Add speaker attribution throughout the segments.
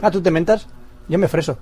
Speaker 1: Ah, ¿tú te mentas? Yo me freso.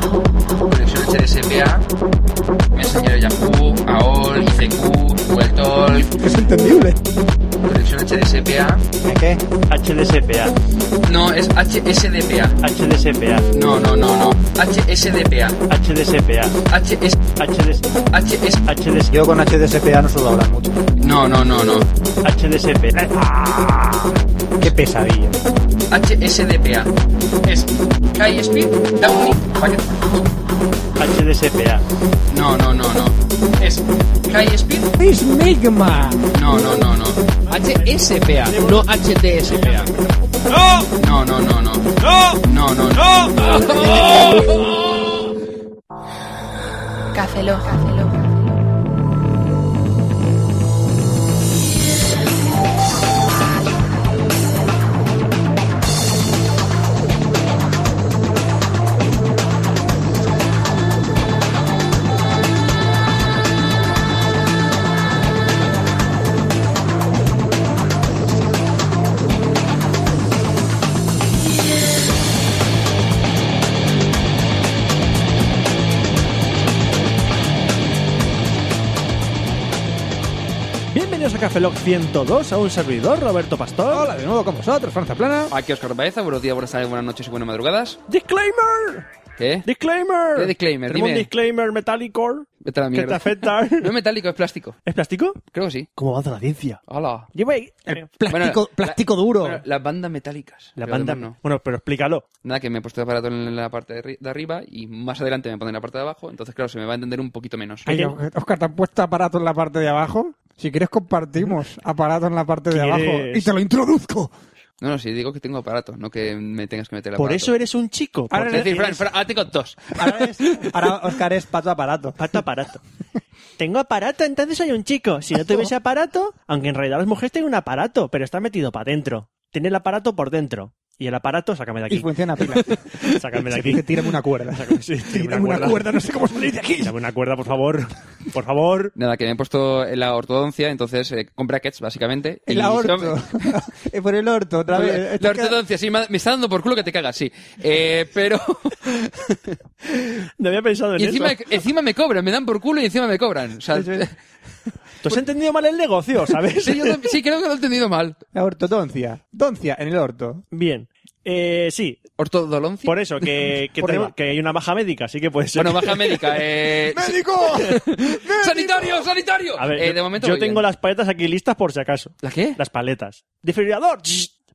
Speaker 2: Conexiones RSPA, Messenger Yahoo, AOL, ICQ, Google Talk,
Speaker 1: Es entendible.
Speaker 2: conexión HDSPA.
Speaker 1: ¿Qué?
Speaker 3: HDSPA,
Speaker 2: No, es HSDPA.
Speaker 3: HDSPA,
Speaker 2: No, no, no, no. HSDPA.
Speaker 3: HDSPA,
Speaker 2: HS.
Speaker 3: HDS,
Speaker 2: HS.
Speaker 3: HDS,
Speaker 1: Yo con HDSPA no suelo hablar mucho.
Speaker 2: No, no, no, no.
Speaker 3: HDSPA,
Speaker 1: Qué pesadilla.
Speaker 2: HSDPA. Es High Speed Downlink Packet.
Speaker 3: HDSPA,
Speaker 2: No, no, no, no. Es High Speed.
Speaker 1: ¡Es Megma!
Speaker 2: No, no, no, no.
Speaker 4: HSPA, no HTSPA.
Speaker 2: No, no, no, no. No, no, no.
Speaker 5: Café Lock.
Speaker 3: Bienvenidos a Café Lock 102, a un servidor, Roberto Pastor.
Speaker 1: Hola de nuevo con vosotros, Franza Plana.
Speaker 2: Aquí Oscar Baeza, buenos días, buenas tardes, buenas noches y buenas madrugadas.
Speaker 3: ¡Disclaimer!
Speaker 2: ¿Qué?
Speaker 3: ¡Disclaimer!
Speaker 2: ¿Qué disclaimer?
Speaker 3: Tenemos un
Speaker 2: Dime.
Speaker 3: disclaimer metálico
Speaker 2: Vete a la
Speaker 3: que te
Speaker 2: mierda.
Speaker 3: afecta.
Speaker 2: No es metálico, es plástico.
Speaker 3: ¿Es plástico?
Speaker 2: Creo que sí.
Speaker 3: ¿Cómo avanza la ciencia?
Speaker 2: Hola.
Speaker 3: Lleva ahí.
Speaker 1: Plástico,
Speaker 2: la-
Speaker 1: plástico duro.
Speaker 2: Bueno, las bandas metálicas.
Speaker 3: La
Speaker 2: Pero
Speaker 3: banda
Speaker 2: además no.
Speaker 3: Bueno, pero explícalo.
Speaker 2: Nada, que me he puesto el aparato en la parte de, arri- de arriba y más adelante me ponen en la parte de abajo, entonces claro, se me va a entender un poquito menos.
Speaker 3: Ay,
Speaker 1: Oscar, ¿te han puesto aparato en la parte de abajo? Si quieres compartimos aparato en la parte de
Speaker 3: ¿Quieres?
Speaker 1: abajo y te lo introduzco.
Speaker 2: No, no, si digo que tengo aparato, no que me tengas que meter el
Speaker 3: Por
Speaker 2: aparato.
Speaker 3: eso eres un chico.
Speaker 1: Ahora
Speaker 2: Es
Speaker 3: porque
Speaker 2: decir, Fran,
Speaker 3: tienes-
Speaker 2: Fran, ahora tengo dos.
Speaker 1: Ahora, Oscar es pato aparato.
Speaker 3: Falta aparato. Tengo aparato, entonces soy un chico. Si no tuviese aparato, aunque en realidad las mujeres tienen un aparato, pero está metido para dentro. Tiene el aparato por dentro. Y el aparato, sácame
Speaker 1: Y
Speaker 3: de aquí.
Speaker 1: funciona pila.
Speaker 3: Sácame de
Speaker 1: Se
Speaker 3: aquí.
Speaker 1: dice, tírame una cuerda.
Speaker 3: Sácame, sí, tírame
Speaker 1: Tírame una cuerda, no sé cómo salir de aquí.
Speaker 3: Dame una cuerda, por favor. Por favor.
Speaker 2: Nada, que me he puesto en la ortodoncia, entonces eh, con brackets, básicamente.
Speaker 1: El
Speaker 2: y-
Speaker 1: aorto. Es por el orto, otra
Speaker 2: La,
Speaker 1: vez. Esto
Speaker 2: la
Speaker 1: queda-
Speaker 2: ortodoncia, sí, me me está dando por culo que te cagas, sí. Eh, pero.
Speaker 3: No había pensado en
Speaker 2: y encima,
Speaker 3: eso.
Speaker 2: encima me cobran, me dan por culo y encima me cobran. O sea,
Speaker 1: Eso es.
Speaker 3: Tú has entendido mal el negocio, ¿sabes?
Speaker 2: sí, yo tam- sí, creo que lo he entendido mal.
Speaker 1: La ortodoncia. Doncia en el orto.
Speaker 3: Bien. Eh, sí,
Speaker 2: ¿Ortodoncia?
Speaker 3: por eso, que, que,
Speaker 1: Por ahí
Speaker 3: tenemos-
Speaker 1: va.
Speaker 3: que hay una baja médica, así que puede ser.
Speaker 2: Bueno, baja médica. Eh...
Speaker 1: ¡Médico!
Speaker 2: ¡Sanitario, sanitario!
Speaker 3: A ver,
Speaker 2: Eh,
Speaker 3: yo,
Speaker 2: de momento
Speaker 3: yo
Speaker 2: voy bien. ¿Eh?
Speaker 3: tengo las paletas aquí listas por si acaso.
Speaker 2: ¿La qué?
Speaker 3: Las paletas. Defibrilador.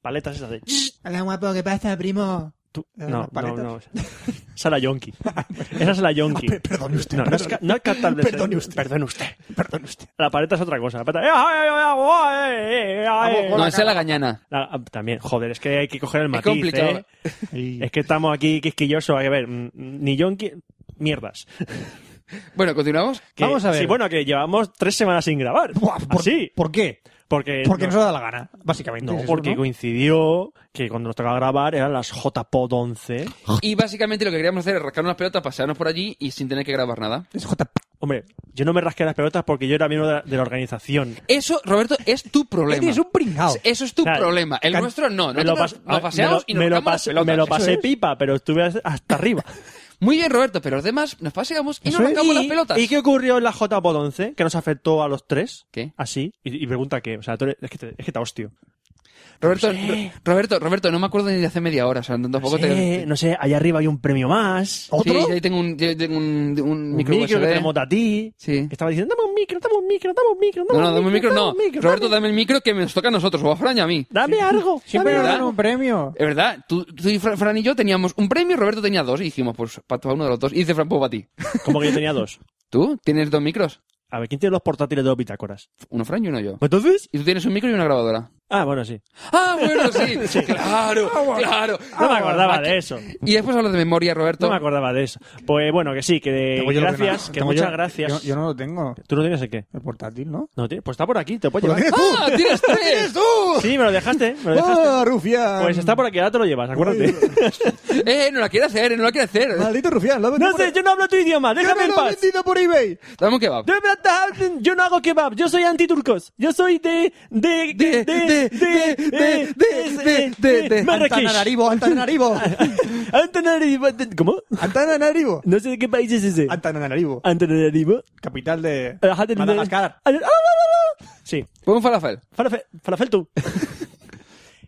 Speaker 3: Paletas esas de...
Speaker 1: Hola, guapo, ¿qué pasa, primo?
Speaker 3: Tú-
Speaker 1: ¿Eh? ¿Las
Speaker 3: No, no,
Speaker 1: paletas?
Speaker 3: no. Esa es la Yonki. Esa es la Yonki.
Speaker 1: Perdone usted.
Speaker 3: No, no es, ca- no es captable.
Speaker 1: Perdone usted.
Speaker 3: Perdone usted.
Speaker 1: Perdón usted.
Speaker 3: La paleta es otra cosa. La paleta... No,
Speaker 2: No, esa es la gañana.
Speaker 3: La- ah, también, joder, es que hay que coger el matiz,
Speaker 2: complicado.
Speaker 3: ¿eh? Es que estamos aquí quisquillosos, hay que ver, mm, ni Yonki... Mierdas.
Speaker 2: Bueno, continuamos.
Speaker 3: Que-
Speaker 1: Vamos a ver.
Speaker 3: Sí, bueno, que llevamos tres semanas sin grabar.
Speaker 1: Buah, ¿por,
Speaker 3: Así.
Speaker 1: ¿Por qué?
Speaker 3: Porque...
Speaker 1: Porque no
Speaker 3: nos-
Speaker 1: se da la gana, básicamente.
Speaker 3: Eh, No,
Speaker 1: es eso,
Speaker 3: porque
Speaker 1: ¿no?
Speaker 3: coincidió que cuando nos tocaba grabar eran las JPod 11.
Speaker 2: Y básicamente lo que queríamos hacer es rascar unas pelotas, pasearnos por allí y sin tener que grabar nada.
Speaker 1: Es J.
Speaker 3: Hombre, yo no me rasqué las pelotas porque yo era miembro de la, de la organización.
Speaker 2: Eso, Roberto, es tu problema.
Speaker 1: Eres un pringao.
Speaker 2: Eso es tu
Speaker 3: Claro.
Speaker 2: problema. El
Speaker 3: Can-
Speaker 2: nuestro no.
Speaker 3: me lo,
Speaker 2: Nosotros
Speaker 3: pas-
Speaker 2: nos
Speaker 3: a-
Speaker 2: paseamos y
Speaker 3: me lo-
Speaker 2: nos
Speaker 3: me lo
Speaker 2: rascamos
Speaker 3: pasé-
Speaker 2: las pelotas.
Speaker 3: me lo
Speaker 2: Eso
Speaker 3: pasé
Speaker 2: es.
Speaker 3: pipa, pero estuve hasta arriba.
Speaker 2: Muy bien, Roberto, pero los demás nos paseamos y nos
Speaker 1: Eso es.
Speaker 2: rascamos las
Speaker 3: ¿Y-
Speaker 2: pelotas.
Speaker 3: ¿Y qué ocurrió en la JPod 11? Que nos afectó a los tres.
Speaker 2: ¿Qué?
Speaker 3: Así. Y, y pregunta qué. O sea, tú eres- es, que te, es que te hostio.
Speaker 2: Roberto,
Speaker 3: No sé.
Speaker 2: Ro- Roberto, Roberto, no me acuerdo ni de hace media hora, o sea, tampoco
Speaker 3: No
Speaker 2: te...
Speaker 3: sé, no sé, allá arriba hay un premio más.
Speaker 2: Sí,
Speaker 1: ¿Otro?
Speaker 2: ahí tengo un, yo tengo un, un
Speaker 3: Un
Speaker 2: micro,
Speaker 3: micro, que
Speaker 2: USB.
Speaker 3: te remonta a ti.
Speaker 2: Sí.
Speaker 3: Que estaba diciendo, dame un micro, dame un micro, dame un micro.
Speaker 2: No, no, dame el micro, no.
Speaker 3: un micro,
Speaker 2: Roberto,
Speaker 3: dame,
Speaker 2: dame el micro que nos toca a nosotros, o a Fran y a mí.
Speaker 3: dame algo.
Speaker 1: Siempre nos
Speaker 2: ¿verdad?
Speaker 3: dame
Speaker 1: dan
Speaker 3: algo.
Speaker 1: un premio.
Speaker 2: Es verdad, tú, tú y Fra- Fran y yo teníamos un premio, Roberto tenía dos, y dijimos, pues para uno de los dos. Y dice Fran, pues para ti.
Speaker 3: Como que yo tenía dos.
Speaker 2: ¿Tú tienes dos micros?
Speaker 3: A ver, ¿quién tiene los portátiles de los bitácoras?
Speaker 2: Uno Fran y uno yo.
Speaker 3: Pues entonces.
Speaker 2: Y tú tienes un micro y una grabadora.
Speaker 3: Ah, bueno, sí.
Speaker 2: Ah, bueno, sí. Ah, Claro, claro.
Speaker 3: No me acordaba de eso.
Speaker 2: Y después hablas de memoria, Roberto.
Speaker 3: No me acordaba de eso. Pues bueno, que sí, que
Speaker 1: Tengo yo lo
Speaker 3: gracias,
Speaker 1: no-
Speaker 3: que
Speaker 1: tengo
Speaker 3: muchas
Speaker 1: yo-
Speaker 3: gracias.
Speaker 1: Yo, yo no lo tengo.
Speaker 3: ¿Tú no tienes el qué?
Speaker 1: El portátil, ¿no?
Speaker 3: No, tiene- pues está por aquí, te lo puedo
Speaker 1: ¡Lo
Speaker 3: llevar.
Speaker 1: tienes tú!
Speaker 2: ¡Ah, tienes tres!
Speaker 1: tú!
Speaker 3: Sí, me lo dejaste, me lo dejaste.
Speaker 1: ¡Ah, rufián!
Speaker 3: Pues está por aquí, ahora te lo llevas, acuérdate.
Speaker 2: ¡Eh, no la quiere hacer, eh, no la quiere hacer!
Speaker 1: ¡Maldito rufián! lo ha vendido
Speaker 3: No sé,
Speaker 1: por-
Speaker 3: yo no hablo tu idioma,
Speaker 1: ¡Yo
Speaker 3: déjame
Speaker 1: me
Speaker 3: en
Speaker 1: lo he
Speaker 3: paz.
Speaker 1: vendido por eBay!
Speaker 2: Dame un kebab.
Speaker 3: De verdad, Yo no hago kebab, yo soy antiturcos. Yo soy de. de.
Speaker 2: De- de- de- de- de- de- de-
Speaker 3: Marrakech.
Speaker 1: ¡Antananarivo! ¡Antananarivo!
Speaker 3: Antananarivo. ¿Cómo?
Speaker 1: ¡Antananarivo!
Speaker 3: No sé de qué país es ese.
Speaker 1: Antananarivo,
Speaker 3: Antananarivo.
Speaker 1: capital de
Speaker 2: Eh,
Speaker 3: Ajá, de-
Speaker 1: Madagascar.
Speaker 3: Ah, ah, ah, ah. Sí.
Speaker 2: Pon un falafel.
Speaker 3: Falafel, falafel tú.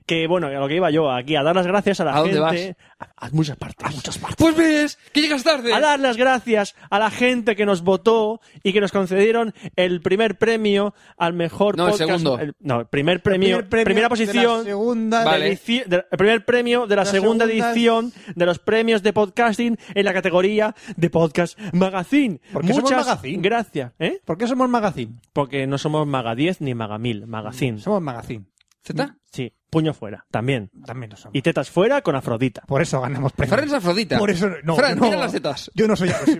Speaker 3: que bueno, a lo que iba yo aquí, a dar las gracias a la
Speaker 2: ¿A
Speaker 3: gente.
Speaker 2: dónde
Speaker 3: A, a muchas partes. A muchas partes.
Speaker 2: Pues ves, que llegas tarde.
Speaker 3: A dar las gracias a la gente que nos votó y que nos concedieron el primer premio al mejor
Speaker 2: No, el
Speaker 3: podcast.
Speaker 2: segundo.
Speaker 3: el- no, el primer premio,
Speaker 1: Primer premio de
Speaker 3: primera
Speaker 1: la
Speaker 3: posición.
Speaker 1: segunda
Speaker 2: Vale.
Speaker 3: de edici- de- el primer premio de la,
Speaker 1: La
Speaker 3: segunda,
Speaker 1: segunda-
Speaker 3: edición de los premios de podcasting en la categoría de Podcast Magazine.
Speaker 1: ¿Por qué somos
Speaker 3: Muchas
Speaker 1: magazine?
Speaker 3: gracias. ¿Eh?
Speaker 1: ¿Por qué somos magazine?
Speaker 3: Porque no somos Maga 10 ni Maga 1000, Magazine.
Speaker 1: Somos magazine.
Speaker 2: ¿Zeta?
Speaker 3: Sí, puño fuera, también.
Speaker 1: También lo somos.
Speaker 3: Y tetas fuera con Afrodita.
Speaker 1: Por eso ganamos premios.
Speaker 2: Fran es afrodita.
Speaker 1: Por eso no.
Speaker 2: Fran,
Speaker 1: yo no-
Speaker 2: tira las tetas.
Speaker 1: Yo no soy así.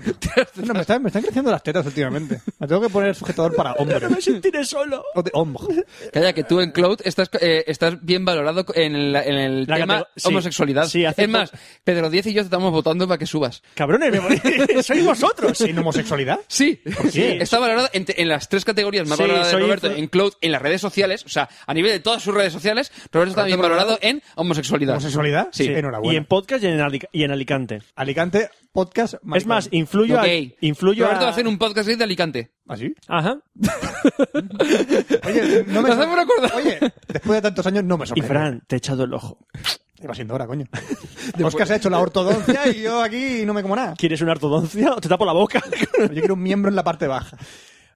Speaker 1: No, me, están, me están creciendo las tetas últimamente. Me tengo que poner el sujetador para hombre.
Speaker 3: No me sentiré solo.
Speaker 1: O de hombre.
Speaker 2: Calla, que tú en Cloud estás, eh, estás bien valorado en, la- en el
Speaker 3: La
Speaker 2: tema
Speaker 3: catego- sí.
Speaker 2: homosexualidad.
Speaker 3: Sí, hace
Speaker 2: es más, Pedro Diez y yo te estamos votando para que subas.
Speaker 3: Cabrones, me voy. sois vosotros.
Speaker 1: ¿Sin homosexualidad?
Speaker 2: Sí,
Speaker 3: qué?
Speaker 2: está valorado en, en las tres categorías más
Speaker 3: Sí,
Speaker 2: valorada de
Speaker 3: soy
Speaker 2: Roberto,
Speaker 3: influ-
Speaker 2: en Cloud, en las redes sociales, o sea, a nivel de todas sus redes sociales, Roberto está bien valorado en homosexualidad.
Speaker 1: ¿Homosexualidad?
Speaker 2: Sí.
Speaker 1: Enhorabuena.
Speaker 3: Y en podcast y en, Alic- y en Alicante.
Speaker 1: Alicante, podcast, maricón.
Speaker 3: Es más, influyo
Speaker 2: Ok.
Speaker 3: a... Influyo
Speaker 2: Roberto
Speaker 3: a...
Speaker 2: va a hacer un podcast gay de Alicante.
Speaker 1: ¿Así?
Speaker 3: Ajá.
Speaker 1: Oye, no me...
Speaker 2: Nos hemos recordado.
Speaker 1: Oye, después de tantos años no me
Speaker 3: Y
Speaker 1: sorprende.
Speaker 3: Fran, te he echado el ojo.
Speaker 1: Iba siendo hora, coño. Oscar se ha hecho la ortodoncia y yo aquí no me como nada.
Speaker 3: ¿Quieres una ortodoncia o te tapo la boca?
Speaker 1: Yo quiero un miembro en la parte baja.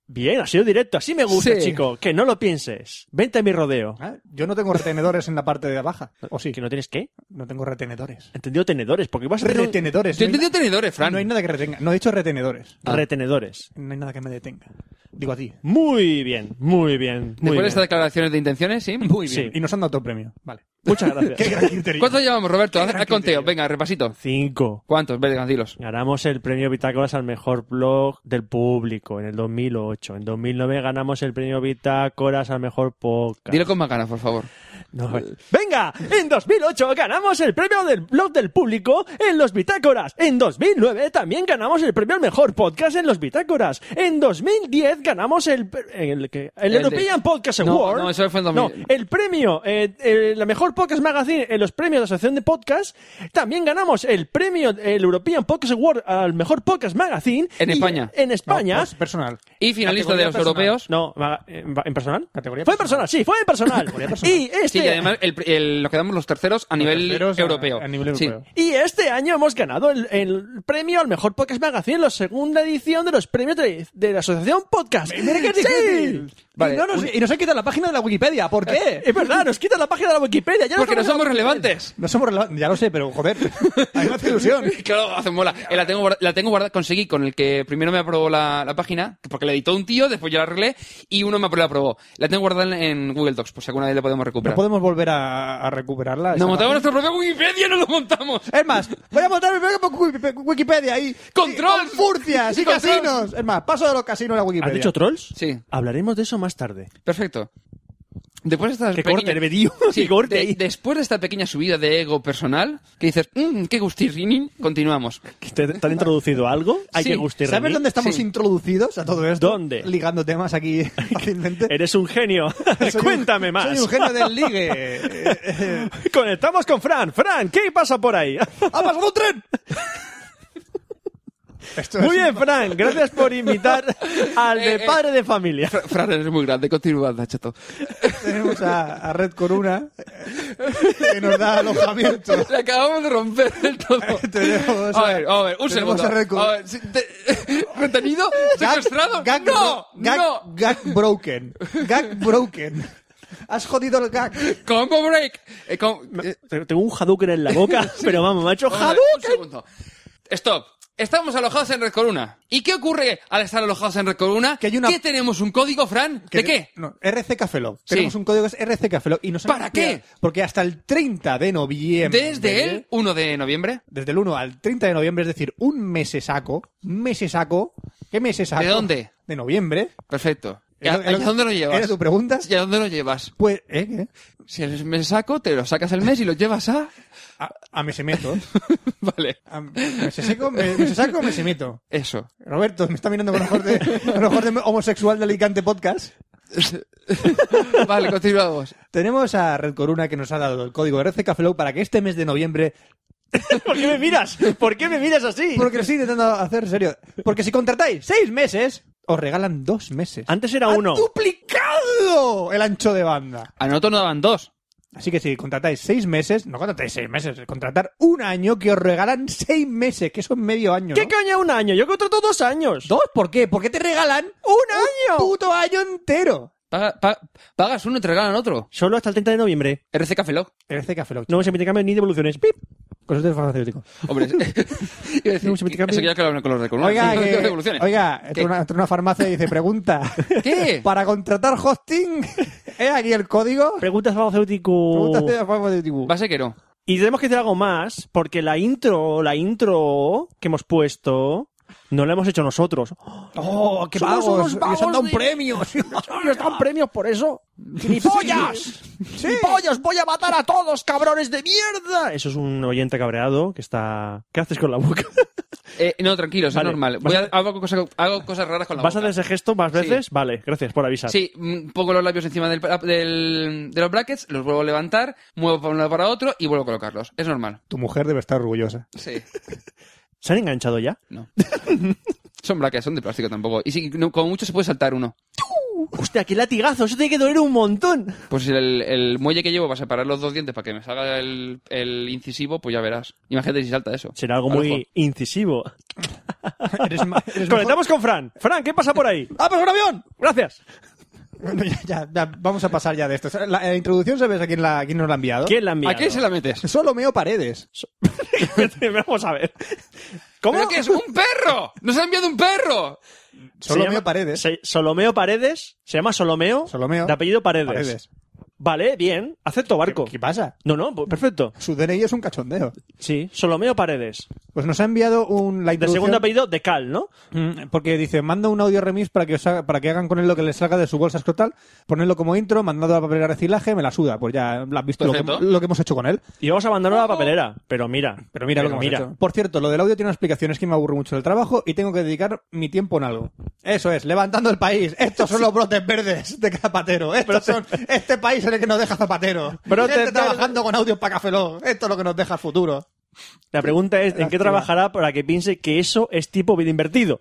Speaker 3: Bien, ha sido directo. Así me gusta,
Speaker 2: Sí.
Speaker 3: chico. Que no lo pienses. Vente a mi rodeo.
Speaker 1: Ah, Yo no tengo retenedores en la parte de baja. Ah, ¿O sí?
Speaker 3: ¿Que no tienes qué?
Speaker 1: No tengo retenedores.
Speaker 3: Entendido tenedores, porque vas a tener un-
Speaker 1: Retenedores.
Speaker 2: Yo he
Speaker 1: no hay-
Speaker 2: entendido tenedores, Fran.
Speaker 1: No hay nada que retenga. No he dicho retenedores.
Speaker 2: Ah.
Speaker 3: retenedores.
Speaker 1: No hay nada que me detenga. Digo a ti.
Speaker 3: Muy bien, muy bien, muy
Speaker 2: Después de
Speaker 3: bien.
Speaker 2: estas declaraciones de intenciones, ¿sí?
Speaker 1: Muy
Speaker 3: bien.
Speaker 1: Y nos han dado todo el premio. Vale.
Speaker 3: Muchas gracias.
Speaker 1: Qué gran criterio.
Speaker 2: ¿Cuántos llevamos, Roberto? Haz
Speaker 1: gran
Speaker 2: haz conteo.
Speaker 1: criterio.
Speaker 2: Venga, repasito.
Speaker 3: Cinco.
Speaker 2: ¿Cuántos? Venga, dilos.
Speaker 3: Ganamos el premio Bitácoras al mejor blog del público en el 2008. En 2009 ganamos el premio Bitácoras al mejor podcast.
Speaker 2: Dilo con más ganas, por favor.
Speaker 3: No, eh. Venga, en 2008 ganamos el premio del blog del público en los Bitácoras. En 2009 también ganamos el premio al mejor podcast en los Bitácoras. En 2010 ganamos el, pre- el, que- el
Speaker 2: de-
Speaker 3: European Podcast
Speaker 2: No,
Speaker 3: Award.
Speaker 2: no, eso fue en 2000.
Speaker 3: No, el premio, eh, eh, la mejor podcast magazine en los premios de la Asociación de Podcast. También ganamos el premio, el European Podcast Award al mejor podcast magazine.
Speaker 2: En
Speaker 3: Y-
Speaker 2: España.
Speaker 3: En
Speaker 1: No,
Speaker 3: España.
Speaker 1: pues, personal.
Speaker 2: Y finalista de
Speaker 1: Categoría
Speaker 2: los
Speaker 1: personal.
Speaker 2: europeos.
Speaker 3: No, maga- en en personal.
Speaker 1: Categoría
Speaker 3: fue en personal, sí, fue en personal. Y este
Speaker 2: Sí, y además el, el- nos quedamos los terceros a nivel
Speaker 1: terceros a-
Speaker 2: europeo.
Speaker 1: a nivel
Speaker 2: Sí.
Speaker 1: europeo.
Speaker 3: Y este año hemos ganado el, el premio al mejor podcast magazine, la segunda edición de los premios de, de la Asociación Podcast. ¡Sí!
Speaker 2: Vale.
Speaker 1: Y, no nos, y nos han quitado la página de la Wikipedia. ¿Por qué?
Speaker 2: Eh,
Speaker 3: Es verdad, nos quitan la página de la Wikipedia. Ya
Speaker 2: Porque no somos
Speaker 3: estamos en la
Speaker 2: relevantes.
Speaker 1: No somos relevantes. Ya lo sé, pero joder. Hay más ilusión.
Speaker 2: Claro, hace mola. Eh, La tengo, guarda- la tengo guardada, conseguí con el que primero me aprobó la, la página, porque la editó un tío, después yo la arreglé, y uno me apro- la aprobó. La tengo guardada en, en Google Docs, por si alguna vez la podemos
Speaker 1: No
Speaker 2: recuperar.
Speaker 1: podemos volver a, a recuperarla.
Speaker 2: Nos
Speaker 1: Esa
Speaker 2: montamos
Speaker 1: página.
Speaker 2: nuestra propia Wikipedia, no lo montamos.
Speaker 1: Es más, voy a montar mi propia Wikipedia ahí.
Speaker 2: Control.
Speaker 1: Con furcias y
Speaker 2: Control.
Speaker 1: casinos. Es más, paso de los casinos a la Wikipedia.
Speaker 3: Wikipedia. ¿Has dicho trolls?
Speaker 2: Sí.
Speaker 3: Hablaremos de eso más tarde.
Speaker 2: Perfecto. Después de estas
Speaker 3: Qué corte,
Speaker 2: pequeñas-
Speaker 3: Herbedío.
Speaker 2: Sí,
Speaker 3: Qué corte
Speaker 2: de-
Speaker 3: ahí.
Speaker 2: después de esta pequeña subida de ego personal, que dices, mmm, qué gustirrinin, continuamos.
Speaker 3: ¿Te, te han introducido algo? Hay
Speaker 2: Sí.
Speaker 3: que gustar. de
Speaker 1: ¿Sabes
Speaker 3: mí.
Speaker 1: dónde estamos
Speaker 2: Sí.
Speaker 1: introducidos a todo esto?
Speaker 3: ¿Dónde?
Speaker 1: Ligando temas aquí que invente.
Speaker 3: Eres un genio.
Speaker 1: Soy un-
Speaker 3: Eh, Cuéntame más.
Speaker 1: Soy un genio del ligue.
Speaker 3: Conectamos con Fran. Fran, ¿qué pasa por ahí?
Speaker 1: ¡Ha pasado un tren! Esto
Speaker 3: Muy
Speaker 1: es-
Speaker 3: bien, Frank, gracias por invitar al de
Speaker 2: Eh, eh.
Speaker 3: padre de familia.
Speaker 2: Fra- Fran, eres muy grande, continuad, chato.
Speaker 1: Tenemos a, a Red Corona, eh, que nos da alojamiento.
Speaker 2: Le acabamos de romper el todo.
Speaker 1: Tenemos
Speaker 2: a
Speaker 1: a-
Speaker 2: ver, a ver, un
Speaker 1: tenemos
Speaker 2: segundo.
Speaker 1: a Red Corona.
Speaker 2: A ver, sí, te- ¿Retenido?
Speaker 1: Gag-
Speaker 2: ¿Secuestrado?
Speaker 1: gag-
Speaker 2: ¡No!
Speaker 1: Gag,
Speaker 2: ¡No!
Speaker 1: gag broken. Gag broken. Has jodido el gag.
Speaker 2: ¡Combo break! Eh, com- eh,
Speaker 3: Te- Tengo un Hadouken en la boca, pero vamos, macho,
Speaker 2: vamos a ver, Un
Speaker 3: Hadouken.
Speaker 2: segundo. Stop. Estamos alojados en Red Corona. ¿Y qué ocurre al estar alojados en Red Corona?
Speaker 1: Que hay una-
Speaker 2: ¿Qué tenemos? ¿Un código, Fran? ¿De qué?
Speaker 1: No, RC Cafelog.
Speaker 2: Sí.
Speaker 1: Tenemos un código que es RC Cafelog y nos han
Speaker 2: ¿Para qué?
Speaker 1: ampliado, Porque hasta el 30 de noviembre.
Speaker 2: Desde el 1 de noviembre.
Speaker 1: Desde el 1 al 30 de noviembre, es decir, un mesesaco. Mesesaco. ¿Qué mesesaco?
Speaker 2: ¿De dónde?
Speaker 1: De noviembre.
Speaker 2: Perfecto. ¿Y
Speaker 1: Es
Speaker 2: a,
Speaker 1: lo- es
Speaker 2: y a dónde lo llevas?
Speaker 1: ¿Era tu pregunta?
Speaker 2: ¿Y a dónde lo llevas?
Speaker 1: Pues, ¿eh? ¿Qué?
Speaker 2: Si el mes saco, te lo sacas el mes y lo llevas a...
Speaker 1: A, a mesemeto.
Speaker 2: vale.
Speaker 1: A meseseco, me- mesesaco, mesemeto.
Speaker 2: Eso.
Speaker 1: Roberto, me está mirando con ojos de, con ojos de homosexual de Alicante Podcast.
Speaker 2: Vale, continuamos.
Speaker 1: Tenemos a Red Corona que nos ha dado el código RC Cafelow para que este mes de noviembre...
Speaker 3: ¿Por qué me miras? ¿Por qué me miras así?
Speaker 1: Porque lo estoy intentando hacer serio. Porque si contratáis seis meses, os regalan dos meses.
Speaker 3: Antes era
Speaker 1: ¡Ha
Speaker 3: uno.
Speaker 1: duplicado el ancho de banda!
Speaker 2: A nosotros nos daban dos.
Speaker 1: Así que si contratáis seis meses, no contratáis seis meses, contratar un año que os regalan seis meses, que son medio año.
Speaker 3: ¿Qué
Speaker 1: ¿no?
Speaker 3: caña un año? Yo contrato dos años.
Speaker 1: ¿Dos? ¿Por qué? Porque te regalan un año. puto año entero.
Speaker 2: Paga- pa- pagas uno y te regalan otro.
Speaker 3: Solo hasta el 30 de noviembre.
Speaker 2: RC Café Lock.
Speaker 1: RC Cafelow.
Speaker 3: No se mete cambio ni devoluciones. ¡Pip! Consultas farmacéutico.
Speaker 2: Hombre, es- iba a decir,
Speaker 3: No, se me te
Speaker 2: eso que ya que lo hablan con los de Corona.
Speaker 1: Oiga,
Speaker 2: Con
Speaker 1: que-
Speaker 2: las devoluciones.
Speaker 1: oiga,
Speaker 2: ¿Qué?
Speaker 1: entra una, entra una farmacia y dice, pregunta.
Speaker 2: ¿Qué?
Speaker 1: Para contratar hosting, ¿es aquí el código?
Speaker 3: Preguntas farmacéutico.
Speaker 2: Oh.
Speaker 1: Pregúntate a Juanjo de Tibú.
Speaker 2: Va a ser que no.
Speaker 3: Y tenemos que hacer algo más, porque la intro, la intro que hemos puesto, no la hemos hecho nosotros.
Speaker 1: ¡Oh, qué
Speaker 3: Somos
Speaker 1: pagos!
Speaker 3: unos
Speaker 1: ¡Y os han dado
Speaker 3: vagos de-
Speaker 1: premios!
Speaker 3: ¡Nos dan premios por eso! ¡Ni pollas! ¡Ni pollas! ¡Voy a matar a todos, cabrones de mierda! Eso es un oyente cabreado que está... ¿Qué haces con la boca?
Speaker 2: Eh, no, tranquilos,
Speaker 3: Vale,
Speaker 2: es normal.
Speaker 3: vas
Speaker 2: Voy a- hago, cosas, hago cosas raras con la
Speaker 3: ¿Vas a
Speaker 2: boca.
Speaker 3: hacer ese gesto más veces? Vale, gracias por avisar.
Speaker 2: Sí, mm, pongo los labios encima del, del- de los brackets, los vuelvo a levantar, muevo para un lado para otro y vuelvo a colocarlos. Es normal.
Speaker 1: Tu mujer debe estar orgullosa.
Speaker 2: Sí.
Speaker 3: ¿Se han enganchado ya?
Speaker 2: No. son brackets, son de plástico tampoco. Y sí, no- como mucho se puede saltar uno.
Speaker 3: ¡Hostia, qué latigazo! Eso tiene que doler un montón.
Speaker 2: Pues el, el muelle que llevo para separar los dos dientes para que me salga el, el incisivo, pues ya verás. Imagínate si salta eso.
Speaker 3: Será algo
Speaker 2: Al
Speaker 3: muy
Speaker 2: ojo.
Speaker 3: incisivo.
Speaker 1: Eres ma- eres
Speaker 3: Conectamos con Fran. Fran, ¿qué pasa por ahí?
Speaker 1: mejor- ¡Ah, pero un avión!
Speaker 3: Gracias.
Speaker 1: Bueno, ya, ya, ya, vamos a pasar ya de esto. La, la introducción, ¿sabes a quién, la, a quién nos la ha enviado?
Speaker 3: ¿Quién la ha enviado?
Speaker 2: ¿A qué se la metes?
Speaker 1: Solo meo paredes.
Speaker 3: Vamos a ver. ¿Cómo?
Speaker 2: ¿Pero qué es? ¡Un perro! ¡Nos ha enviado un perro!
Speaker 3: Se
Speaker 1: Solo
Speaker 3: llama-
Speaker 1: meo paredes.
Speaker 3: se- Solomeo Paredes. Se llama Solomeo.
Speaker 1: Solomeo.
Speaker 3: De apellido Paredes.
Speaker 1: Paredes.
Speaker 3: Vale, bien. Acepto barco.
Speaker 1: ¿Qué pasa?
Speaker 3: No, no, pues perfecto.
Speaker 1: Su DNI es un cachondeo.
Speaker 3: Sí, Solomeo Paredes.
Speaker 1: Pues nos ha enviado un... La
Speaker 3: De
Speaker 1: introducción...
Speaker 3: segundo apellido, de Cal, ¿no?
Speaker 1: Mm, Porque dice, manda un audio remix para que, os haga- para que hagan con él lo que les salga de su bolsa escrotal, ponerlo como intro, mandado a la papelera de reciclaje, me la suda. Pues ya has visto lo que,
Speaker 2: Perfecto.
Speaker 1: lo que hemos hecho con él.
Speaker 3: Y vamos a mandarlo a la papelera. Pero mira.
Speaker 1: Pero mira lo que hemos hecho. Por cierto, lo del audio tiene una explicación, es que me aburro mucho del trabajo y tengo que dedicar mi tiempo en algo. Eso es, levantando el país. Estos son los brotes verdes de Zapatero. Estos son este país en el que nos deja Zapatero.
Speaker 3: Brotes
Speaker 1: Gente
Speaker 3: verdes.
Speaker 1: trabajando con audios para Cafeló. Esto es lo que nos deja el futuro.
Speaker 3: La pregunta es: ¿en qué
Speaker 1: Lástima.
Speaker 3: trabajará para que piense que eso es tipo bien invertido?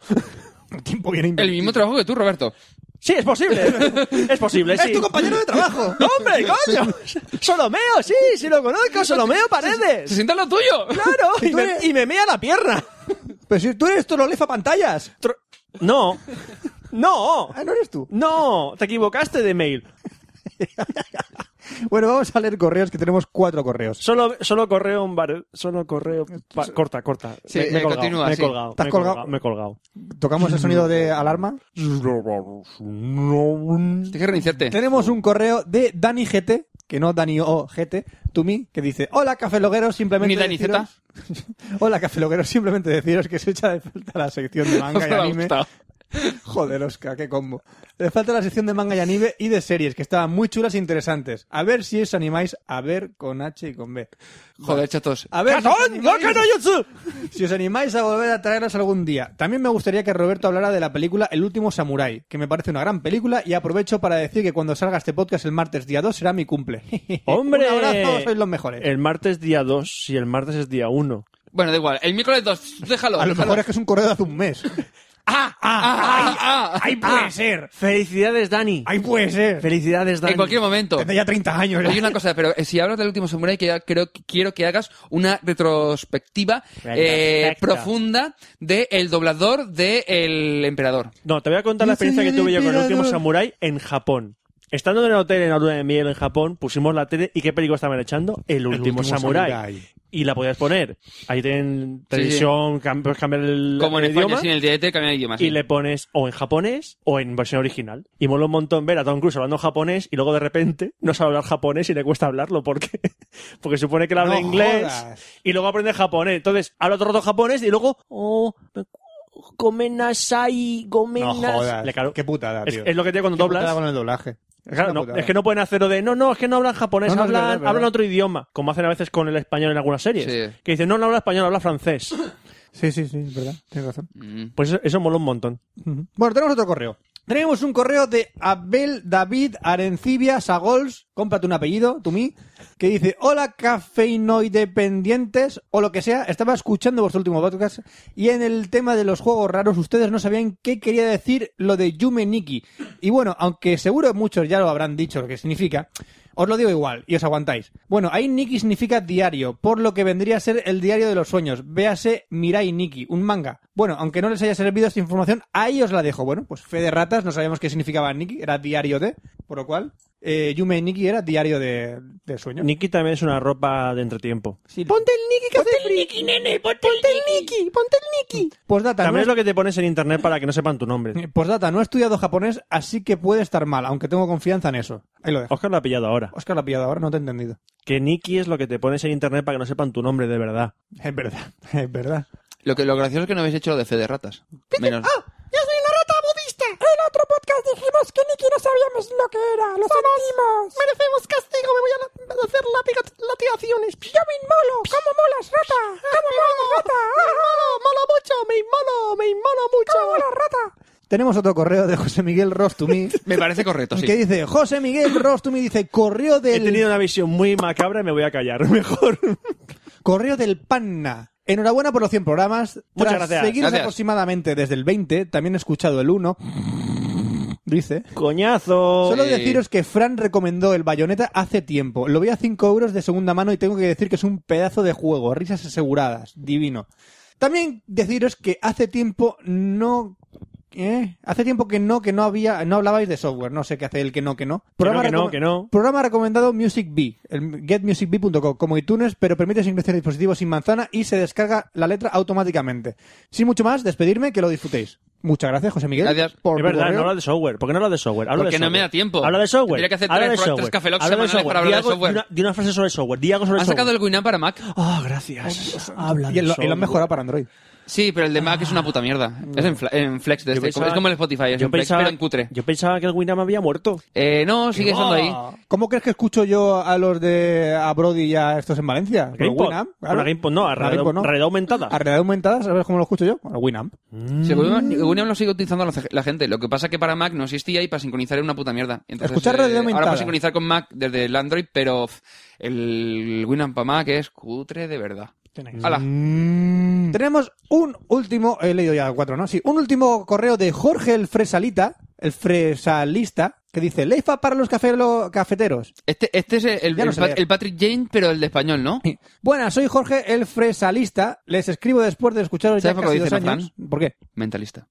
Speaker 1: El tiempo viene
Speaker 2: El mismo trabajo que tú, Roberto.
Speaker 3: Sí, es posible. es posible, sí.
Speaker 1: Es tu compañero de trabajo.
Speaker 3: ¡Hombre, coño! ¡Solomeo, sí! ¡Sí lo conozco! ¡Solomeo
Speaker 2: ¡Se
Speaker 3: Paredes!
Speaker 2: sienta en lo tuyo!
Speaker 3: ¡Claro!
Speaker 1: Y
Speaker 3: Y
Speaker 1: tú
Speaker 3: me,
Speaker 1: eres-
Speaker 3: y me mea la pierna.
Speaker 1: Pero si tú eres tú lo lefa pantallas.
Speaker 3: Tro- No. No.
Speaker 1: Ah, no eres tú.
Speaker 3: No. Te equivocaste de mail.
Speaker 1: Bueno, vamos a leer correos que tenemos cuatro correos.
Speaker 3: Solo, solo correo un bar- Solo correo. pa- corta, corta.
Speaker 2: Sí,
Speaker 3: me,
Speaker 2: eh,
Speaker 3: me he colgado,
Speaker 2: continúa,
Speaker 3: me he
Speaker 2: sí.
Speaker 3: colgado.
Speaker 1: ¿Te has
Speaker 3: me he
Speaker 1: colgado?
Speaker 3: Me he colgado.
Speaker 1: Tocamos el sonido de alarma.
Speaker 2: Tienes que reiniciarte.
Speaker 1: Tenemos un correo de Dani GT, que no Dani O GT, to me, que dice, hola cafelogueros, simplemente
Speaker 2: Ni Dani
Speaker 1: deciros- Hola cafelogueros, simplemente deciros que se echa de falta la sección de manga y
Speaker 2: Me ha
Speaker 1: anime.
Speaker 2: gustado.
Speaker 1: Joder, Oscar, qué combo. Le falta la sección de manga y anime y de series, que estaban muy chulas e interesantes. A ver si os animáis a ver con H y con B.
Speaker 2: Joder, chatos.
Speaker 1: A ver, si os
Speaker 3: ¡Catón! ¡No,
Speaker 1: animáis-
Speaker 3: que no, Yotsu!
Speaker 1: si os animáis a volver a traeros algún día. También me gustaría que Roberto hablara de la película El último samurái, que me parece una gran película y aprovecho para decir que cuando salga este podcast el martes día 2 será mi cumple.
Speaker 3: ¡Hombre!
Speaker 1: Un abrazo, sois los mejores.
Speaker 3: El martes día 2 y el martes es día 1.
Speaker 2: Bueno, da igual. El miércoles 2, déjalo.
Speaker 1: A lo
Speaker 2: déjalo.
Speaker 1: mejor es que es un correo de hace un mes.
Speaker 3: ¡Ah!
Speaker 2: ah, ah, ah.
Speaker 1: Ahí puede ser.
Speaker 3: Felicidades, Dani.
Speaker 1: Ahí puede ser.
Speaker 3: Felicidades, Dani.
Speaker 2: En cualquier momento.
Speaker 1: Tendré ya 30 años.
Speaker 2: Hay una cosa, pero eh, si hablas del último samurai, que ya creo que quiero que hagas una retrospectiva eh,
Speaker 3: Retrospecta.
Speaker 2: profunda de el doblador de el emperador.
Speaker 3: No, te voy a contar la experiencia que
Speaker 1: Diseño
Speaker 3: tuve yo con el último
Speaker 1: inspirador.
Speaker 3: samurai en Japón. Estando en el hotel en la luna de miel en Japón, pusimos la tele y ¿qué película estaban echando? El último,
Speaker 1: último
Speaker 3: samurai.
Speaker 1: samurái.
Speaker 3: Y la podías poner. Ahí tienen
Speaker 2: Sí,
Speaker 3: televisión, cam- puedes cambiar el,
Speaker 2: Como en
Speaker 3: el
Speaker 2: España,
Speaker 3: idioma.
Speaker 2: sin el DDT, cambian de idioma. Ah, sí.
Speaker 3: Y le pones o en japonés o en versión original. Y mola un montón ver a Tom Cruise hablando japonés y luego de repente no sabe hablar japonés y le cuesta hablarlo porque, porque supone que le habla
Speaker 1: No
Speaker 3: inglés
Speaker 1: jodas.
Speaker 3: y luego aprende japonés. Entonces habla otro rato japonés y luego, oh, me- gomenasai,
Speaker 1: No
Speaker 3: gomenas.
Speaker 1: jodas.
Speaker 3: Le- claro,
Speaker 1: Qué putada,
Speaker 3: es,
Speaker 1: tío.
Speaker 3: es lo que tiene cuando
Speaker 1: Qué putada
Speaker 3: doblas.
Speaker 1: con el doblaje.
Speaker 3: Claro,
Speaker 1: Una
Speaker 3: no,
Speaker 1: putada.
Speaker 3: es que no pueden hacerlo de no, no, es que no hablan japonés,
Speaker 1: No, no, es
Speaker 3: hablan,
Speaker 1: verdad, es verdad.
Speaker 3: hablan otro idioma, como hacen a veces con el español en algunas series.
Speaker 2: Sí.
Speaker 3: Que dicen, no, no habla español, habla francés.
Speaker 1: Sí, sí, sí, es verdad. Tienes razón.
Speaker 2: Mm.
Speaker 3: Pues eso, eso mola un montón.
Speaker 1: Ujú. Bueno, tenemos otro correo. Tenemos un correo de Abel David Arencibia Sagols, cómprate un apellido, tú mí, que dice, hola cafeinoidependientes, o lo que sea, estaba escuchando vuestro último podcast y en el tema de los juegos raros ustedes no sabían qué quería decir lo de Yume Nikki. Y bueno, aunque seguro muchos ya lo habrán dicho lo que significa, os lo digo igual y os aguantáis. Bueno, ahí Nikki significa diario, por lo que vendría a ser el diario de los sueños. Véase Mirai Nikki, un manga. Bueno, aunque no les haya servido esta información, ahí os la dejo. Bueno, pues fe de ratas, no sabíamos qué significaba Nikki, era diario de, por lo cual, eh, Yume Nikki era diario de, de sueños.
Speaker 3: Nikki también es una ropa de entretiempo.
Speaker 1: Sí. Ponte el Nikki que hace frío.
Speaker 4: Ponte el Niki, ponte el Niki.
Speaker 1: Pues data,
Speaker 3: También
Speaker 1: no
Speaker 3: es lo que te pones en internet para que no sepan tu nombre.
Speaker 1: Postdata, no he estudiado japonés, así que puede estar mal, aunque tengo confianza en eso. Ahí lo dejo.
Speaker 3: Oscar lo ha pillado ahora.
Speaker 1: Oscar la ha pillado ahora, no te he entendido.
Speaker 3: Que Nikki es lo que te pones en internet para que no sepan tu nombre de verdad.
Speaker 1: Es verdad, es verdad.
Speaker 2: Lo, que, lo gracioso es que no habéis hecho lo de fe de ratas. Menos.
Speaker 4: Yo soy una rata budista. En otro podcast dijimos que Niki no sabíamos lo que era. Lo sentimos. Merecemos castigo. Me voy a la- a hacer látiga- latigaciones. Yo me inmolo. ¿Cómo molas, rata? ¿Cómo molas, rata? Me inmolo, molo mucho. Me inmolo, me inmolo mucho. ¿Cómo molas, rata?
Speaker 1: Tenemos otro correo de José Miguel Rostumi.
Speaker 2: Me parece correcto, sí.
Speaker 1: que dice, José Miguel Rostumi dice, correo
Speaker 3: He
Speaker 1: del,
Speaker 3: tenido una visión muy macabra y me voy a callar mejor.
Speaker 1: correo del Panna. Enhorabuena por los 100 programas.
Speaker 3: Muchas
Speaker 1: Tras
Speaker 3: gracias.
Speaker 1: seguiros
Speaker 2: Gracias.
Speaker 1: aproximadamente desde el 20, también he escuchado el 1. Dice.
Speaker 3: Coñazo.
Speaker 1: Solo
Speaker 2: Eh.
Speaker 1: deciros que Fran recomendó el bayoneta hace tiempo. Lo vi a 5 euros de segunda mano y tengo que decir que es un pedazo de juego. Risas aseguradas. Divino. También deciros que hace tiempo no... ¿eh? Hace tiempo que no, que no había, no hablabais de software, no sé qué hace el que no, que no.
Speaker 3: que no,
Speaker 1: recome-
Speaker 3: que no.
Speaker 1: Programa recomendado Music Bee, el getmusicbee.com, como iTunes, pero permite sincronizar dispositivos sin manzana y se descarga la letra automáticamente. Sin mucho más, despedirme, que lo disfrutéis. Muchas gracias, José Miguel.
Speaker 2: Gracias.
Speaker 1: por
Speaker 3: es
Speaker 1: tu
Speaker 3: verdad,
Speaker 1: correo.
Speaker 3: no habla de software. ¿Por qué no habla de software? Habla
Speaker 2: Porque
Speaker 3: de
Speaker 2: no
Speaker 3: software.
Speaker 2: me da tiempo.
Speaker 3: Habla de software.
Speaker 2: Tendría que hacer
Speaker 3: habla
Speaker 2: tres-
Speaker 3: de
Speaker 2: tres
Speaker 3: software.
Speaker 2: Café Lock
Speaker 3: habla de
Speaker 2: semanales
Speaker 3: software.
Speaker 2: para hablar
Speaker 3: Di
Speaker 2: de
Speaker 3: algo-
Speaker 2: software.
Speaker 3: Di una, di una frase sobre software. Di algo sobre
Speaker 2: ¿Han sacado
Speaker 3: software.
Speaker 2: el Winamp para Mac?
Speaker 3: Ah, gracias. Habla
Speaker 1: Y
Speaker 3: de
Speaker 1: lo, y lo
Speaker 3: software.
Speaker 1: han mejorado para Android.
Speaker 2: Sí, pero el de Mac es una puta mierda. Es en, fla- en Flex de
Speaker 3: Yo
Speaker 2: este.
Speaker 3: pensaba-
Speaker 2: es como el Spotify, es
Speaker 3: yo
Speaker 2: en Flex,
Speaker 3: pensaba-
Speaker 2: pero en cutre.
Speaker 3: Yo pensaba que el Winam había muerto.
Speaker 2: Eh, no,
Speaker 3: Ah.
Speaker 2: sigue estando ahí.
Speaker 1: ¿Cómo crees que escucho yo a los de a Brody y a estos en Valencia? Con el
Speaker 3: GamePod.
Speaker 1: Winamp,
Speaker 3: Con la GamePod no, a
Speaker 1: La
Speaker 3: realidad-
Speaker 1: GamePod no.
Speaker 3: realidad aumentada.
Speaker 1: A realidad aumentada, ¿sabes cómo lo escucho yo? Con el Winamp.
Speaker 2: Sí, Winamp
Speaker 1: Mm.
Speaker 2: Winamp lo sigue utilizando la, la gente. Lo que pasa es que para Mac no existía y para sincronizar era una puta mierda. Entonces, eh,
Speaker 1: Escuchar radio
Speaker 2: ahora
Speaker 1: aumentada.
Speaker 2: puedes sincronizar con Mac desde el Android, pero pff, el Winamp para Mac es cutre de verdad. Hala.
Speaker 3: Mm.
Speaker 1: Tenemos un último, he leído ya cuatro, ¿no? Sí, un último correo de Jorge el Fresalita, el Fresalista, que dice, Leifa para los cafelo- cafeteros.
Speaker 2: Este, este es el,
Speaker 1: Ya lo
Speaker 2: el
Speaker 1: sé
Speaker 2: Pat-
Speaker 1: leer.
Speaker 2: el Patrick Jane, pero el de español, ¿no?
Speaker 1: Buenas, soy Jorge el Fresalista. Les escribo después de escucharos ya
Speaker 2: ¿Sabes por
Speaker 1: casi
Speaker 2: qué lo
Speaker 1: dos
Speaker 2: dice Fran?
Speaker 1: años. ¿Por qué?
Speaker 2: Mentalista.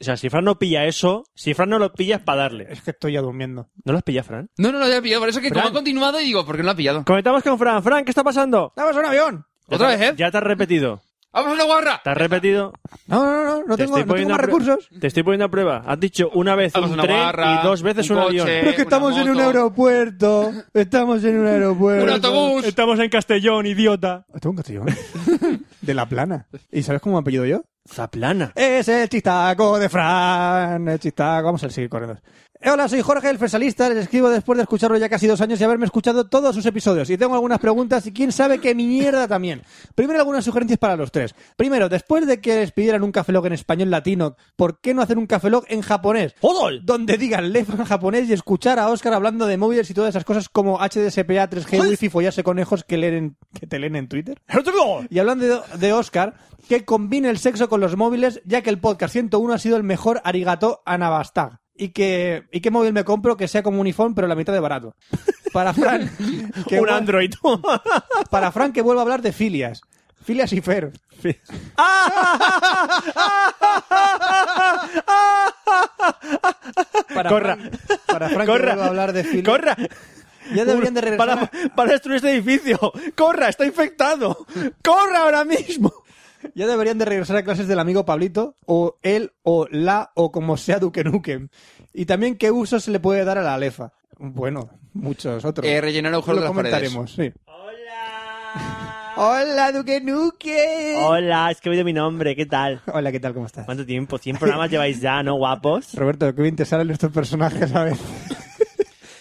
Speaker 3: O sea, si Fran no pilla eso, si Fran no lo pilla es para darle.
Speaker 1: Es que estoy ya durmiendo.
Speaker 3: ¿No lo has pillado, Fran?
Speaker 2: No, no lo había pillado. Por eso es que como
Speaker 3: Fran.
Speaker 2: ha continuado y digo, ¿por qué no lo ha pillado?
Speaker 3: Comentamos con Fran. Fran, ¿qué está pasando?
Speaker 1: ¡Vamos a un avión!
Speaker 2: ¿Otra vez, eh?
Speaker 3: Ya te has repetido.
Speaker 2: ¡Vamos a una guarra!
Speaker 3: Te has repetido.
Speaker 1: No, no, no, no, no
Speaker 3: Te
Speaker 1: tengo, no
Speaker 3: estoy
Speaker 1: tengo
Speaker 3: poniendo
Speaker 1: más
Speaker 3: a prue-
Speaker 1: recursos.
Speaker 3: Te estoy poniendo a prueba. Has dicho una vez
Speaker 2: Vamos
Speaker 3: un
Speaker 2: a una
Speaker 3: tren
Speaker 2: barra,
Speaker 3: y dos veces un,
Speaker 2: un
Speaker 3: avión.
Speaker 2: coche.
Speaker 1: Pero es que
Speaker 2: una
Speaker 1: estamos en un
Speaker 2: moto.
Speaker 1: aeropuerto. Estamos en un aeropuerto.
Speaker 2: ¡Un autobús!
Speaker 3: Estamos en Castellón, idiota.
Speaker 1: Esto es un ¿eh? castellón. De la plana. ¿Y sabes cómo me apellido yo?
Speaker 3: Zaplana.
Speaker 1: Es el chistaco de Fran. El chistaco. Vamos a seguir corriendo. Eh, Hola, soy Jorge, el fresalista. Les escribo después de escucharlo ya casi dos años y haberme escuchado todos sus episodios. Y tengo algunas preguntas y quién sabe qué mierda también. Primero, algunas sugerencias para los tres. Primero, después de que les pidieran un cafelog en español latino, ¿por qué no hacer un cafelog en japonés?
Speaker 3: ¡Jodol!
Speaker 1: Donde digan lef en japonés y escuchar a Oscar hablando de móviles y todas esas cosas como HDSPA, 3G, wifi, follarse conejos que, leen en- que te leen en Twitter. Y hablando de, de Oscar, que combine el sexo con los móviles, ya que el podcast 101 ha sido el mejor arigato anabastag. Y que, y qué móvil me compro que sea como un iPhone, pero la mitad de barato. Para Fran, que,
Speaker 3: Un
Speaker 1: vuel-
Speaker 3: Android.
Speaker 1: para Fran que vuelva a hablar de filias. Filias y Fer. Para
Speaker 3: Corra.
Speaker 1: Fran, para Fran que
Speaker 3: Corra.
Speaker 1: vuelva a hablar de filias.
Speaker 3: Corra.
Speaker 1: Ya deberían de regresar
Speaker 3: Para, para destruir este edificio. Corra, está infectado. Corra ahora mismo.
Speaker 1: Ya deberían de regresar a clases del amigo Pablito, o él, o la, o como sea Duque Nukem. Y también qué uso se le puede dar a la alefa. Bueno, muchos otros.
Speaker 2: Eh, rellenar agujeros
Speaker 1: Lo
Speaker 2: de las
Speaker 1: comentaremos, sí. Hola, Duque Nukem.
Speaker 3: Hola, he escribido mi nombre, ¿qué tal?
Speaker 1: Hola, ¿qué tal? ¿Cómo estás?
Speaker 3: ¿Cuánto tiempo? 100 programas lleváis ya, ¿no, guapos?
Speaker 1: Roberto, qué bien te salen estos personajes a veces.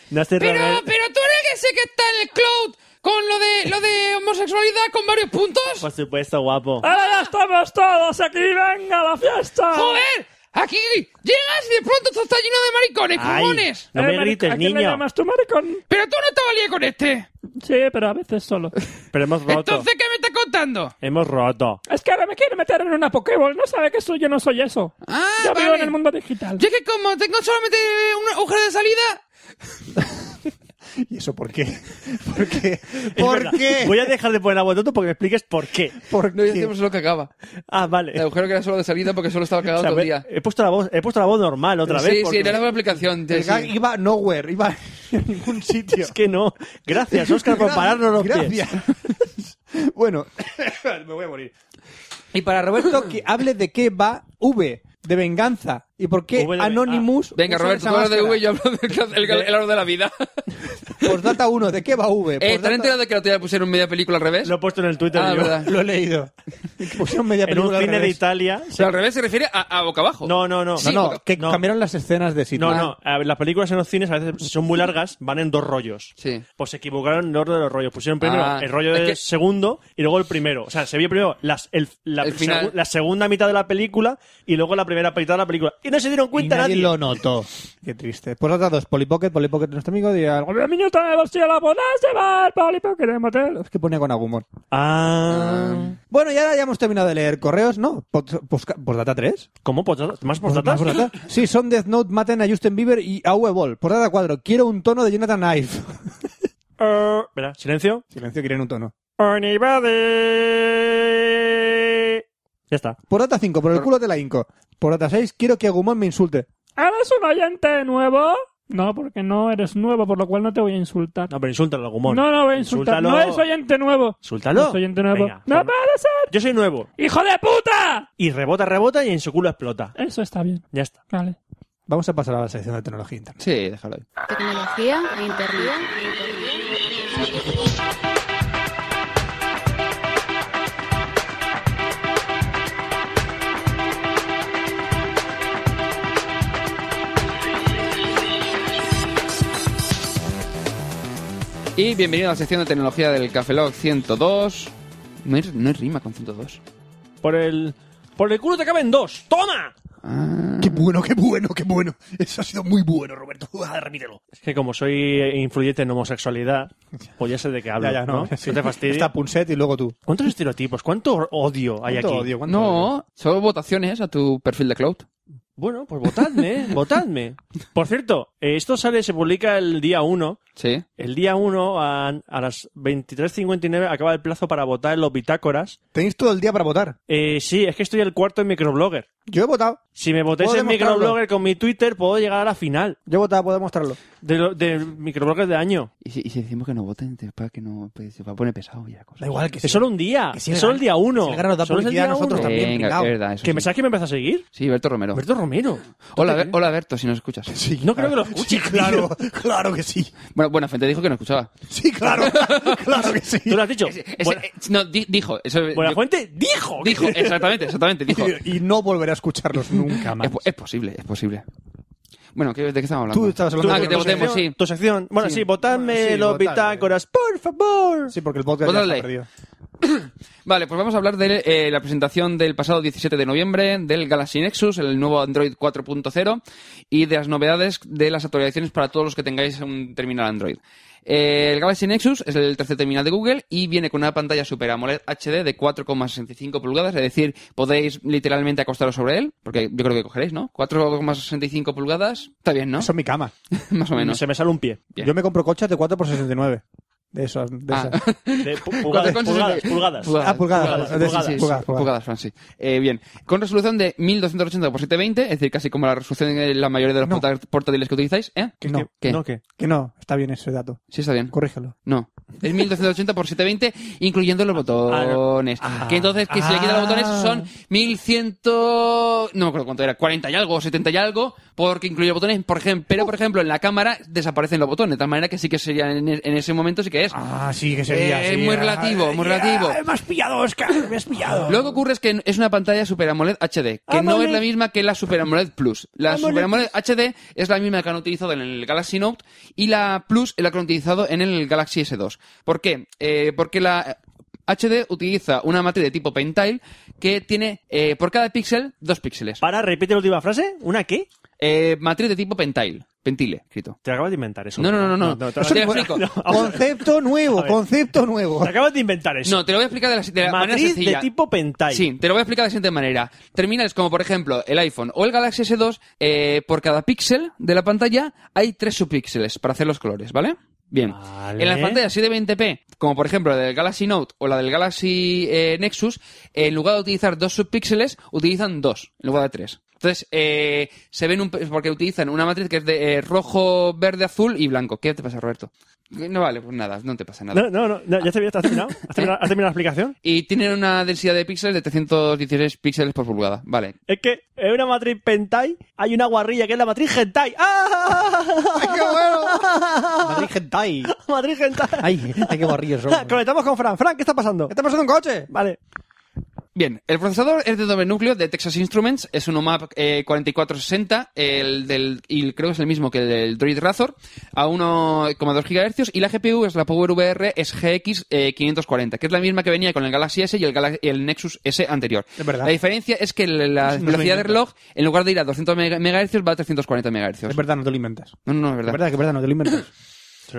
Speaker 3: No estoy
Speaker 2: Pero,
Speaker 3: rebelde.
Speaker 2: pero tú eres ese que está en el cloud con lo de, lo de homosexualidad con varios puntos.
Speaker 3: Por supuesto, guapo.
Speaker 1: Ah.
Speaker 5: ¡Ahora estamos todos aquí! ¡Venga la fiesta! Eh,
Speaker 2: ¡Joder! Aquí llegas y de pronto esto está lleno de maricones,
Speaker 3: Ay,
Speaker 2: cojones.
Speaker 3: no
Speaker 5: Eh,
Speaker 3: me
Speaker 5: mari-
Speaker 3: grites,
Speaker 5: ¿a quién le
Speaker 3: niño.
Speaker 5: llamas tú maricón?
Speaker 2: Pero tú no estabas liado con este.
Speaker 5: Sí, pero a veces solo.
Speaker 3: Pero hemos roto.
Speaker 2: Entonces, ¿qué me estás contando?
Speaker 3: Hemos roto.
Speaker 5: Es que ahora me quiere meter en una Pokéball. No sabe que soy, yo no soy eso.
Speaker 2: Ah,
Speaker 5: yo vivo
Speaker 2: vale.
Speaker 5: en el mundo digital.
Speaker 2: Yo es que como tengo solamente una agujero de salida,
Speaker 1: ¿Y eso por qué? ¿Por qué?
Speaker 3: Es
Speaker 1: ¿Por
Speaker 3: verdad.
Speaker 1: qué?
Speaker 3: Voy a dejar de poner la voz de otro porque me expliques por qué.
Speaker 1: ¿Por
Speaker 2: No, ya
Speaker 1: qué?
Speaker 2: hacíamos lo que acaba.
Speaker 3: Ah,
Speaker 2: El
Speaker 3: vale.
Speaker 2: agujero que era solo de salida porque solo estaba
Speaker 3: O
Speaker 2: cagado
Speaker 3: sea,
Speaker 2: todo el
Speaker 3: me-
Speaker 2: día.
Speaker 3: he, puesto la voz, he puesto la voz normal otra vez.
Speaker 2: Sí, sí,
Speaker 3: porque-
Speaker 2: era la aplicación. sí,
Speaker 1: El gag
Speaker 2: sí.
Speaker 1: iba nowhere, iba a ningún sitio.
Speaker 3: Es que no. Gracias, Oscar, por
Speaker 1: Gra-
Speaker 3: pararnos los pies.
Speaker 1: Gracias. bueno, me voy a morir. Y para Roberto, que hable de qué va V, de venganza. ¿Y por qué
Speaker 3: V de ah. ven-
Speaker 1: Anonymous?
Speaker 2: Venga,
Speaker 1: usa
Speaker 2: Roberto,
Speaker 1: esa
Speaker 2: tú hablas de
Speaker 1: máscara?
Speaker 2: V y yo hablo del cla- el, el árbol de la vida.
Speaker 1: Postdata 1, ¿de qué va V? Pues
Speaker 2: Eh,
Speaker 1: Postdata-
Speaker 2: ¿Están enterados de que la otra vez pusieron media película al revés?
Speaker 3: Lo he puesto en el Twitter.
Speaker 2: Ah,
Speaker 3: yo.
Speaker 2: verdad.
Speaker 1: Lo he leído. Que pusieron media
Speaker 3: En un
Speaker 1: película al
Speaker 3: cine de
Speaker 1: revés.
Speaker 3: Italia.
Speaker 2: O sea, al revés se refiere a, a boca abajo.
Speaker 3: No, no, no.
Speaker 1: No, no, que
Speaker 3: no.
Speaker 1: cambiaron las escenas de sitio.
Speaker 3: No, no. A ver, las películas en los cines a veces si son muy largas, van en dos rollos.
Speaker 2: Sí.
Speaker 3: Pues se equivocaron en el orden de los rollos. Pusieron primero
Speaker 2: Ah,
Speaker 3: el rollo
Speaker 2: es
Speaker 3: del
Speaker 2: que-
Speaker 3: segundo y luego el primero. O sea, se vio primero las- el- la,
Speaker 2: El final.
Speaker 3: segu- la segunda mitad de la película y luego la primera mitad de la película. Y no se dieron
Speaker 1: Y
Speaker 3: cuenta
Speaker 1: nadie
Speaker 3: nadie.
Speaker 1: lo notó. Qué triste. Pues Postdata 2, Polipocket, Polipocket, nuestro amigo, diga algo.
Speaker 5: Hola, niño, en el bolsillo la podrás llevar, Pablo, pero queremos
Speaker 1: Es que ponía con agumón.
Speaker 3: Ah.
Speaker 1: Bueno, y ahora ya hemos terminado de leer correos, ¿no? Post- posca- ¿Postdata 3?
Speaker 3: ¿Cómo? ¿Postdata? ¿Más
Speaker 1: ¿Por
Speaker 3: postdatas?
Speaker 1: data? Sí, son Death Note, maten a Justin Bieber y a Uwe Ball. Por data 4, quiero un tono de Jonathan Knife.
Speaker 3: Eh, espera, silencio.
Speaker 1: Silencio, quieren un tono.
Speaker 3: Anybody. Ya está.
Speaker 1: Por data 5, por el culo de la Inco. Por data 6, quiero que Agumon me insulte.
Speaker 5: ¿Eres un oyente nuevo? No, porque no eres nuevo, por lo cual no te voy a insultar.
Speaker 3: No, pero insúltalo, Gumón.
Speaker 5: no, no voy a insultar.
Speaker 3: Insúltalo.
Speaker 5: No eres oyente nuevo.
Speaker 3: Insúltalo.
Speaker 5: No soy oyente nuevo.
Speaker 3: Venga,
Speaker 5: ¡No
Speaker 3: por-
Speaker 5: puede ser!
Speaker 3: Yo soy nuevo.
Speaker 5: ¡Hijo de puta!
Speaker 3: Y rebota, rebota y en su culo explota.
Speaker 5: Eso está bien.
Speaker 3: Ya está.
Speaker 5: Vale.
Speaker 1: Vamos a pasar a la sección de tecnología interna.
Speaker 2: Sí, déjalo ahí.
Speaker 6: Tecnología e internet.
Speaker 2: Y bienvenido a la sección de tecnología del Cafelog 102. No es, no es rima con 102.
Speaker 3: Por el. Por el culo te caben dos. ¡Toma!
Speaker 1: Qué bueno, qué bueno, qué bueno. Eso ha sido muy bueno, Roberto. Repítelo.
Speaker 3: Es que como soy influyente en homosexualidad, pues ya sé de qué hablo.
Speaker 1: Ya, ya, no.
Speaker 3: ¿no?
Speaker 1: sí.
Speaker 3: No te fastidies.
Speaker 1: Está Punset y luego tú.
Speaker 3: ¿Cuántos estereotipos? ¿Cuánto odio hay
Speaker 1: ¿Cuánto
Speaker 3: aquí?
Speaker 1: odio, cuánto odio.
Speaker 2: No, solo votaciones a tu perfil de cloud.
Speaker 3: Bueno, pues votadme, votadme. Por cierto, eh, esto sale, se publica el día 1.
Speaker 2: Sí.
Speaker 3: El día 1 a, a las 23.59 acaba el plazo para votar en los bitácoras.
Speaker 1: Tenéis todo el día para votar.
Speaker 3: Eh, sí, es que estoy el cuarto en microblogger.
Speaker 1: Yo he votado.
Speaker 3: Si me votáis
Speaker 1: ¿Puedo
Speaker 3: en
Speaker 1: demostrarlo?
Speaker 3: microblogger con mi Twitter, puedo llegar a la final
Speaker 1: Yo he votado, puedo mostrarlo.
Speaker 3: de, lo- de microblogger de año.
Speaker 2: Y si, y si decimos que no voten, te- para que no, pues, se va a poner pesado ya. Cosa.
Speaker 1: igual que
Speaker 3: Es solo un día,
Speaker 1: Que
Speaker 3: es
Speaker 1: si el
Speaker 3: solo
Speaker 1: gana-
Speaker 3: el día 1.
Speaker 1: si el gana nos da publicidad a nosotros
Speaker 2: Venga,
Speaker 1: también, pringao.
Speaker 2: es verdad, eso
Speaker 3: ¿Que
Speaker 2: sí.
Speaker 3: me sabes que me empezó a seguir?
Speaker 2: Sí, Berto Romero.
Speaker 3: Alberto Romero.
Speaker 2: Hola, Ber- hola, Berto, si nos escuchas.
Speaker 1: Sí,
Speaker 3: No creo que lo escuche,
Speaker 1: Sí, claro, claro que sí.
Speaker 2: Bueno, buena gente dijo que no escuchaba.
Speaker 1: Sí, claro, claro que sí.
Speaker 3: Tú lo has dicho.
Speaker 2: Ese-
Speaker 3: Buena,
Speaker 2: eh, no, di- dijo. Eso, yo-
Speaker 3: Buenafuente dijo.
Speaker 2: Dijo, exactamente, exactamente, dijo.
Speaker 1: Y no volveré a escucharlos nunca más.
Speaker 2: Es, po- es posible, es posible. Bueno, ¿qué- ¿de qué estamos hablando?
Speaker 1: Tú estabas hablando
Speaker 2: Ah,
Speaker 1: de
Speaker 2: que te
Speaker 1: tu
Speaker 2: votemos,
Speaker 1: sección.
Speaker 2: sí.
Speaker 3: Tu sección. Bueno,
Speaker 1: Sí.
Speaker 3: sí, votadme
Speaker 1: Sí,
Speaker 3: los
Speaker 1: votadme.
Speaker 3: bitácoras, por favor.
Speaker 1: Sí, porque el podcast ya
Speaker 2: Votadle.
Speaker 1: está perdido.
Speaker 2: Vale, pues vamos a hablar de eh, la presentación del pasado 17 de noviembre del Galaxy Nexus, el nuevo Android 4.0 y de las novedades de las actualizaciones para todos los que tengáis un terminal Android. Eh, el Galaxy Nexus es el tercer terminal de Google y viene con una pantalla Super AMOLED HD de 4,65 pulgadas, es decir, podéis literalmente acostaros sobre él, porque yo creo que cogeréis, ¿no? 4,65 pulgadas, está bien, ¿no?
Speaker 1: Eso es mi cama.
Speaker 2: Más o menos.
Speaker 3: Se me sale un pie.
Speaker 2: Bien.
Speaker 1: Yo me compro coches de 4 por 69. De esas. De
Speaker 2: Ah.
Speaker 1: esas.
Speaker 3: De pu- pulgadas,
Speaker 2: Con 4,60.
Speaker 3: pulgadas, pulgadas.
Speaker 1: Ah, pulgadas,
Speaker 3: pulgadas,
Speaker 2: Sí, sí, sí,
Speaker 1: pulgadas,
Speaker 2: pulgadas,
Speaker 1: pulgadas.
Speaker 2: Fran, sí. Eh, bien, con resolución de 1280x720, es decir, casi como la resolución de la mayoría de los
Speaker 1: No.
Speaker 2: porta- portátiles que utilizáis. ¿Eh?
Speaker 1: ¿Qué, no,
Speaker 2: ¿Qué?
Speaker 3: No, ¿qué?
Speaker 1: que no, está bien ese dato.
Speaker 2: Sí, está bien.
Speaker 1: Corrígelo.
Speaker 2: No. Es 1280x720, incluyendo los botones. que entonces, que si le quitan los botones son 1100. No me acuerdo cuánto era, 40 y algo, 70 y algo, porque incluye botones. Por ejemplo, pero, por ejemplo, en la cámara desaparecen los botones, de tal manera que sí que sería en, en ese momento, sí que es.
Speaker 1: Ah, sí, que
Speaker 2: sería, Eh, sí, muy ah, relativo, muy relativo.
Speaker 1: Me has pillado, Oscar, me has pillado.
Speaker 2: Lo que ocurre es que es una pantalla Super AMOLED HD, que no es la misma que la Super AMOLED Plus. La Super Ah, AMOLED HD es la misma que han utilizado en el Galaxy Note y la Plus es la que han utilizado en el Galaxy S2. ¿Por qué? Eh, porque la HD utiliza una matriz de tipo Pentile que tiene eh, por cada píxel dos píxeles.
Speaker 3: Para, repite la última frase. ¿Una qué?
Speaker 2: Eh, matriz de tipo Pentile. Pentile, escrito.
Speaker 3: Te acabas de inventar eso.
Speaker 2: No, no, no, no.
Speaker 3: te,
Speaker 2: Eso
Speaker 3: te-
Speaker 2: es muy-
Speaker 3: no, vamos a ver.
Speaker 1: Concepto nuevo,
Speaker 3: A ver.
Speaker 1: concepto nuevo.
Speaker 3: Te acabas de inventar eso.
Speaker 2: No, te lo voy a explicar de la, de la manera
Speaker 3: Matriz de
Speaker 2: sencilla.
Speaker 3: tipo pentile.
Speaker 2: Sí, te lo voy a explicar de la siguiente manera. Terminales como, por ejemplo, el iPhone o el Galaxy S2, eh, por cada píxel de la pantalla hay tres subpíxeles para hacer los colores, ¿vale? Bien.
Speaker 3: Vale.
Speaker 2: En las pantallas 720p, como por ejemplo la del Galaxy Note o la del Galaxy eh, Nexus, eh, en lugar de utilizar dos subpíxeles, utilizan dos en lugar de tres. Entonces, eh, se ven un, pe- porque utilizan una matriz que es de eh, rojo, verde, azul y blanco. ¿Qué te pasa, Roberto? No vale, pues nada, no te pasa nada.
Speaker 3: No, no, no, no, ya te ya te has terminado. ¿Has terminado, has terminado la explicación?
Speaker 2: Y tienen una densidad de píxeles de 316 píxeles por pulgada. Vale.
Speaker 3: Es que en una matriz pentai hay una guarrilla que es la matriz hentai. ¡Ah!
Speaker 1: ¡Qué bueno! Madrid hentai.
Speaker 3: matriz hentai.
Speaker 1: Ay, ay, qué barrillos somos. ¿Qué
Speaker 3: Conectamos con Fran. Fran, ¿qué está pasando?
Speaker 1: está pasando un coche?
Speaker 3: Vale.
Speaker 2: Bien, el procesador es de doble núcleo de Texas Instruments, es un OMAP eh, 4460, el del, y creo que es el mismo que el del Droid Razor, a 1,2 GHz, y la GPU es la PowerVR SGX540, que es la misma que venía con el Galaxy S y el, Galaxy, el Nexus S anterior.
Speaker 1: Es verdad.
Speaker 2: La diferencia es que el- la
Speaker 1: No me
Speaker 2: velocidad de
Speaker 1: invento.
Speaker 2: reloj, en lugar de ir a 200 mega- MHz, va a 340 MHz.
Speaker 1: Es verdad, no te lo inventas.
Speaker 2: No, no, no, es
Speaker 1: Es
Speaker 2: verdad.
Speaker 1: verdad, que es verdad, no te lo inventas.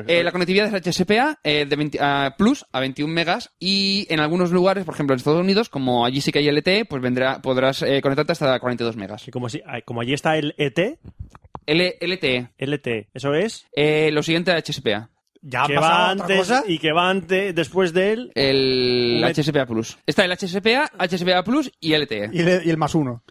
Speaker 2: Eh, la conectividad es HSPA eh, de 20 a plus a 21 megas y en algunos lugares, por ejemplo en Estados Unidos, como allí sí que hay LTE, pues vendrá, podrás eh, conectarte hasta 42 megas.
Speaker 3: Sí, como, si, ay, como allí está el E ET,
Speaker 2: L- LTE,
Speaker 3: LTE, E eso es,
Speaker 2: eh, lo siguiente es HSPA.
Speaker 1: ¿Ya ha
Speaker 3: que
Speaker 1: pasado
Speaker 3: va
Speaker 1: otra
Speaker 3: antes
Speaker 1: cosa?
Speaker 3: y que va antes, después de él,
Speaker 2: El
Speaker 3: Le-
Speaker 2: HSPA Plus. Está el HSPA, HSPA Plus y LTE.
Speaker 1: Y el, y el más uno.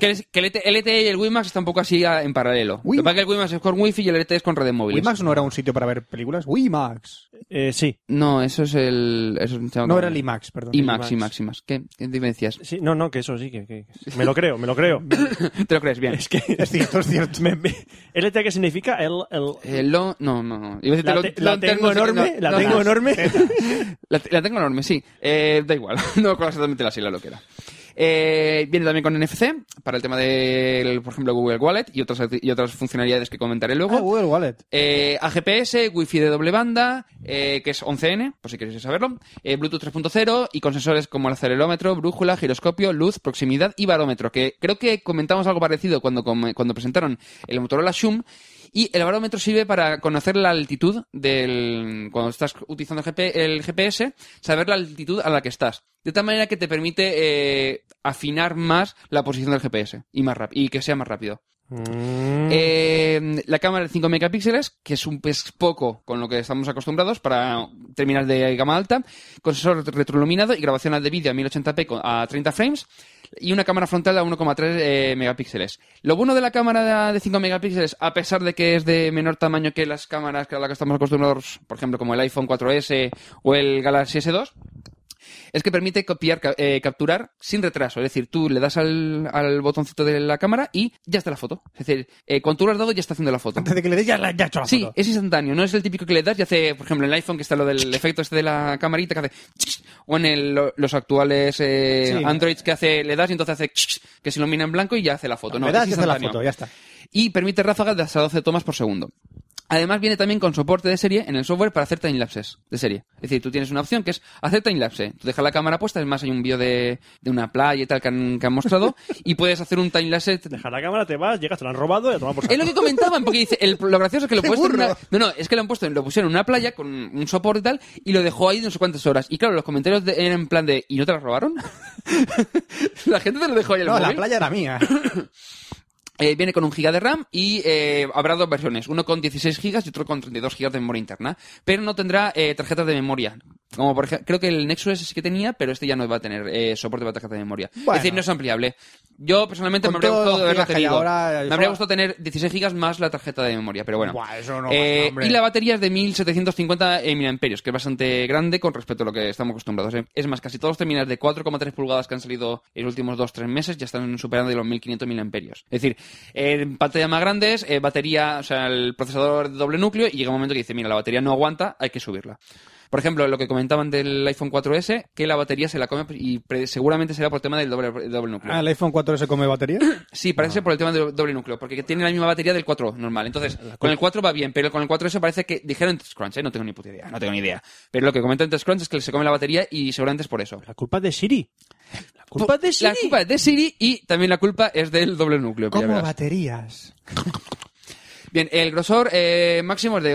Speaker 2: que es- que el E, LTE, y el WiMAX están un poco así a- en paralelo. Lo que
Speaker 1: Wimax.
Speaker 2: pasa es que el WiMAX es con Wi-Fi y el LTE es con redes móviles.
Speaker 1: ¿Wimax no era un sitio para ver películas? ¿Wimax?
Speaker 3: eh, sí.
Speaker 2: No, eso es el... eso es un chavo
Speaker 1: No,
Speaker 2: que-
Speaker 1: era el IMAX, perdón.
Speaker 2: IMAX,
Speaker 3: IMAX.
Speaker 2: IMAX, IMAX. ¿Qué, qué diferencias?
Speaker 3: sí. No, no, que eso sí, que, que- que- me lo creo, me lo creo.
Speaker 2: ¿Te lo crees? Bien.
Speaker 3: es que...
Speaker 1: Es cierto, es cierto. Ah,
Speaker 3: me- me- ¿LTE qué significa? El, el-
Speaker 2: Eh, lo- no, no, no. Iba a decirte
Speaker 3: la,
Speaker 2: lo-
Speaker 3: te- la
Speaker 2: lo-
Speaker 3: tengo
Speaker 2: no sé qué-
Speaker 3: enorme,
Speaker 2: no,
Speaker 3: la
Speaker 2: no,
Speaker 3: tengo
Speaker 2: no.
Speaker 3: enorme.
Speaker 2: La, la tengo enorme, sí. Eh, da igual, no con exactamente la sigla lo que era. Eh, viene también con NFC para el tema de, por ejemplo, Google Wallet y otras, y otras funcionalidades que comentaré
Speaker 1: Ah,
Speaker 2: luego.
Speaker 1: Google Wallet.
Speaker 2: Eh, a GPS, Wi-Fi de doble banda, eh, que es 11N, por si queréis saberlo, eh, Bluetooth 3.0 y con sensores como el acelerómetro, brújula, giroscopio, luz, proximidad y barómetro, que creo que comentamos algo parecido cuando, com- cuando presentaron el Motorola Zoom. Y el barómetro sirve para conocer la altitud del... Cuando estás utilizando el, GP el GPS, saber la altitud a la que estás. De tal manera que te permite eh, afinar más la posición del GPS y, más rap- y que sea más rápido.
Speaker 3: Mm.
Speaker 2: Eh, la cámara de 5 megapíxeles, que es un pez poco con lo que estamos acostumbrados para terminar de gama alta, con sensor retroiluminado y grabación de vídeo a 1080p con- a 30 frames y una cámara frontal a 1,3 eh, megapíxeles. Lo bueno de la cámara de 5 megapíxeles, a pesar de que es de menor tamaño que las cámaras que a las que estamos acostumbrados, por ejemplo, como el iPhone 4S o el Galaxy S2, es que permite copiar, ca- eh, capturar sin retraso. Es decir, tú le das al, al botoncito de la cámara y ya está la foto. Es decir, eh, cuando tú lo has dado ya está haciendo la foto.
Speaker 1: Antes de que le des, ya, la- ya he hecho la
Speaker 2: Sí,
Speaker 1: foto.
Speaker 2: es instantáneo, no es el típico que le das y hace, por ejemplo, en el iPhone que está lo del efecto este de la camarita que hace o en el- lo- los actuales eh,
Speaker 1: Sí.
Speaker 2: Androids que hace le das y entonces hace que se ilumina en blanco y ya hace la foto. No,
Speaker 1: Me das
Speaker 2: es
Speaker 1: y haces la
Speaker 2: instantáneo.
Speaker 1: foto, ¿eh? ya está.
Speaker 2: y permite ráfagas de hasta 12 tomas por segundo. Además viene también con soporte de serie en el software para hacer timelapses de serie. Es decir, tú tienes una opción que es hacer timelapse. Tú dejas la cámara puesta, es más, hay un vídeo de, de una playa y tal que han, que han mostrado y puedes hacer un timelapse
Speaker 3: Deja la cámara, te vas, llegas, te la han robado y a tomar por
Speaker 2: es
Speaker 3: saco.
Speaker 2: lo que comentaban, porque dice, el- lo gracioso es que lo
Speaker 1: ¡Qué
Speaker 2: puedes
Speaker 1: burro!
Speaker 2: terminar- No, no, es que lo han puesto, lo pusieron en una playa con un soporte y tal, y lo dejó ahí no sé cuántas horas. Y claro, los comentarios de- eran en plan de, ¿y no te la robaron? la gente te lo dejó ahí en el
Speaker 1: No, la
Speaker 2: móvil.
Speaker 1: playa era mía.
Speaker 2: Eh, viene con un giga de RAM y eh, habrá dos versiones, uno con 16 gigas y otro con 32 gigas de memoria interna, pero no tendrá eh, tarjetas de memoria. Como por ejemplo, creo que el Nexus S sí que tenía, pero este ya no va a tener eh, soporte para tarjeta de memoria.
Speaker 1: Bueno.
Speaker 2: Es decir, no es ampliable. Yo personalmente
Speaker 1: Con
Speaker 2: me habría
Speaker 1: todos
Speaker 2: gustado
Speaker 1: los
Speaker 2: haberlo
Speaker 1: gigas que hay
Speaker 2: tenido.
Speaker 1: ahora,
Speaker 2: me
Speaker 1: eso-
Speaker 2: habría gustado tener 16 gigas más la tarjeta de memoria, pero bueno.
Speaker 1: Buah, eso no
Speaker 2: Eh,
Speaker 1: pasa, hombre.
Speaker 2: y la batería es de 1750 miliamperios, eh, que es bastante grande con respecto a lo que estamos acostumbrados. ¿eh? Es más, casi todos los terminales de 4,3 pulgadas que han salido en los últimos 2-3 meses ya están superando de los 1500 miliamperios. Es decir, eh, pantalla más grandes, eh, batería, o sea, el procesador de doble núcleo, y llega un momento que dice, mira, la batería no aguanta, hay que subirla. Por ejemplo, lo que comentaban del iPhone 4S, que la batería se la come y pre- seguramente será por tema del doble, doble núcleo.
Speaker 1: Ah, ¿El iPhone 4S come batería?
Speaker 2: Sí, parece ser por el tema del doble núcleo, porque tiene la misma batería del 4 normal. Entonces, con el 4 va bien, pero con el 4S parece que dijeron TestCrunch, ¿eh? no tengo ni puta idea, no tengo ni idea. Pero lo que comentan TestCrunch es que se come la batería y seguramente es por eso.
Speaker 3: La culpa es de Siri. La culpa es de Siri.
Speaker 2: La culpa es de Siri y también la culpa es del doble núcleo. pero ya
Speaker 1: Como
Speaker 2: verás.
Speaker 1: baterías.
Speaker 2: Bien, el grosor eh, máximo es de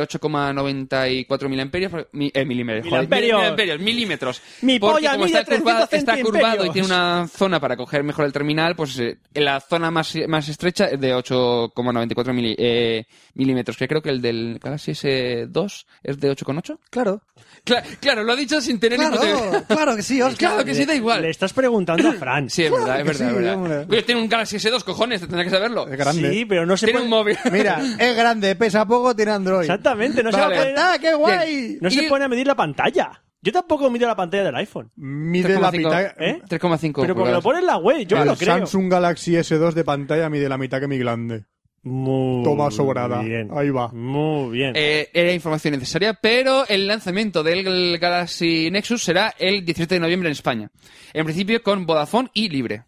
Speaker 2: 8,94 miliamperios. por- mi- eh, milímetros, joder,
Speaker 3: Miliamperios.
Speaker 2: miliamperios, milímetros.
Speaker 3: Mi
Speaker 2: Porque
Speaker 3: polla
Speaker 2: como
Speaker 3: mide
Speaker 2: está, curva-
Speaker 3: 300
Speaker 2: está curvado y
Speaker 3: centímetros.
Speaker 2: tiene una zona para coger mejor el terminal, pues eh, en la zona más, más estrecha es de 8,94 mili- eh, milímetros. Que creo que el del Galaxy S2 es de 8,8.
Speaker 1: Claro.
Speaker 2: Cla- claro, lo ha dicho sin tener ni puta idea.
Speaker 1: Claro, claro que sí, Oscar.
Speaker 2: Claro que sí, da igual.
Speaker 3: Le estás preguntando a Fran.
Speaker 2: Sí, es verdad, es
Speaker 1: que
Speaker 2: verdad,
Speaker 1: sí,
Speaker 2: es verdad.
Speaker 1: hombre.
Speaker 2: Oye, tiene un Galaxy S2, cojones, tendrá que saberlo.
Speaker 1: Es grande.
Speaker 3: Sí, pero no se
Speaker 2: Tiene
Speaker 3: puede-
Speaker 2: un móvil.
Speaker 1: Mira, es grande, pesa poco, tiene Android.
Speaker 3: Exactamente, no se
Speaker 2: Vale.
Speaker 3: va a poner-
Speaker 1: ¡Ah, qué guay!
Speaker 2: Bien.
Speaker 3: No se
Speaker 2: Y-
Speaker 3: pone a medir la pantalla. Yo tampoco mido la pantalla del iPhone.
Speaker 1: Mide la
Speaker 2: 3,5,
Speaker 1: mitad.
Speaker 3: ¿eh?
Speaker 2: 3,5
Speaker 3: Pero porque
Speaker 2: pulgadas.
Speaker 3: lo pone en la web, yo me
Speaker 1: el
Speaker 3: lo creo.
Speaker 1: Samsung Galaxy S2 de pantalla mide la mitad que mi grande.
Speaker 3: Muy
Speaker 1: Toma sobrada.
Speaker 3: bien.
Speaker 1: Ahí va.
Speaker 3: Muy bien.
Speaker 2: Eh, era información necesaria, pero el lanzamiento del Galaxy Nexus será el 17 de noviembre en España. En principio con Vodafone y Libre.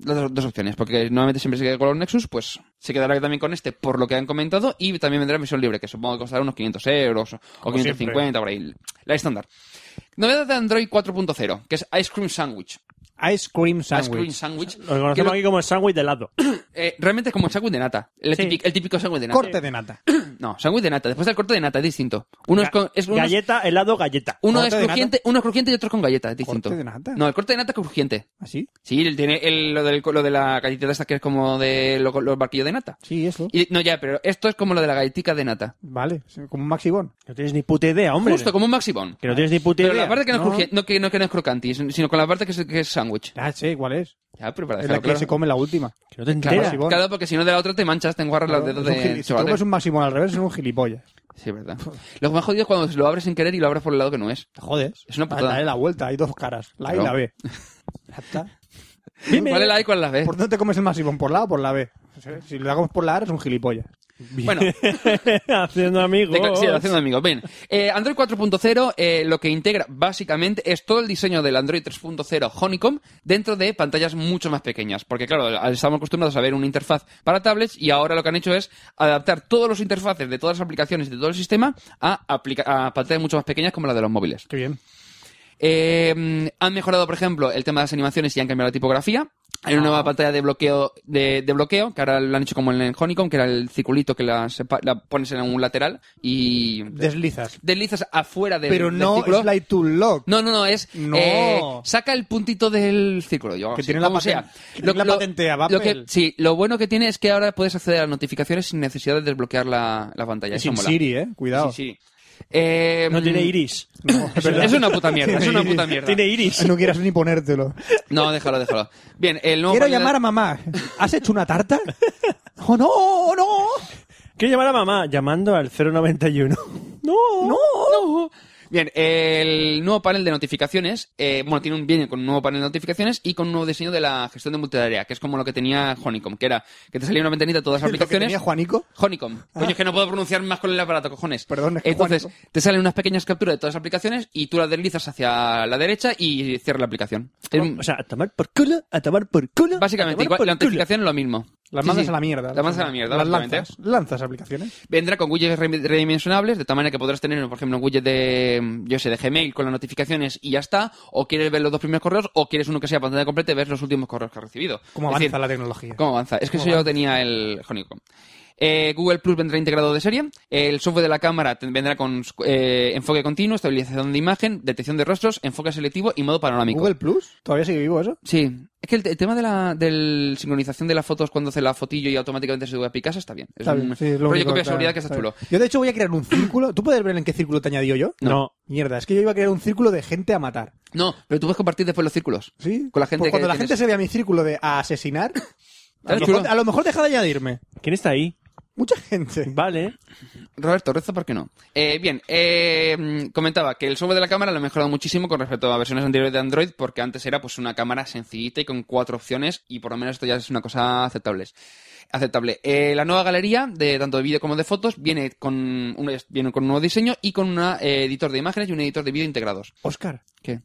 Speaker 2: Las dos, dos opciones, porque nuevamente siempre se queda con los Nexus, pues se quedará también con este por lo que han comentado y también vendrá en versión libre, que supongo que costará unos 500 euros o 550 por ahí, la estándar. Novedad de Android 4.0, que es Ice Cream Sandwich.
Speaker 1: Ice Cream
Speaker 2: Ice Cream Sandwich.
Speaker 3: lo conocemos
Speaker 2: que
Speaker 3: aquí como el sándwich de helado.
Speaker 2: lo- eh, realmente es como el sándwich de nata. El,
Speaker 3: Sí.
Speaker 2: típico, el típico sándwich de nata.
Speaker 1: Corte de nata.
Speaker 2: No, sándwich de nata. Después del corte de nata es distinto. Uno es, con, es uno es-
Speaker 3: Galleta, helado, galleta.
Speaker 2: Uno
Speaker 1: ¿Corte
Speaker 2: es,
Speaker 1: de nata?
Speaker 2: crujiente, uno es crujiente y otro es con galleta, es distinto.
Speaker 1: de nata?
Speaker 2: No, el corte de nata es crujiente.
Speaker 1: ¿Así?
Speaker 2: Sí, él tiene el- lo, del- lo de la galletita esta que es como de lo- los barquillos de nata.
Speaker 1: Sí, eso.
Speaker 2: Y- no, ya, pero esto es como lo de la galletica de nata.
Speaker 1: Vale, como un maxibón.
Speaker 3: No tienes ni puta idea, hombre.
Speaker 2: Justo, como un maximón.
Speaker 3: Que no tienes ni puta
Speaker 2: Pero
Speaker 3: idea.
Speaker 2: la parte que no, es
Speaker 1: ¿no?
Speaker 2: crujiente, no que, no, que no es crocanti, sino con la parte que es, que es sándwich.
Speaker 1: Ah, sí, ¿cuál es?
Speaker 2: Ya, pero para
Speaker 1: Es la
Speaker 2: dejarlo
Speaker 1: que
Speaker 2: claro.
Speaker 1: se come la última.
Speaker 3: Que no te
Speaker 2: Claro,
Speaker 3: enteras.
Speaker 1: maximón.
Speaker 2: claro, porque si no de la otra te manchas, te enguarras los dedos
Speaker 1: Es un gili-
Speaker 2: de
Speaker 1: si tú
Speaker 2: chocolate.
Speaker 1: comes un maximón al revés, es un gilipollas.
Speaker 2: Sí, verdad. Lo más jodido es cuando lo abres sin querer y lo abres por el lado que no es.
Speaker 1: Te jodes.
Speaker 2: Es una
Speaker 1: Dale-
Speaker 2: putada.
Speaker 1: Dale la vuelta, hay dos caras, la A
Speaker 2: Claro.
Speaker 1: y la B. Ya está.
Speaker 2: ¿Cuál es la A y cuál es la B?
Speaker 1: ¿Por dónde te comes el maximón? ¿Por la A o por la B? Si lo damos por la A, eres un gilipollas.
Speaker 2: Bueno,
Speaker 3: Haciendo amigos.
Speaker 2: De- sí, haciendo amigos. Bien. Eh, Android 4.0 eh, lo que integra básicamente es todo el diseño del Android 3.0 Honeycomb dentro de pantallas mucho más pequeñas. Porque claro, al- estamos acostumbrados a ver una interfaz para tablets y ahora lo que han hecho es adaptar todos los interfaces de todas las aplicaciones de todo el sistema a, aplica- a pantallas mucho más pequeñas como la de los móviles.
Speaker 1: Qué bien.
Speaker 2: Eh, han mejorado, por ejemplo, el tema de las animaciones y han cambiado la tipografía. Hay una nueva pantalla de bloqueo, de, de bloqueo, que ahora lo han hecho como en el Honeycomb, que era el circulito que la, sepa- la pones en un lateral y
Speaker 1: Deslizas.
Speaker 2: deslizas afuera del,
Speaker 1: Pero
Speaker 2: del
Speaker 1: no
Speaker 2: círculo.
Speaker 1: es like to lock.
Speaker 2: No, no, no, es
Speaker 1: No.
Speaker 2: eh, saca el puntito del círculo. Yo,
Speaker 1: Que
Speaker 2: sí,
Speaker 1: tiene la
Speaker 2: como
Speaker 1: paten-
Speaker 2: sea.
Speaker 1: que tiene la patentea, va,
Speaker 2: lo que-
Speaker 1: Apple.
Speaker 2: Sí, lo bueno que tiene es que ahora puedes acceder a las notificaciones sin necesidad de desbloquear la, la pantalla.
Speaker 1: Y
Speaker 2: Eso
Speaker 1: sin
Speaker 2: mola.
Speaker 1: Siri, eh. Cuidado.
Speaker 2: Sin Siri. Eh,
Speaker 3: No tiene iris.
Speaker 2: Es, es una puta mierda, es una
Speaker 1: Tiene
Speaker 2: puta mierda.
Speaker 3: Tiene iris.
Speaker 1: No quieras ni ponértelo.
Speaker 2: No, déjalo, déjalo. Bien, el nuevo
Speaker 1: Quiero
Speaker 2: panel-
Speaker 1: llamar a mamá. ¿Has hecho una tarta? ¡Oh, no! oh, ¡No!
Speaker 3: Quiero llamar a mamá llamando al 091. No. No.
Speaker 2: No. Bien, el nuevo panel de notificaciones, eh, bueno, tiene un, viene con un nuevo panel de notificaciones y con un nuevo diseño de la gestión de multitarea, que es como lo que tenía Honeycomb, que era que te salía una ventanita de todas las
Speaker 1: ¿Lo que
Speaker 2: aplicaciones.
Speaker 1: tenía Juanico?
Speaker 2: Honeycomb. Coño, es que no puedo pronunciar más con el aparato, cojones.
Speaker 1: Perdón, es que
Speaker 2: Entonces,
Speaker 1: Juanico.
Speaker 2: te salen unas pequeñas capturas de todas las aplicaciones y tú las deslizas hacia la derecha y cierras la aplicación. Es-
Speaker 3: O sea, a tomar por culo, a tomar por culo.
Speaker 2: básicamente,
Speaker 3: a tomar
Speaker 2: igual,
Speaker 3: por
Speaker 2: la
Speaker 3: culo.
Speaker 2: notificación es lo mismo.
Speaker 1: Las
Speaker 2: Sí,
Speaker 1: mandas
Speaker 2: sí.
Speaker 1: a la mierda.
Speaker 2: Las mandas a la mierda,
Speaker 1: Las
Speaker 2: básicamente.
Speaker 1: lanzas. Lanzas aplicaciones.
Speaker 2: Vendrá con widgets re- redimensionables, de tal manera que podrás tener, por ejemplo, un widget de, mm, yo sé, de Gmail con las notificaciones y ya está, o quieres ver los dos primeros correos, o quieres uno que sea pantalla completa y ver los últimos correos que has recibido.
Speaker 1: ¿Cómo
Speaker 2: Es
Speaker 1: avanza
Speaker 2: decir,
Speaker 1: la tecnología?
Speaker 2: ¿Cómo avanza? Es que eso ya lo tenía el Honeycomb. Eh, Google Plus vendrá integrado de serie. El software de la cámara ten- vendrá con eh, enfoque continuo, estabilización de imagen, detección de rostros, enfoque selectivo y modo panorámico.
Speaker 1: ¿Google Plus? ¿Todavía sigue vivo eso?
Speaker 2: Sí. Es que el, te- el tema de la del sincronización de las fotos cuando hace la fotillo y automáticamente se sube a Picasa está bien. Es
Speaker 1: Está
Speaker 2: un
Speaker 1: bien, sí, es lo
Speaker 2: rollo
Speaker 1: único,
Speaker 2: copia de
Speaker 1: está-
Speaker 2: seguridad que está chulo.
Speaker 1: bien. Yo, de hecho, voy a crear un círculo. ¿Tú puedes ver en qué círculo te añadí yo?
Speaker 2: No.
Speaker 1: Mierda, es que yo iba a crear un círculo de gente a matar.
Speaker 2: No, pero tú puedes compartir después los círculos.
Speaker 1: ¿Sí?
Speaker 2: Con la gente
Speaker 1: Pues cuando
Speaker 2: que
Speaker 1: la
Speaker 2: tienes.
Speaker 1: gente se vea mi círculo de a asesinar, a lo,
Speaker 2: chulo.
Speaker 1: mejor, a lo mejor deja de añadirme.
Speaker 3: ¿Quién está ahí?
Speaker 1: Mucha gente.
Speaker 3: Vale.
Speaker 2: Roberto, rezo, ¿por qué no? Eh, bien, eh, mm, comentaba que el software de la cámara lo ha mejorado muchísimo con respecto a versiones anteriores de Android, porque antes era pues una cámara sencillita y con cuatro opciones, y por lo menos esto ya es una cosa aceptable. Aceptable. Eh, la nueva galería, de tanto de vídeo como de fotos, viene con, un, viene con un nuevo diseño y con un editor de imágenes y un editor de vídeo integrados.
Speaker 1: Oscar.
Speaker 2: ¿Qué?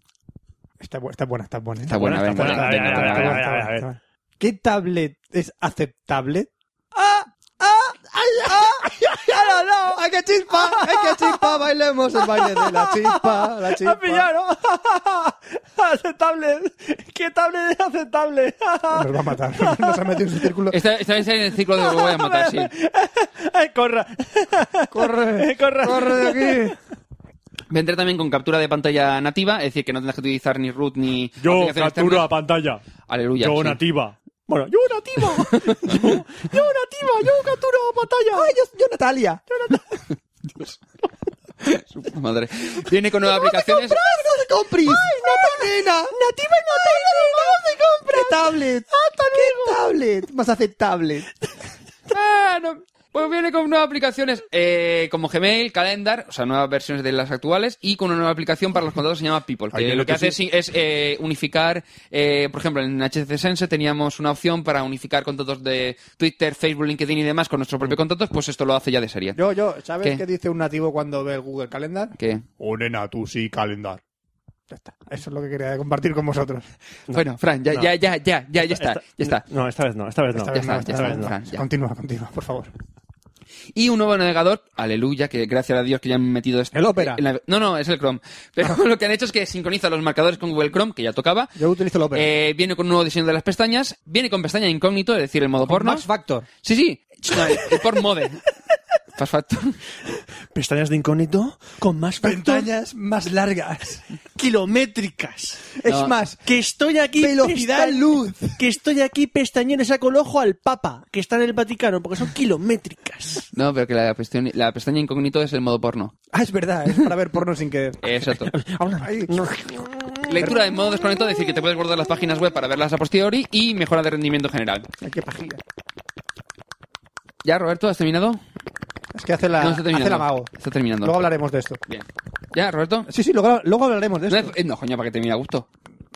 Speaker 1: Está, bu- está buena, está buena. ¿eh?
Speaker 2: Está buena,
Speaker 3: buena,
Speaker 2: venga, venga,
Speaker 3: está buena,
Speaker 2: venga,
Speaker 3: está
Speaker 2: venga, venga.
Speaker 3: buena, está buena. a ver, a ver.
Speaker 1: ¿Qué tablet es aceptable? ¡Ah! ¡Ah! ¡Ay, ¡Ay, no, no! ¡Ay, qué chispa! ¡Ay, qué chispa! ¡Bailemos el baile de la chispa! ¡La
Speaker 3: ¡Ah,
Speaker 1: chispa!
Speaker 3: pillaron! ¡Aceptable! ¡Qué tablet es aceptable!
Speaker 1: Nos va a matar. Nos ha metido en su círculo.
Speaker 2: Esta, esta vez en el ciclo de voy a matar, sí.
Speaker 3: ¡Ay, corra!
Speaker 1: ¡Corre!
Speaker 3: Corre.
Speaker 1: ¡Corre de aquí!
Speaker 2: Vendré también con captura de pantalla nativa, es decir, que no tendrás que utilizar ni root ni.
Speaker 3: Yo
Speaker 2: aplicaciones
Speaker 3: capturo a
Speaker 2: externas.
Speaker 3: pantalla.
Speaker 2: Aleluya.
Speaker 3: Yo
Speaker 2: sí.
Speaker 3: nativa. Bueno, yo nativa. yo, yo nativa. Yo capturo a pantalla.
Speaker 1: ¡Ay, yo, yo Natalia!
Speaker 2: Su puta madre. Viene con nuevas aplicaciones.
Speaker 1: ¡No te compres! ¡Ay, no, nena! ¡Nativa y no te compras! ¡Qué tablet! ¡Qué tablet! Más aceptable.
Speaker 2: Ah, no. Pues viene con nuevas aplicaciones eh, como Gmail, Calendar, o sea, nuevas versiones de las actuales y con una nueva aplicación para los contratos que se llama People.
Speaker 3: Ay,
Speaker 2: Que
Speaker 3: creo
Speaker 2: lo que,
Speaker 3: que
Speaker 2: hace es, es, eh, unificar, eh, por ejemplo, en HC Sense teníamos una opción para unificar contratos de Twitter, Facebook, LinkedIn y demás con nuestros propios contratos, pues esto lo hace ya de serie.
Speaker 1: Yo, yo, ¿sabes
Speaker 2: ¿Qué?
Speaker 1: qué, dice un nativo cuando ve el Google Calendar?
Speaker 2: Que-
Speaker 1: O Oh, nena, tú sí, calendar. Ya está. Eso es lo que quería compartir con vosotros.
Speaker 2: Bueno, Fran, ya,
Speaker 3: No.
Speaker 2: ya, ya, ya, ya, ya está, ya está.
Speaker 3: No, esta vez no, esta vez no.
Speaker 1: Esta
Speaker 2: ya
Speaker 1: vez
Speaker 2: está,
Speaker 1: no,
Speaker 2: ya
Speaker 1: esta
Speaker 2: está,
Speaker 1: vez no.
Speaker 2: Fran, ya.
Speaker 1: Continúa, continúa, por favor.
Speaker 2: Y un nuevo navegador, aleluya, que gracias a Dios que ya han metido este.
Speaker 1: ¿El Opera?
Speaker 2: en la- No, no, es el Chrome. Pero lo que han hecho es que sincroniza los marcadores con Google Chrome, que ya tocaba.
Speaker 1: Yo utilizo el Opera.
Speaker 2: Eh, viene con un nuevo diseño de las pestañas. Viene con pestaña incógnito, es decir, el modo porno.
Speaker 1: Max Factor.
Speaker 2: Sí, sí. No, el el por mode. Fast Factor.
Speaker 3: Pestañas de incógnito con más factor.
Speaker 1: Pestañas más largas.
Speaker 3: kilométricas.
Speaker 1: Es
Speaker 2: No.
Speaker 1: más,
Speaker 3: Que estoy aquí.
Speaker 1: Velocidad
Speaker 3: pesta-
Speaker 1: luz.
Speaker 3: Que estoy aquí pestañero y saco el ojo al Papa, que está en el Vaticano, porque son kilométricas.
Speaker 2: No, pero que la, pestaña- la pestaña incógnito es el modo porno.
Speaker 1: Ah, es verdad, es para ver porno sin querer.
Speaker 2: Exacto.
Speaker 1: Ay,
Speaker 2: Lectura en modo desconectado, es decir, que te puedes guardar las páginas web para verlas a posteriori y mejora de rendimiento general.
Speaker 1: ay, qué pajilla.
Speaker 2: ¿Ya, Roberto? ¿Has terminado?
Speaker 1: Es que hace la,
Speaker 2: No, está terminando.
Speaker 1: hace la mago.
Speaker 2: Está terminando.
Speaker 1: Luego hablaremos de esto.
Speaker 2: Bien. ¿Ya, Roberto?
Speaker 1: Sí, sí, luego, luego hablaremos de
Speaker 2: No,
Speaker 1: esto.
Speaker 2: es- eh, no, coño, para que termine a gusto.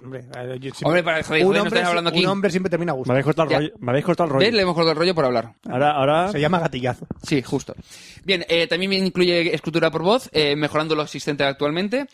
Speaker 1: Hombre, eh, yo siempre-
Speaker 2: Hombre, para joder,
Speaker 1: un,
Speaker 2: joder, no
Speaker 1: hombre,
Speaker 2: estés hablando aquí.
Speaker 1: un hombre siempre termina a gusto.
Speaker 3: Me habéis cortado el
Speaker 2: Pues Ya.
Speaker 3: rollo. Me habéis cortado el rollo.
Speaker 2: ¿Ves? Le hemos cortado el rollo por hablar.
Speaker 3: Ahora, ahora.
Speaker 1: Se llama gatillazo.
Speaker 2: Sí, justo. Bien, eh, también incluye escritura por voz, eh, mejorando lo existente actualmente.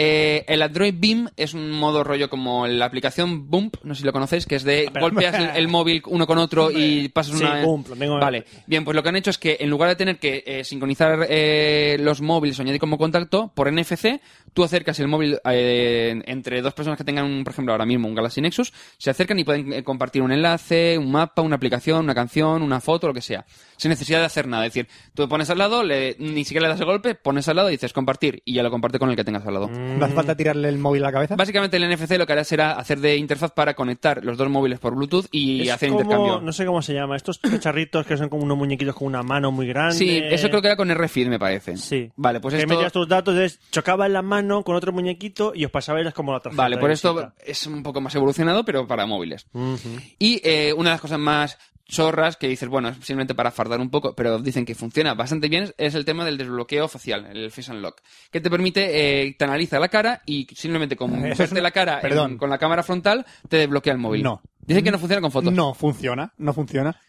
Speaker 2: Eh, el Android Beam es un modo rollo como la aplicación Bump, no sé si lo conocéis, que es
Speaker 3: Ah,
Speaker 2: de golpeas el, el móvil uno con otro y pasas
Speaker 3: Sí,
Speaker 2: una...
Speaker 3: Bump, lo tengo-
Speaker 2: Vale, bien, pues lo que han hecho es que en lugar de tener que eh, sincronizar eh, los móviles o añadir como contacto, por NFC, tú acercas el móvil eh, entre dos personas que tengan, un, por ejemplo, ahora mismo un Galaxy Nexus, se acercan y pueden eh, compartir un enlace, un mapa, una aplicación, una canción, una foto, lo que sea, sin necesidad de hacer nada. Es decir, tú te pones al lado, le- ni siquiera le das el golpe, pones al lado y dices compartir y ya lo comparte con el que tengas al lado.
Speaker 3: Mm.
Speaker 1: No hace falta tirarle el móvil a la cabeza.
Speaker 2: Básicamente el NFC lo que hará será hacer de interfaz para conectar los dos móviles por Bluetooth y
Speaker 3: Es
Speaker 2: hacer
Speaker 3: como-
Speaker 2: intercambio.
Speaker 3: No sé cómo se llama. Estos charritos que son como unos muñequitos con una mano muy grande.
Speaker 2: Sí, eso creo que era con RFID, me parece.
Speaker 3: Sí.
Speaker 2: Vale, pues
Speaker 3: que
Speaker 2: esto...
Speaker 3: metías tus datos, es, chocaba en la mano con otro muñequito y os pasaba eras como la tarjeta.
Speaker 2: Vale, por
Speaker 3: de
Speaker 2: esto
Speaker 3: visita.
Speaker 2: es un poco más evolucionado, pero para móviles.
Speaker 3: Ujú.
Speaker 2: Y eh, una de las cosas más chorras que dices, bueno, es simplemente para fardar un poco, pero dicen que funciona bastante bien, es el tema del desbloqueo facial, el face unlock, que te permite, eh, te analiza la cara y simplemente con
Speaker 1: Eso es
Speaker 2: verte
Speaker 1: una-
Speaker 2: la cara en-
Speaker 1: Perdón.
Speaker 2: con la cámara frontal te desbloquea el móvil.
Speaker 1: No.
Speaker 2: Dicen que no funciona con fotos.
Speaker 1: No funciona, no funciona.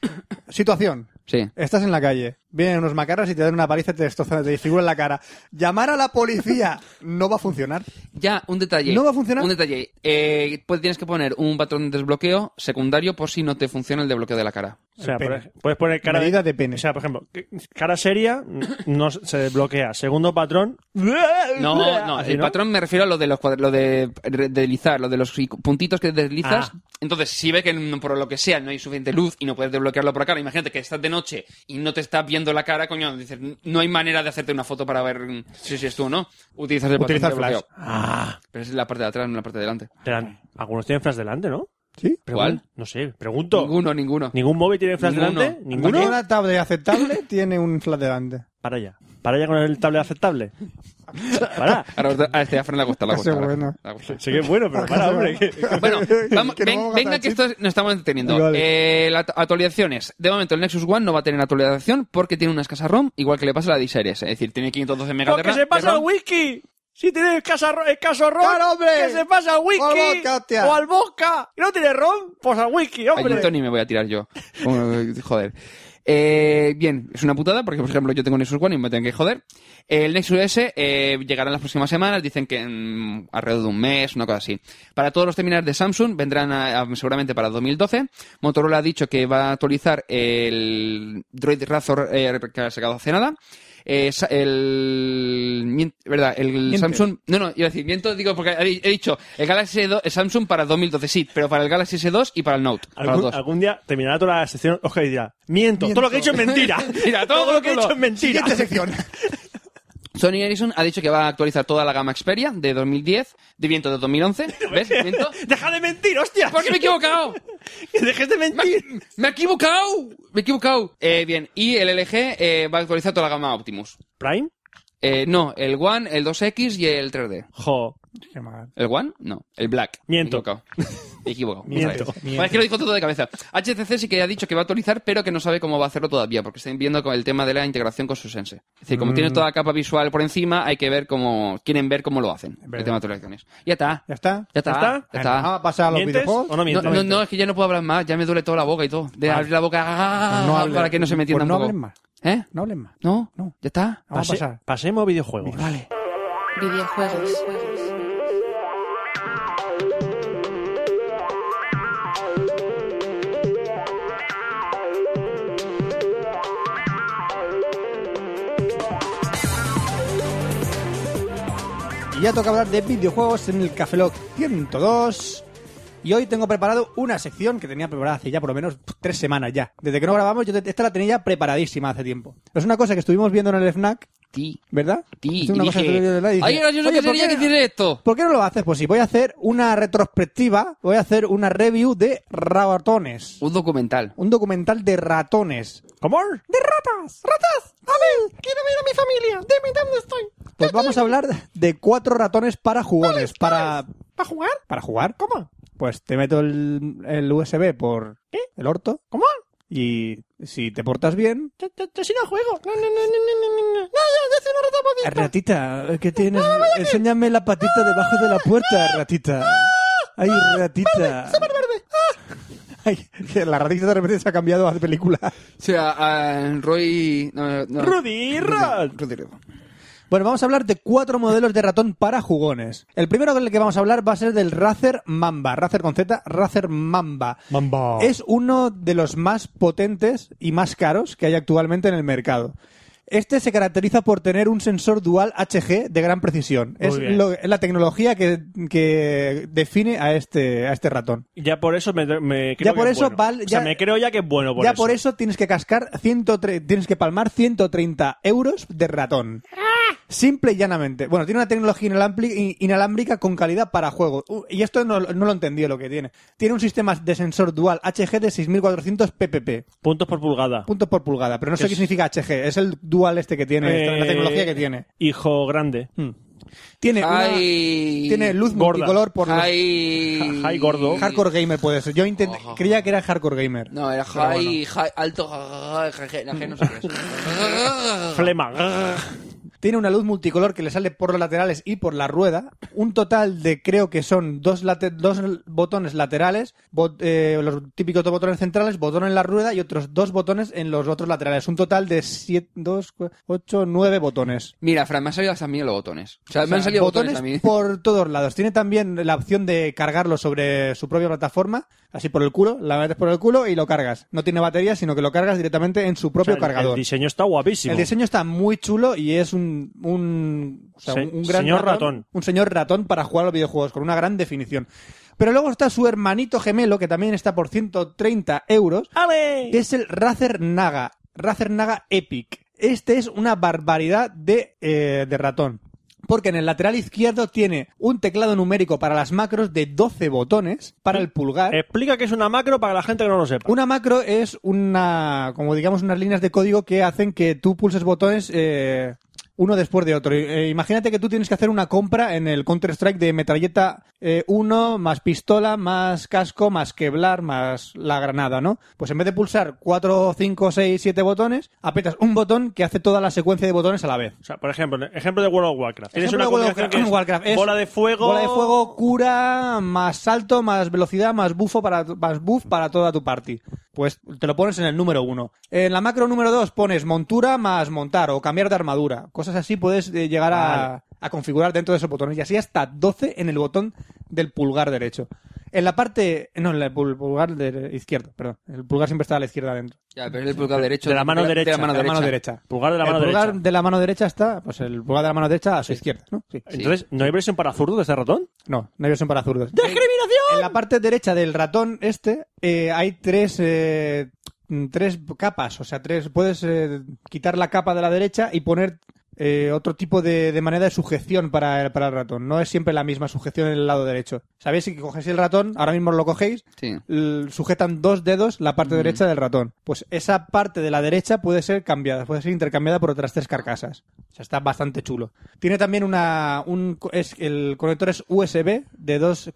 Speaker 1: Situación.
Speaker 2: Sí.
Speaker 1: Estás en la calle, vienen unos macarras y te dan una paliza y te destrozan, te disfiguran la cara. Llamar a la policía no va a funcionar.
Speaker 2: Ya, un detalle.
Speaker 1: ¿No va a funcionar?
Speaker 2: Un detalle. Eh, pues tienes que poner un patrón de desbloqueo secundario por si no te funciona el desbloqueo de la cara.
Speaker 3: O sea,
Speaker 1: El pene.
Speaker 3: por- puedes poner cara
Speaker 1: Medida de pene.
Speaker 3: O sea, por ejemplo, cara seria no se desbloquea. Segundo patrón.
Speaker 2: No, no,
Speaker 3: Así,
Speaker 2: el patrón me refiero a lo de los cuadr- lo de re- deslizar, lo de los ic- puntitos que deslizas.
Speaker 3: Ah.
Speaker 2: Entonces, si ve que mm, por lo que sea no hay suficiente luz y no puedes desbloquearlo por la cara, imagínate que estás de noche y no te estás viendo la cara, coño, dices, no hay manera de hacerte una foto para ver mm, si, si es tú o no. Utilizas el patrón
Speaker 1: Utilizas
Speaker 2: de
Speaker 1: flash.
Speaker 2: bloqueo.
Speaker 3: Ah,
Speaker 2: Pero es la parte de atrás, no la parte de delante.
Speaker 3: delan- algunos tienen flash delante, ¿no?
Speaker 1: ¿Sí?
Speaker 2: ¿Cuál?
Speaker 3: No sé, pregunto.
Speaker 2: Ninguno, ninguno.
Speaker 3: ¿Ningún móvil tiene flash
Speaker 2: Ninguno.
Speaker 3: delante?
Speaker 1: Una
Speaker 3: ¿Ninguno?
Speaker 1: hora tab de aceptable tiene un flash delante.
Speaker 3: Para allá. Para allá con el tablet aceptable. Para.
Speaker 2: Ahora, ahora, a este a Fran le ha costado, le ha
Speaker 1: Ese
Speaker 2: costado, le ha
Speaker 1: bueno.
Speaker 2: costado, le ha costado.
Speaker 3: Sí que es bueno, pero para, hombre. que-
Speaker 2: Bueno, vamos-
Speaker 1: Que no
Speaker 2: ven-
Speaker 1: vamos a
Speaker 2: venga
Speaker 1: gastar
Speaker 2: que esto es- nos estamos deteniendo.
Speaker 1: Vale.
Speaker 2: Eh, la- actualizaciones. De momento el Nexus One no va a tener actualización porque tiene una escasa ROM, igual que le pasa a la D-Series. Es decir, tiene 512 megas de
Speaker 3: Porque
Speaker 2: ra-
Speaker 3: se
Speaker 2: de
Speaker 3: pasa el
Speaker 2: ROM.
Speaker 3: wiki. Si tiene escasa ro- escaso ROM,
Speaker 1: ¡Claro, hombre!
Speaker 3: que se pasa al wiki.
Speaker 1: O al vodka, hostia.
Speaker 3: o al vodka. Y no tiene ROM, pues al wiki,
Speaker 2: Ay,
Speaker 3: hombre.
Speaker 2: Tony me voy a tirar yo. Como- joder. Eh, bien, es una putada porque, por ejemplo, yo tengo un Nexus One y me tengo que joder. El Nexus S eh, llegará en las próximas semanas, dicen que en alrededor de un mes, una cosa así. Para todos los terminales de Samsung vendrán a- a- seguramente para 2012. Motorola ha dicho que va a actualizar el Droid Razor eh, que ha sacado hace nada. Eh, sa- el mien- verdad el Samsung no no iba a decir miento digo porque he, he dicho el Galaxy S2 el Samsung para 2012 sí pero para el Galaxy S2 y para el Note para los
Speaker 3: Algún,
Speaker 2: dos.
Speaker 3: algún día terminará toda la sección Oscar y dirá, miento,
Speaker 1: Miento.
Speaker 3: todo lo que he hecho es mentira.
Speaker 2: Mira, todo
Speaker 3: lo que he
Speaker 2: culo.
Speaker 3: hecho es mentira.
Speaker 1: Siguiente sección.
Speaker 2: Sony Ericsson ha dicho que va a actualizar toda la gama Xperia de 2010 de viento de 2011 ves viento
Speaker 3: Deja de mentir, hostia.
Speaker 2: ¿Por qué me he equivocado?
Speaker 3: Que dejes de mentir.
Speaker 2: ¡Me he equivocado! ¡Me he equivocado! Eh, bien, y el LG eh, va a actualizar toda la gama Optimus.
Speaker 3: Prime,
Speaker 2: Eh, no, el One, el 2X y el 3D.
Speaker 3: jo,
Speaker 1: Qué mal.
Speaker 2: ¿El One? No, el Black.
Speaker 3: Miento.
Speaker 2: Me he equivocado. Me he equivocado.
Speaker 3: Miento.
Speaker 2: Vale, es que lo dijo todo de cabeza. HTC sí que ha dicho que va a actualizar, pero que no sabe cómo va a hacerlo todavía, porque están viendo con el tema de la integración con su Sense. Es decir,
Speaker 1: Mm.
Speaker 2: como tiene toda la capa visual por encima, hay que ver cómo, quieren ver cómo lo hacen, el
Speaker 1: verdad.
Speaker 2: tema de actualizaciones. Ya está.
Speaker 1: ¿Ya está?
Speaker 2: Ya está.
Speaker 3: ¿Ya está?
Speaker 2: Ya está.
Speaker 1: Ah, pasa a los
Speaker 3: ¿mientes
Speaker 1: videojuegos.
Speaker 3: o no
Speaker 2: No,
Speaker 3: mientes?
Speaker 2: no, no, es que ya no puedo hablar más, ya me duele toda la boca y todo. De abrir la boca ah,
Speaker 1: no hables.
Speaker 2: para que no se me entienda
Speaker 1: Pues no
Speaker 2: un poco.
Speaker 1: hablen más.
Speaker 2: ¿Eh?
Speaker 1: No hablen más.
Speaker 2: ¿No?
Speaker 1: No.
Speaker 2: ¿Ya está?
Speaker 1: Vamos a
Speaker 3: Pase- Pues
Speaker 1: pasar.
Speaker 3: Pasemos a videojuegos.
Speaker 2: Vale.
Speaker 6: videojuegos,
Speaker 1: Y ya toca hablar de videojuegos en el Café Lock 102. Y hoy tengo preparado una sección que tenía preparada hace ya por lo menos pff, tres semanas ya. Desde que no grabamos, yo te- esta la tenía ya preparadísima hace tiempo. Es una cosa que estuvimos viendo en el FNAC,
Speaker 2: Ti.
Speaker 1: ¿verdad?
Speaker 2: Ti.
Speaker 1: Es una
Speaker 2: Y
Speaker 1: cosa que
Speaker 2: dije,
Speaker 1: estuvimos viendo en el FNAC y dije,
Speaker 2: Ay, ahora yo no
Speaker 1: "Oye, ¿por
Speaker 2: quería
Speaker 1: qué
Speaker 2: que
Speaker 1: no-
Speaker 2: hiciera esto.
Speaker 1: ¿Por qué no lo haces? Pues sí, voy a hacer una retrospectiva, voy a hacer una review de ratones.
Speaker 2: Un documental.
Speaker 1: Un documental de ratones.
Speaker 3: ¿Cómo?
Speaker 4: ¡De ratas! ¡Ratas! A ver, quiero ver a mi familia. Dime dónde estoy.
Speaker 1: Pues vamos a hablar de cuatro ratones para jugones, para...
Speaker 4: ¿Para jugar?
Speaker 1: ¿Para jugar? ¿Cómo? Pues te meto el, el USB por el orto. ¿Cómo? Y si te portas bien...
Speaker 4: Yo, yo, yo sí no juego. No, no, no, no, no, no, no. No, ya, ya soy una rata maldita.
Speaker 1: Ratita, ¿qué tienes? Enséñame la patita debajo de la puerta, ratita. Ay, ratita.
Speaker 4: Ah, Verde. Ah.
Speaker 1: Ay, que la ratita de repente se ha cambiado a película.
Speaker 2: O sea, a Roy... No, no.
Speaker 3: Rudy Rod.
Speaker 2: Rudy Rod.
Speaker 1: Bueno, vamos a hablar de cuatro modelos de ratón para jugones. El primero del que vamos a hablar va a ser del Razer Mamba. Razer con Z, Razer Mamba.
Speaker 3: Mamba.
Speaker 1: Es uno de los más potentes y más caros que hay actualmente en el mercado. Este se caracteriza por tener un sensor dual HG de gran precisión.
Speaker 3: Muy
Speaker 1: Es,
Speaker 3: bien.
Speaker 1: lo- es la tecnología que, que define a este, a este ratón.
Speaker 3: Ya por eso me, me creo
Speaker 1: Ya por
Speaker 3: que es
Speaker 1: eso
Speaker 3: bueno.
Speaker 1: val-
Speaker 3: O sea,
Speaker 1: ya-
Speaker 3: me creo ya que es bueno por
Speaker 1: ya
Speaker 3: eso.
Speaker 1: por eso tienes que cascar 103 tienes que palmar 130 euros de ratón. Simple y llanamente. Bueno, tiene una tecnología inalámbri- in- inalámbrica con calidad para juego. Uh, Y esto no, no lo entendí lo que tiene. Tiene un sistema de sensor dual HG de 6400 ppp,
Speaker 3: Puntos por pulgada.
Speaker 1: puntos por pulgada. Pero no sé
Speaker 3: Es-
Speaker 1: qué significa HG. Es el dual este que tiene, esta- la
Speaker 3: Eh,
Speaker 1: tecnología que tiene. Hmm.
Speaker 3: Hijo grande.
Speaker 1: Tiene, una-
Speaker 2: Ay.
Speaker 1: tiene luz
Speaker 3: Gorda.
Speaker 1: multicolor por los-
Speaker 2: Ay.
Speaker 3: Hi, gordo.
Speaker 1: Hardcore gamer puede ser. Yo intent-
Speaker 2: Ojo.
Speaker 1: creía que era hardcore gamer.
Speaker 2: No, era
Speaker 1: Pero bueno.
Speaker 2: high, high, alto, ja, ja, ja, ja, ja, no sé qué es.
Speaker 3: Flema.
Speaker 1: tiene una luz multicolor que le sale por los laterales y por la rueda. Un total de creo que son dos, late- dos botones laterales, bot- eh, los típicos dos botones centrales, botón en la rueda y otros dos botones en los otros laterales. Un total de siete, dos, cua- ocho, nueve botones.
Speaker 2: Mira, Fran, me han salido hasta a mí los botones. O sea,
Speaker 1: O
Speaker 2: me
Speaker 1: sea,
Speaker 2: han salido botones, también.
Speaker 1: por todos lados. Tiene también la opción de cargarlo sobre su propia plataforma, así por el culo, la metes por el culo y lo cargas. No tiene batería, sino que lo cargas directamente en su
Speaker 3: O sea,
Speaker 1: propio
Speaker 3: el-
Speaker 1: cargador.
Speaker 3: El diseño está guapísimo.
Speaker 1: El diseño está muy chulo y es un, un, o sea,
Speaker 3: Se-
Speaker 1: un- un gran
Speaker 3: señor ratón.
Speaker 1: Un señor ratón para jugar a los videojuegos con una gran definición. Pero luego está su hermanito gemelo, que también está por 130 euros,
Speaker 3: ¡Ale!
Speaker 1: que es el Razer Naga. Razer Naga Epic. Este es una barbaridad de, eh, de ratón. Porque en el lateral izquierdo tiene un teclado numérico para las macros de 12 botones para el pulgar.
Speaker 3: Explica que es una macro para la gente que no lo sepa.
Speaker 1: Una macro es una, como digamos, unas líneas de código que hacen que tú pulses botones eh, uno después de otro. Eh, imagínate que tú tienes que hacer una compra en el Counter-Strike de metralleta 1, más pistola, más casco, más queblar, más la granada, ¿no? Pues en vez de pulsar 4, 5, 6, 7 botones, aprietas un botón que hace toda la secuencia de botones a la vez.
Speaker 3: O sea, por ejemplo, ejemplo de World of Warcraft. Tienes
Speaker 1: Ejemplo
Speaker 3: una
Speaker 1: de World of
Speaker 3: combinación
Speaker 1: Warcraft-
Speaker 3: que es
Speaker 1: Warcraft, es
Speaker 3: bola de fuego.
Speaker 1: Bola de fuego, cura, más salto, más velocidad, más bufo para más buff para toda tu party. Pues te lo pones en el número uno. En la macro número dos pones montura más montar o cambiar de armadura. Cosas así puedes eh, llegar a, a configurar dentro de esos botones. Y así hasta 12 en el botón del pulgar derecho. En la parte. No, en el pul- pulgar de- izquierdo, perdón. El pulgar siempre está a la izquierda adentro.
Speaker 2: Ya, pero es el pulgar derecho.
Speaker 3: De la mano derecha,
Speaker 2: De la mano
Speaker 1: De la
Speaker 2: derecha.
Speaker 1: mano derecha.
Speaker 3: Pulgar de la
Speaker 1: el
Speaker 3: mano
Speaker 1: pulgar
Speaker 3: derecha.
Speaker 1: de la mano derecha está. Pues el pulgar de la mano derecha a su izquierda, ¿no? Sí.
Speaker 3: Entonces, ¿no hay versión para zurdo de este ratón?
Speaker 1: No, no hay versión para zurdos. En la parte derecha del ratón este eh, hay tres eh, mm, tres capas, o sea, tres puedes eh, quitar la capa de la derecha y poner eh, otro tipo de, de manera de sujeción para el, para el ratón. No es siempre la misma sujeción en el lado derecho. Sabéis si cogéis el ratón, ahora mismo lo cogéis,
Speaker 2: Sí.
Speaker 1: l- sujetan dos dedos la parte derecha del ratón. Pues esa parte de la derecha puede ser cambiada, puede ser intercambiada por otras tres carcasas. O sea, está bastante chulo. Tiene también una, un, co- es, el conector es USB de 2,4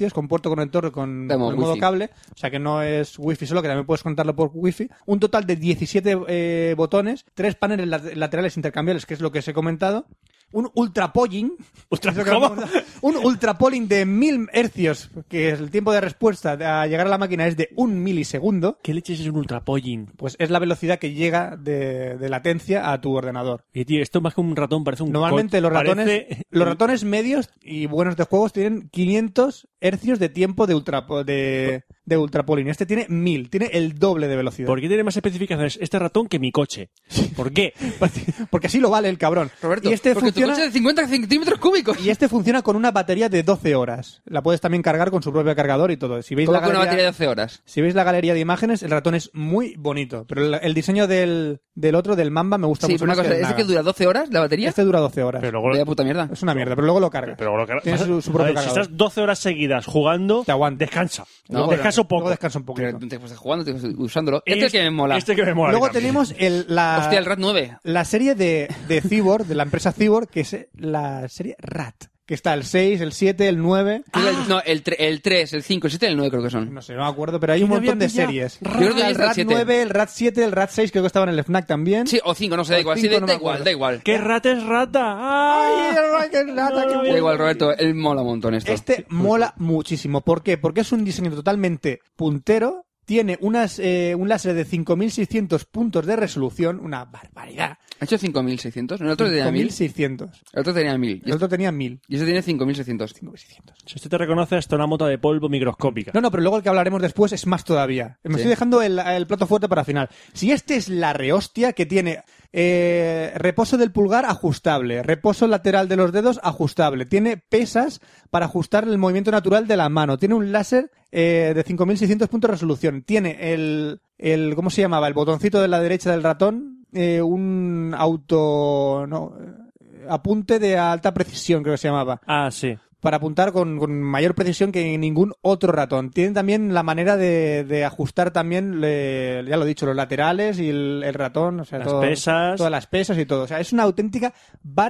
Speaker 1: GHz con puerto conector con,
Speaker 2: Vamos,
Speaker 1: con el modo
Speaker 2: wifi.
Speaker 1: cable. O sea, que no es wifi solo, que también puedes conectarlo por wifi. Un total de 17 eh, botones, tres paneles lat- laterales intercambiables, que es lo que os he comentado. Un ultra polling,
Speaker 3: Ultra-
Speaker 1: eso que
Speaker 3: ¿cómo?
Speaker 1: vamos a- Un ultrapolling de 1000 hercios, que es el tiempo de respuesta a llegar a la máquina es de un milisegundo,
Speaker 3: ¿Qué leches es un ultrapolling?
Speaker 1: pues es la velocidad que llega de, de latencia a tu ordenador.
Speaker 3: Y tío, esto más que un ratón parece un
Speaker 1: Normalmente
Speaker 3: co-
Speaker 1: los ratones,
Speaker 3: Pues parece-
Speaker 1: los ratones medios y buenos de juegos tienen 500 hercios de tiempo de, ultra, de, de ultrapolling. Este tiene 1000, tiene el doble de velocidad.
Speaker 3: ¿Por qué tiene más especificaciones este ratón que mi coche? ¿Por qué?
Speaker 1: Porque así lo vale el cabrón.
Speaker 2: Roberto,
Speaker 1: y este
Speaker 2: porque
Speaker 1: funciona...
Speaker 2: tu coche es de 50 centímetros cúbicos.
Speaker 1: Y este funciona con una batería de 12 horas. La puedes también cargar con su propio cargador y todo. Si veis
Speaker 2: Todo
Speaker 1: la
Speaker 2: con una
Speaker 1: galería-
Speaker 2: batería de 12 horas.
Speaker 1: Si veis la galería de imágenes, el ratón es muy bonito. Pero el, el diseño del, del otro, del Mamba, me gusta
Speaker 2: Sí,
Speaker 1: mucho
Speaker 2: pero una
Speaker 1: más
Speaker 2: cosa,
Speaker 1: que el
Speaker 2: ¿este
Speaker 1: Naga.
Speaker 2: que dura 12 horas la batería?
Speaker 1: Este dura 12 horas.
Speaker 3: Pero
Speaker 2: Vaya
Speaker 3: luego...
Speaker 2: puta mierda.
Speaker 1: Es una mierda, pero luego lo cargas.
Speaker 3: Pero luego-
Speaker 1: Tiene su, su propio
Speaker 3: A ver, si
Speaker 1: cargador.
Speaker 3: estás 12 horas seguidas jugando,
Speaker 1: Te aguanta.
Speaker 3: descansa.
Speaker 2: No, pero-
Speaker 3: descansa un
Speaker 1: Luego
Speaker 3: poco.
Speaker 1: descansa un poquito.
Speaker 2: Pero te estás jugando, te estás usándolo. Este es el que me mola.
Speaker 3: Este que me mola.
Speaker 1: luego
Speaker 3: también.
Speaker 1: tenemos el, la,
Speaker 2: Hostia, el RAT 9.
Speaker 1: la serie de, de Cyborg, de la empresa Cyborg, que es eh, la serie RAT. Que está el 6, el 7, el 9...
Speaker 2: No, el, 3, el 5, el 7 y el 9 creo que son.
Speaker 1: Ah. No sé, no me acuerdo, pero hay un
Speaker 3: ¿Quién
Speaker 1: montón
Speaker 3: había
Speaker 1: de
Speaker 3: pillado?
Speaker 1: series.
Speaker 2: Yo creo que
Speaker 1: el
Speaker 2: está el
Speaker 1: RAT
Speaker 2: siete.
Speaker 1: 9, el RAT 7, el RAT 6, creo que estaban en el FNAC también.
Speaker 2: Sí, o 5, no sé, da
Speaker 1: O
Speaker 2: igual. Sí,
Speaker 1: cinco,
Speaker 2: da,
Speaker 1: no
Speaker 2: da
Speaker 1: me
Speaker 2: igual,
Speaker 1: acuerdo.
Speaker 2: da igual.
Speaker 3: ¡Qué rata ¡Ah! es rata! ¡Ay!
Speaker 1: Ay, el RAT, el RAT, qué
Speaker 3: No lo
Speaker 1: bueno.
Speaker 2: Da igual, Roberto. Él mola un montón esto.
Speaker 1: Este mola muchísimo. ¿Por qué? Porque es un diseño totalmente puntero. Tiene unas, eh, un láser de 5600 puntos de resolución, una barbaridad.
Speaker 2: ¿Ha hecho 5600? No, El otro tenía 1000.
Speaker 1: 5600.
Speaker 2: El otro tenía 1000. Y
Speaker 1: El
Speaker 2: este-
Speaker 1: otro tenía 1000.
Speaker 2: Y este tiene 5600.
Speaker 1: 5600.
Speaker 3: Si usted te reconoce, hasta una mota de polvo microscópica.
Speaker 1: No, no, pero luego el que hablaremos después es más todavía. Me
Speaker 2: Sí.
Speaker 1: estoy dejando el, el plato fuerte para final. Si este es la rehostia que tiene eh, reposo del pulgar ajustable, reposo lateral de los dedos ajustable, tiene pesas para ajustar el movimiento natural de la mano, tiene un láser eh, de 5600 puntos de resolución, tiene el, el. ¿Cómo se llamaba? El botoncito de la derecha del ratón, eh, un auto. No, eh, apunte de alta precisión, creo que se llamaba
Speaker 3: Ah, sí.
Speaker 1: para apuntar con, con mayor precisión que ningún otro ratón. Tienen también la manera de, de ajustar también, le- ya lo he dicho, los laterales y el, el ratón, o sea,
Speaker 3: Las
Speaker 1: todo-
Speaker 3: pesas.
Speaker 1: todas las pesas y todo. O sea, es una auténtica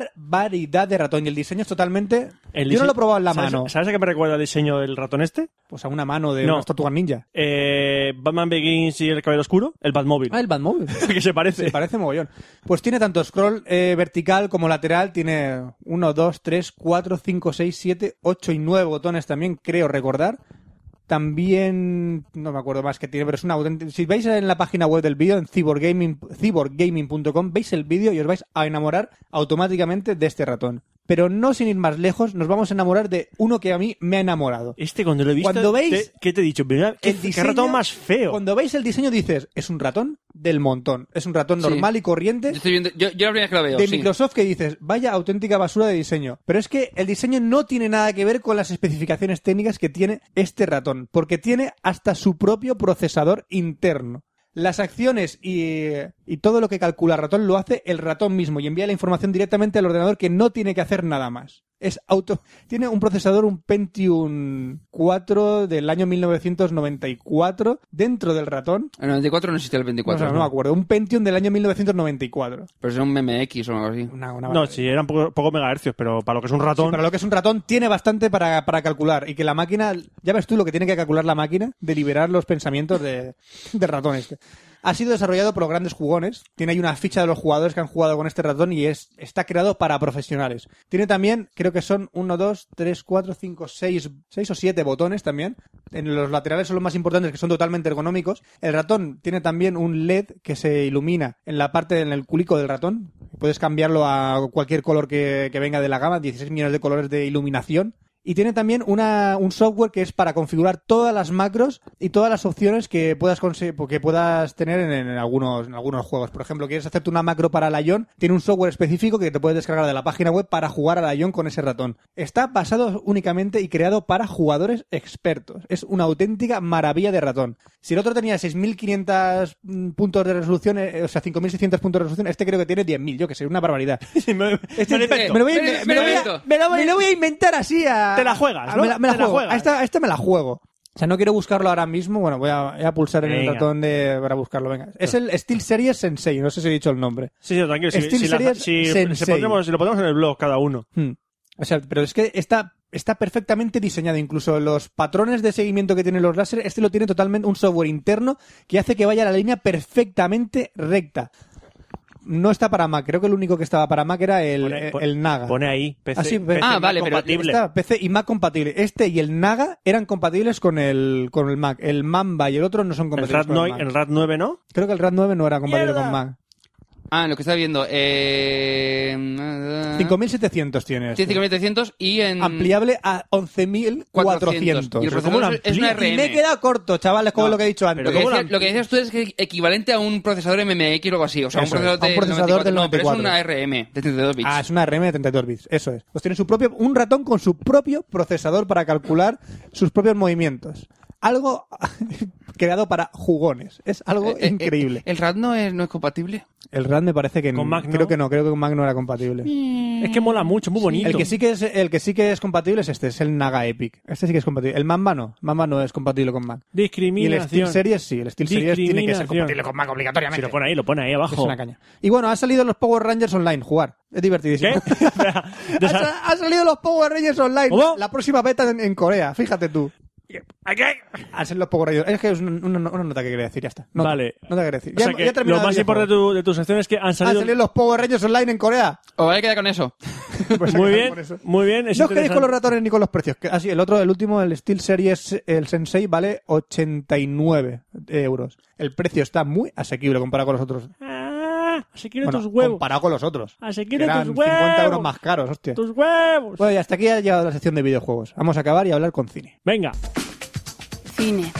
Speaker 1: barbaridad de ratón y el diseño es totalmente...
Speaker 3: El
Speaker 1: Yo no
Speaker 3: dise-
Speaker 1: lo he probado en la
Speaker 3: ¿Sabes-
Speaker 1: mano,
Speaker 3: ¿Sabes a qué me recuerda el diseño del ratón este?
Speaker 1: pues a una mano de
Speaker 3: No.
Speaker 1: unas tortugas ninja.
Speaker 3: Eh, de Batman Begins y el Caballero Oscuro, el Batmóvil.
Speaker 1: Ah, el Batmóvil.
Speaker 3: que se parece.
Speaker 1: Se parece mogollón. Pues tiene tanto scroll eh, vertical como lateral. Tiene 1, 2, 3, 4, 5, 6, 7, 8 y 9 botones también, creo recordar. También, no me acuerdo más que tiene, pero es una auténtica... Si vais en la página web del vídeo, en cyborggaming- cyborggaming.com, veis el vídeo y os vais a enamorar automáticamente de este ratón. Pero no sin ir más lejos, nos vamos a enamorar de uno que a mí me ha enamorado.
Speaker 3: Este cuando lo he visto,
Speaker 1: Cuando veis-
Speaker 3: te- ¿qué te he dicho? Mira, ¿Qué,
Speaker 1: el
Speaker 3: qué
Speaker 1: diseño-
Speaker 3: ratón más feo?
Speaker 1: Cuando veis el diseño dices, es un ratón del montón. Es un ratón
Speaker 2: Sí.
Speaker 1: normal y corriente.
Speaker 2: Yo, estoy viendo, yo, yo la primera vez que la veo,
Speaker 1: de
Speaker 2: sí.
Speaker 1: Microsoft que dices, vaya auténtica basura de diseño. Pero es que el diseño no tiene nada que ver con las especificaciones técnicas que tiene este ratón, porque tiene hasta su propio procesador interno. Las acciones y, y todo lo que calcula el ratón lo hace el ratón mismo y envía la información directamente al ordenador que no tiene que hacer nada más. Es auto. Tiene un procesador, un Pentium 4 del año 1994 dentro del ratón.
Speaker 2: El 94 no existe el
Speaker 1: No, o
Speaker 2: 24.
Speaker 1: sea, no me acuerdo. Un Pentium del año 1994.
Speaker 2: Pero será un MMX o algo así.
Speaker 1: Una, una
Speaker 3: No,
Speaker 1: barbaridad.
Speaker 3: sí, eran poco- pocos megahercios, pero para lo que es un
Speaker 1: Sí,
Speaker 3: ratón...
Speaker 1: para lo que es un ratón, tiene bastante para, para calcular. Y que la máquina, ya ves tú lo que tiene que calcular la máquina, de liberar los pensamientos de, del ratón este. Ha sido desarrollado por los grandes jugones. Tiene ahí una ficha de los jugadores que han jugado con este ratón y es, está creado para profesionales. Tiene también, creo que son 1, 2, 3, 4, 5, 6, 6 o 7 botones también. En los laterales son los más importantes que son totalmente ergonómicos. El ratón tiene también un LED que se ilumina en la parte, en el culico del ratón. Puedes cambiarlo a cualquier color que, que venga de la gama, 16 millones de colores de iluminación. Y tiene también una, un software que es para configurar todas las macros y todas las opciones que puedas, conse- que puedas tener en, en algunos, en algunos juegos. Por ejemplo, quieres hacerte una macro para la Ion, tiene un software específico que te puedes descargar de la página web para jugar a la Ion con ese ratón. Está basado únicamente y creado para jugadores expertos. Es una auténtica maravilla de ratón. Si el otro tenía 6.500 mm, puntos de resolución, eh, o sea, 5.600 puntos de resolución, este creo que tiene 10.000, yo que sé, una barbaridad.
Speaker 3: Sí, me- me lo invento.
Speaker 1: Me lo voy a, me-
Speaker 2: Me- me
Speaker 1: me
Speaker 2: lo
Speaker 1: lo voy a-
Speaker 2: invento.
Speaker 1: me lo voy- me lo voy a inventar así a...
Speaker 3: Te la juegas,
Speaker 1: a-
Speaker 3: ¿no?
Speaker 1: Me la, me la
Speaker 3: Te la
Speaker 1: juego.
Speaker 3: juegas.
Speaker 1: A esta, a esta me la juego. O sea, no quiero buscarlo ahora mismo. Bueno, voy a, voy a pulsar en el
Speaker 3: Venga.
Speaker 1: ratón de, para buscarlo. Venga. Es el Steel Series Sensei. No sé si he dicho el nombre.
Speaker 3: Sí, sí, tranquilo. Si,
Speaker 1: Steel
Speaker 3: si la-
Speaker 1: Series
Speaker 3: si- si
Speaker 1: Sensei.
Speaker 3: pondremos- si lo ponemos en el blog cada uno.
Speaker 1: Hmm. O sea, pero es que está, está perfectamente diseñado. Incluso los patrones de seguimiento que tienen los láser, este lo tiene totalmente un software interno que hace que vaya la línea perfectamente recta. No está para Mac. Creo que el único que estaba para Mac era el, eh,
Speaker 3: Pone- pon-
Speaker 1: el Naga.
Speaker 3: Pone ahí. PC,
Speaker 1: Ah, sí,
Speaker 3: PC
Speaker 1: ah,
Speaker 2: vale, pero-
Speaker 3: compatible.
Speaker 1: Está PC y Mac compatible. Este y el Naga eran compatibles con el, con el Mac. El Mamba y el otro no son
Speaker 3: El
Speaker 1: compatibles
Speaker 3: Rat,
Speaker 1: con
Speaker 3: no-
Speaker 1: el Mac.
Speaker 3: el Rat 9, ¿no?
Speaker 1: Creo que el RAD 9 no era compatible
Speaker 3: ¡Mierda!
Speaker 1: con Mac.
Speaker 2: Ah, lo que estaba viendo. Eh...
Speaker 1: 5700 tiene. este.
Speaker 2: 5.300 y en...
Speaker 1: Ampliable a 11400.
Speaker 2: Y el procesador
Speaker 3: ¿Cómo lo
Speaker 2: es una
Speaker 3: amplías?
Speaker 2: RM.
Speaker 1: Y me he quedado corto, chavales, como
Speaker 2: No,
Speaker 1: lo que he dicho antes.
Speaker 2: Lo que,
Speaker 3: ¿Cómo
Speaker 2: decía-
Speaker 3: la-
Speaker 2: lo que decías tú es que es equivalente a un procesador MMX o algo así. O sea, un
Speaker 1: Eso es,
Speaker 2: procesador,
Speaker 1: a un
Speaker 2: de
Speaker 1: procesador del
Speaker 2: No,
Speaker 1: 94.
Speaker 2: pero es una RM de 32 bits.
Speaker 1: Ah, es una RM de 32 bits, eso es. Pues tiene su propio, un ratón con su propio procesador para calcular sus propios movimientos. Algo creado para jugones. Es algo
Speaker 2: Eh, eh,
Speaker 1: increíble.
Speaker 2: eh, ¿El RAD no es, no es compatible?
Speaker 1: El RAD me parece que no.
Speaker 3: Con Mac no.
Speaker 1: Creo que no, creo que con Mac no era compatible.
Speaker 3: Es que mola mucho, muy bonito.
Speaker 1: El que sí que es el que sí que es compatible es este, es el Naga Epic. Este sí que es compatible. El Mamba no, Mamba no es compatible con Mac. Y el
Speaker 3: Discriminación.
Speaker 1: Steel Series sí, el Steel Series tiene que ser
Speaker 3: Discriminación.
Speaker 1: compatible con Mac
Speaker 3: Si
Speaker 1: obligatoriamente.
Speaker 3: lo pone ahí, lo pone ahí
Speaker 1: es
Speaker 3: abajo.
Speaker 1: una caña. Y bueno, han salido los Power Rangers online jugar. Es divertidísimo.
Speaker 3: ¿Qué? Espera,
Speaker 1: Ha
Speaker 3: desa-
Speaker 1: sa- han salido los Power Rangers online.
Speaker 3: ¿Cómo?
Speaker 1: La próxima beta en, en Corea, fíjate tú.
Speaker 3: ¿A qué?
Speaker 1: Han salido los Power Rangers. Es que es un- una, una nota que quería decir, ya está. Nota,
Speaker 3: Vale.
Speaker 1: Nota que quería decir.
Speaker 3: O sea
Speaker 1: Ya-
Speaker 3: que
Speaker 1: ya he terminado
Speaker 3: lo más
Speaker 1: el Ah,
Speaker 3: importante de,
Speaker 1: videojuego.
Speaker 3: tu- de tus secciones es que han
Speaker 1: Han
Speaker 3: salido...
Speaker 1: salido los Power Rangers online en Corea.
Speaker 2: ¿O voy a quedar con eso?
Speaker 1: Pues
Speaker 3: Muy
Speaker 1: acabamos
Speaker 3: bien,
Speaker 1: con eso.
Speaker 3: muy bien. es
Speaker 1: no os quedéis con los
Speaker 3: interesante.
Speaker 1: ratones ni con los precios. Que- Así, el otro, el último, el Steel Series, el Sensei, vale 89 eh, euros. El precio está muy asequible comparado con los otros.
Speaker 3: Ah, se quieren
Speaker 1: Bueno,
Speaker 3: tus huevos.
Speaker 1: comparado con los otros.
Speaker 3: Ah, se
Speaker 1: que
Speaker 3: quieren
Speaker 1: eran
Speaker 3: tus
Speaker 1: 50 euros
Speaker 3: huevos.
Speaker 1: más caros, hostia.
Speaker 3: Tus huevos.
Speaker 1: Bueno, y hasta aquí ha llegado la sección de videojuegos. Vamos a acabar y hablar con cine.
Speaker 3: Venga.
Speaker 6: Cine.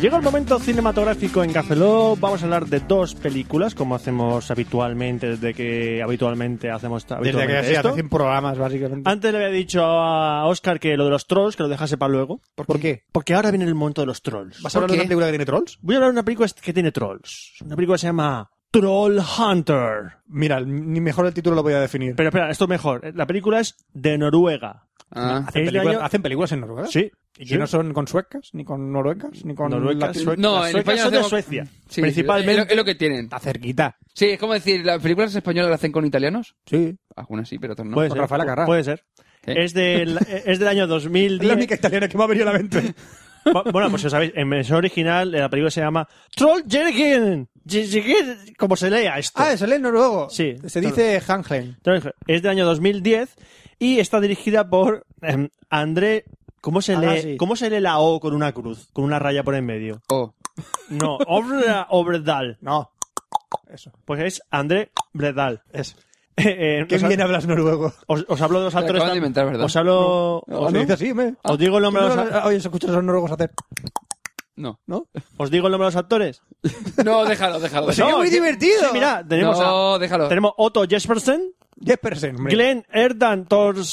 Speaker 3: Llega el momento cinematográfico en Cafeló. Vamos a hablar de dos películas, como hacemos habitualmente, desde que habitualmente hacemos ta-
Speaker 1: Desde que
Speaker 3: habitualmente
Speaker 1: se
Speaker 3: esto.
Speaker 1: hacen programas, básicamente.
Speaker 3: Antes le había dicho a Oscar que lo de los trolls, que lo dejase para luego.
Speaker 1: ¿Por, qué?
Speaker 3: Porque ahora viene el momento de los trolls.
Speaker 1: ¿Vas a hablar de
Speaker 2: qué?
Speaker 1: una película que tiene trolls?
Speaker 3: Voy a hablar de una película que tiene trolls. Una película que se llama Troll Hunter.
Speaker 1: Mira, ni mejor el título lo voy a definir.
Speaker 3: Pero espera, esto es mejor. La película es de Noruega.
Speaker 2: Ah.
Speaker 1: Hacen
Speaker 3: Es de
Speaker 1: películas,
Speaker 3: este año-
Speaker 1: hacen películas en Noruega.
Speaker 3: Sí.
Speaker 1: ¿Y
Speaker 3: sí.
Speaker 1: no son con suecas? ¿Ni con noruecas? ¿Ni con
Speaker 3: Noruecas,
Speaker 1: lati-
Speaker 3: suecas.
Speaker 2: No,
Speaker 3: las
Speaker 2: en
Speaker 3: suecas
Speaker 2: España
Speaker 3: son de
Speaker 2: hacemos-
Speaker 3: Suecia.
Speaker 2: Sí,
Speaker 3: principalmente.
Speaker 2: Es lo, es lo que tienen.
Speaker 1: Está cerquita.
Speaker 2: Sí, es como decir, las películas españolas las hacen con italianos.
Speaker 1: Sí.
Speaker 2: Algunas sí, pero otras no.
Speaker 3: Puede
Speaker 1: Con
Speaker 3: ser.
Speaker 1: Rafaela Carrà.
Speaker 3: Puede ser.
Speaker 2: ¿Eh?
Speaker 3: Es, del, es del año
Speaker 1: Es la
Speaker 3: 2010.
Speaker 1: única italiana que me ha venido a la mente.
Speaker 3: Bu- Bueno, pues si lo sabéis, en versión original la película se llama Troll Jergen. Como se lea esto.
Speaker 1: ah, es el noruego.
Speaker 3: Sí.
Speaker 1: Se dice Hanglen.
Speaker 3: Entonces, es del año 2010 y está dirigida por em, André. ¿Cómo se,
Speaker 1: Ah,
Speaker 3: lee,
Speaker 1: sí.
Speaker 3: ¿Cómo se lee la O con una cruz? Con una raya por en medio.
Speaker 2: Oh.
Speaker 3: No, Obra, Obredal.
Speaker 1: No. Eso.
Speaker 3: Pues es André Bredal.
Speaker 1: Eso.
Speaker 3: Eh, eh,
Speaker 1: Qué
Speaker 3: os, ha-
Speaker 1: bien hablas noruego.
Speaker 3: os- os hablo de los
Speaker 2: Se
Speaker 3: actores.
Speaker 2: acaban de
Speaker 3: tam-
Speaker 2: inventar, ¿verdad?
Speaker 3: Os hablo.
Speaker 1: O
Speaker 3: ¿os,
Speaker 1: se
Speaker 3: no?
Speaker 1: dice así, me.
Speaker 3: Os digo el nombre de los a-
Speaker 1: Oye, se escucha a los noruegos hacer.
Speaker 2: No.
Speaker 1: ¿No?
Speaker 3: ¿Os digo el nombre de los actores?
Speaker 2: No, déjalo, déjalo.
Speaker 1: Pues sí,
Speaker 2: déjalo.
Speaker 1: muy
Speaker 3: que-
Speaker 1: divertido.
Speaker 3: Sí, mira, tenemos a.
Speaker 2: no, déjalo.
Speaker 3: Tenemos Otto Jespersen,
Speaker 1: Jespersen, hombre.
Speaker 3: Glenn Erdan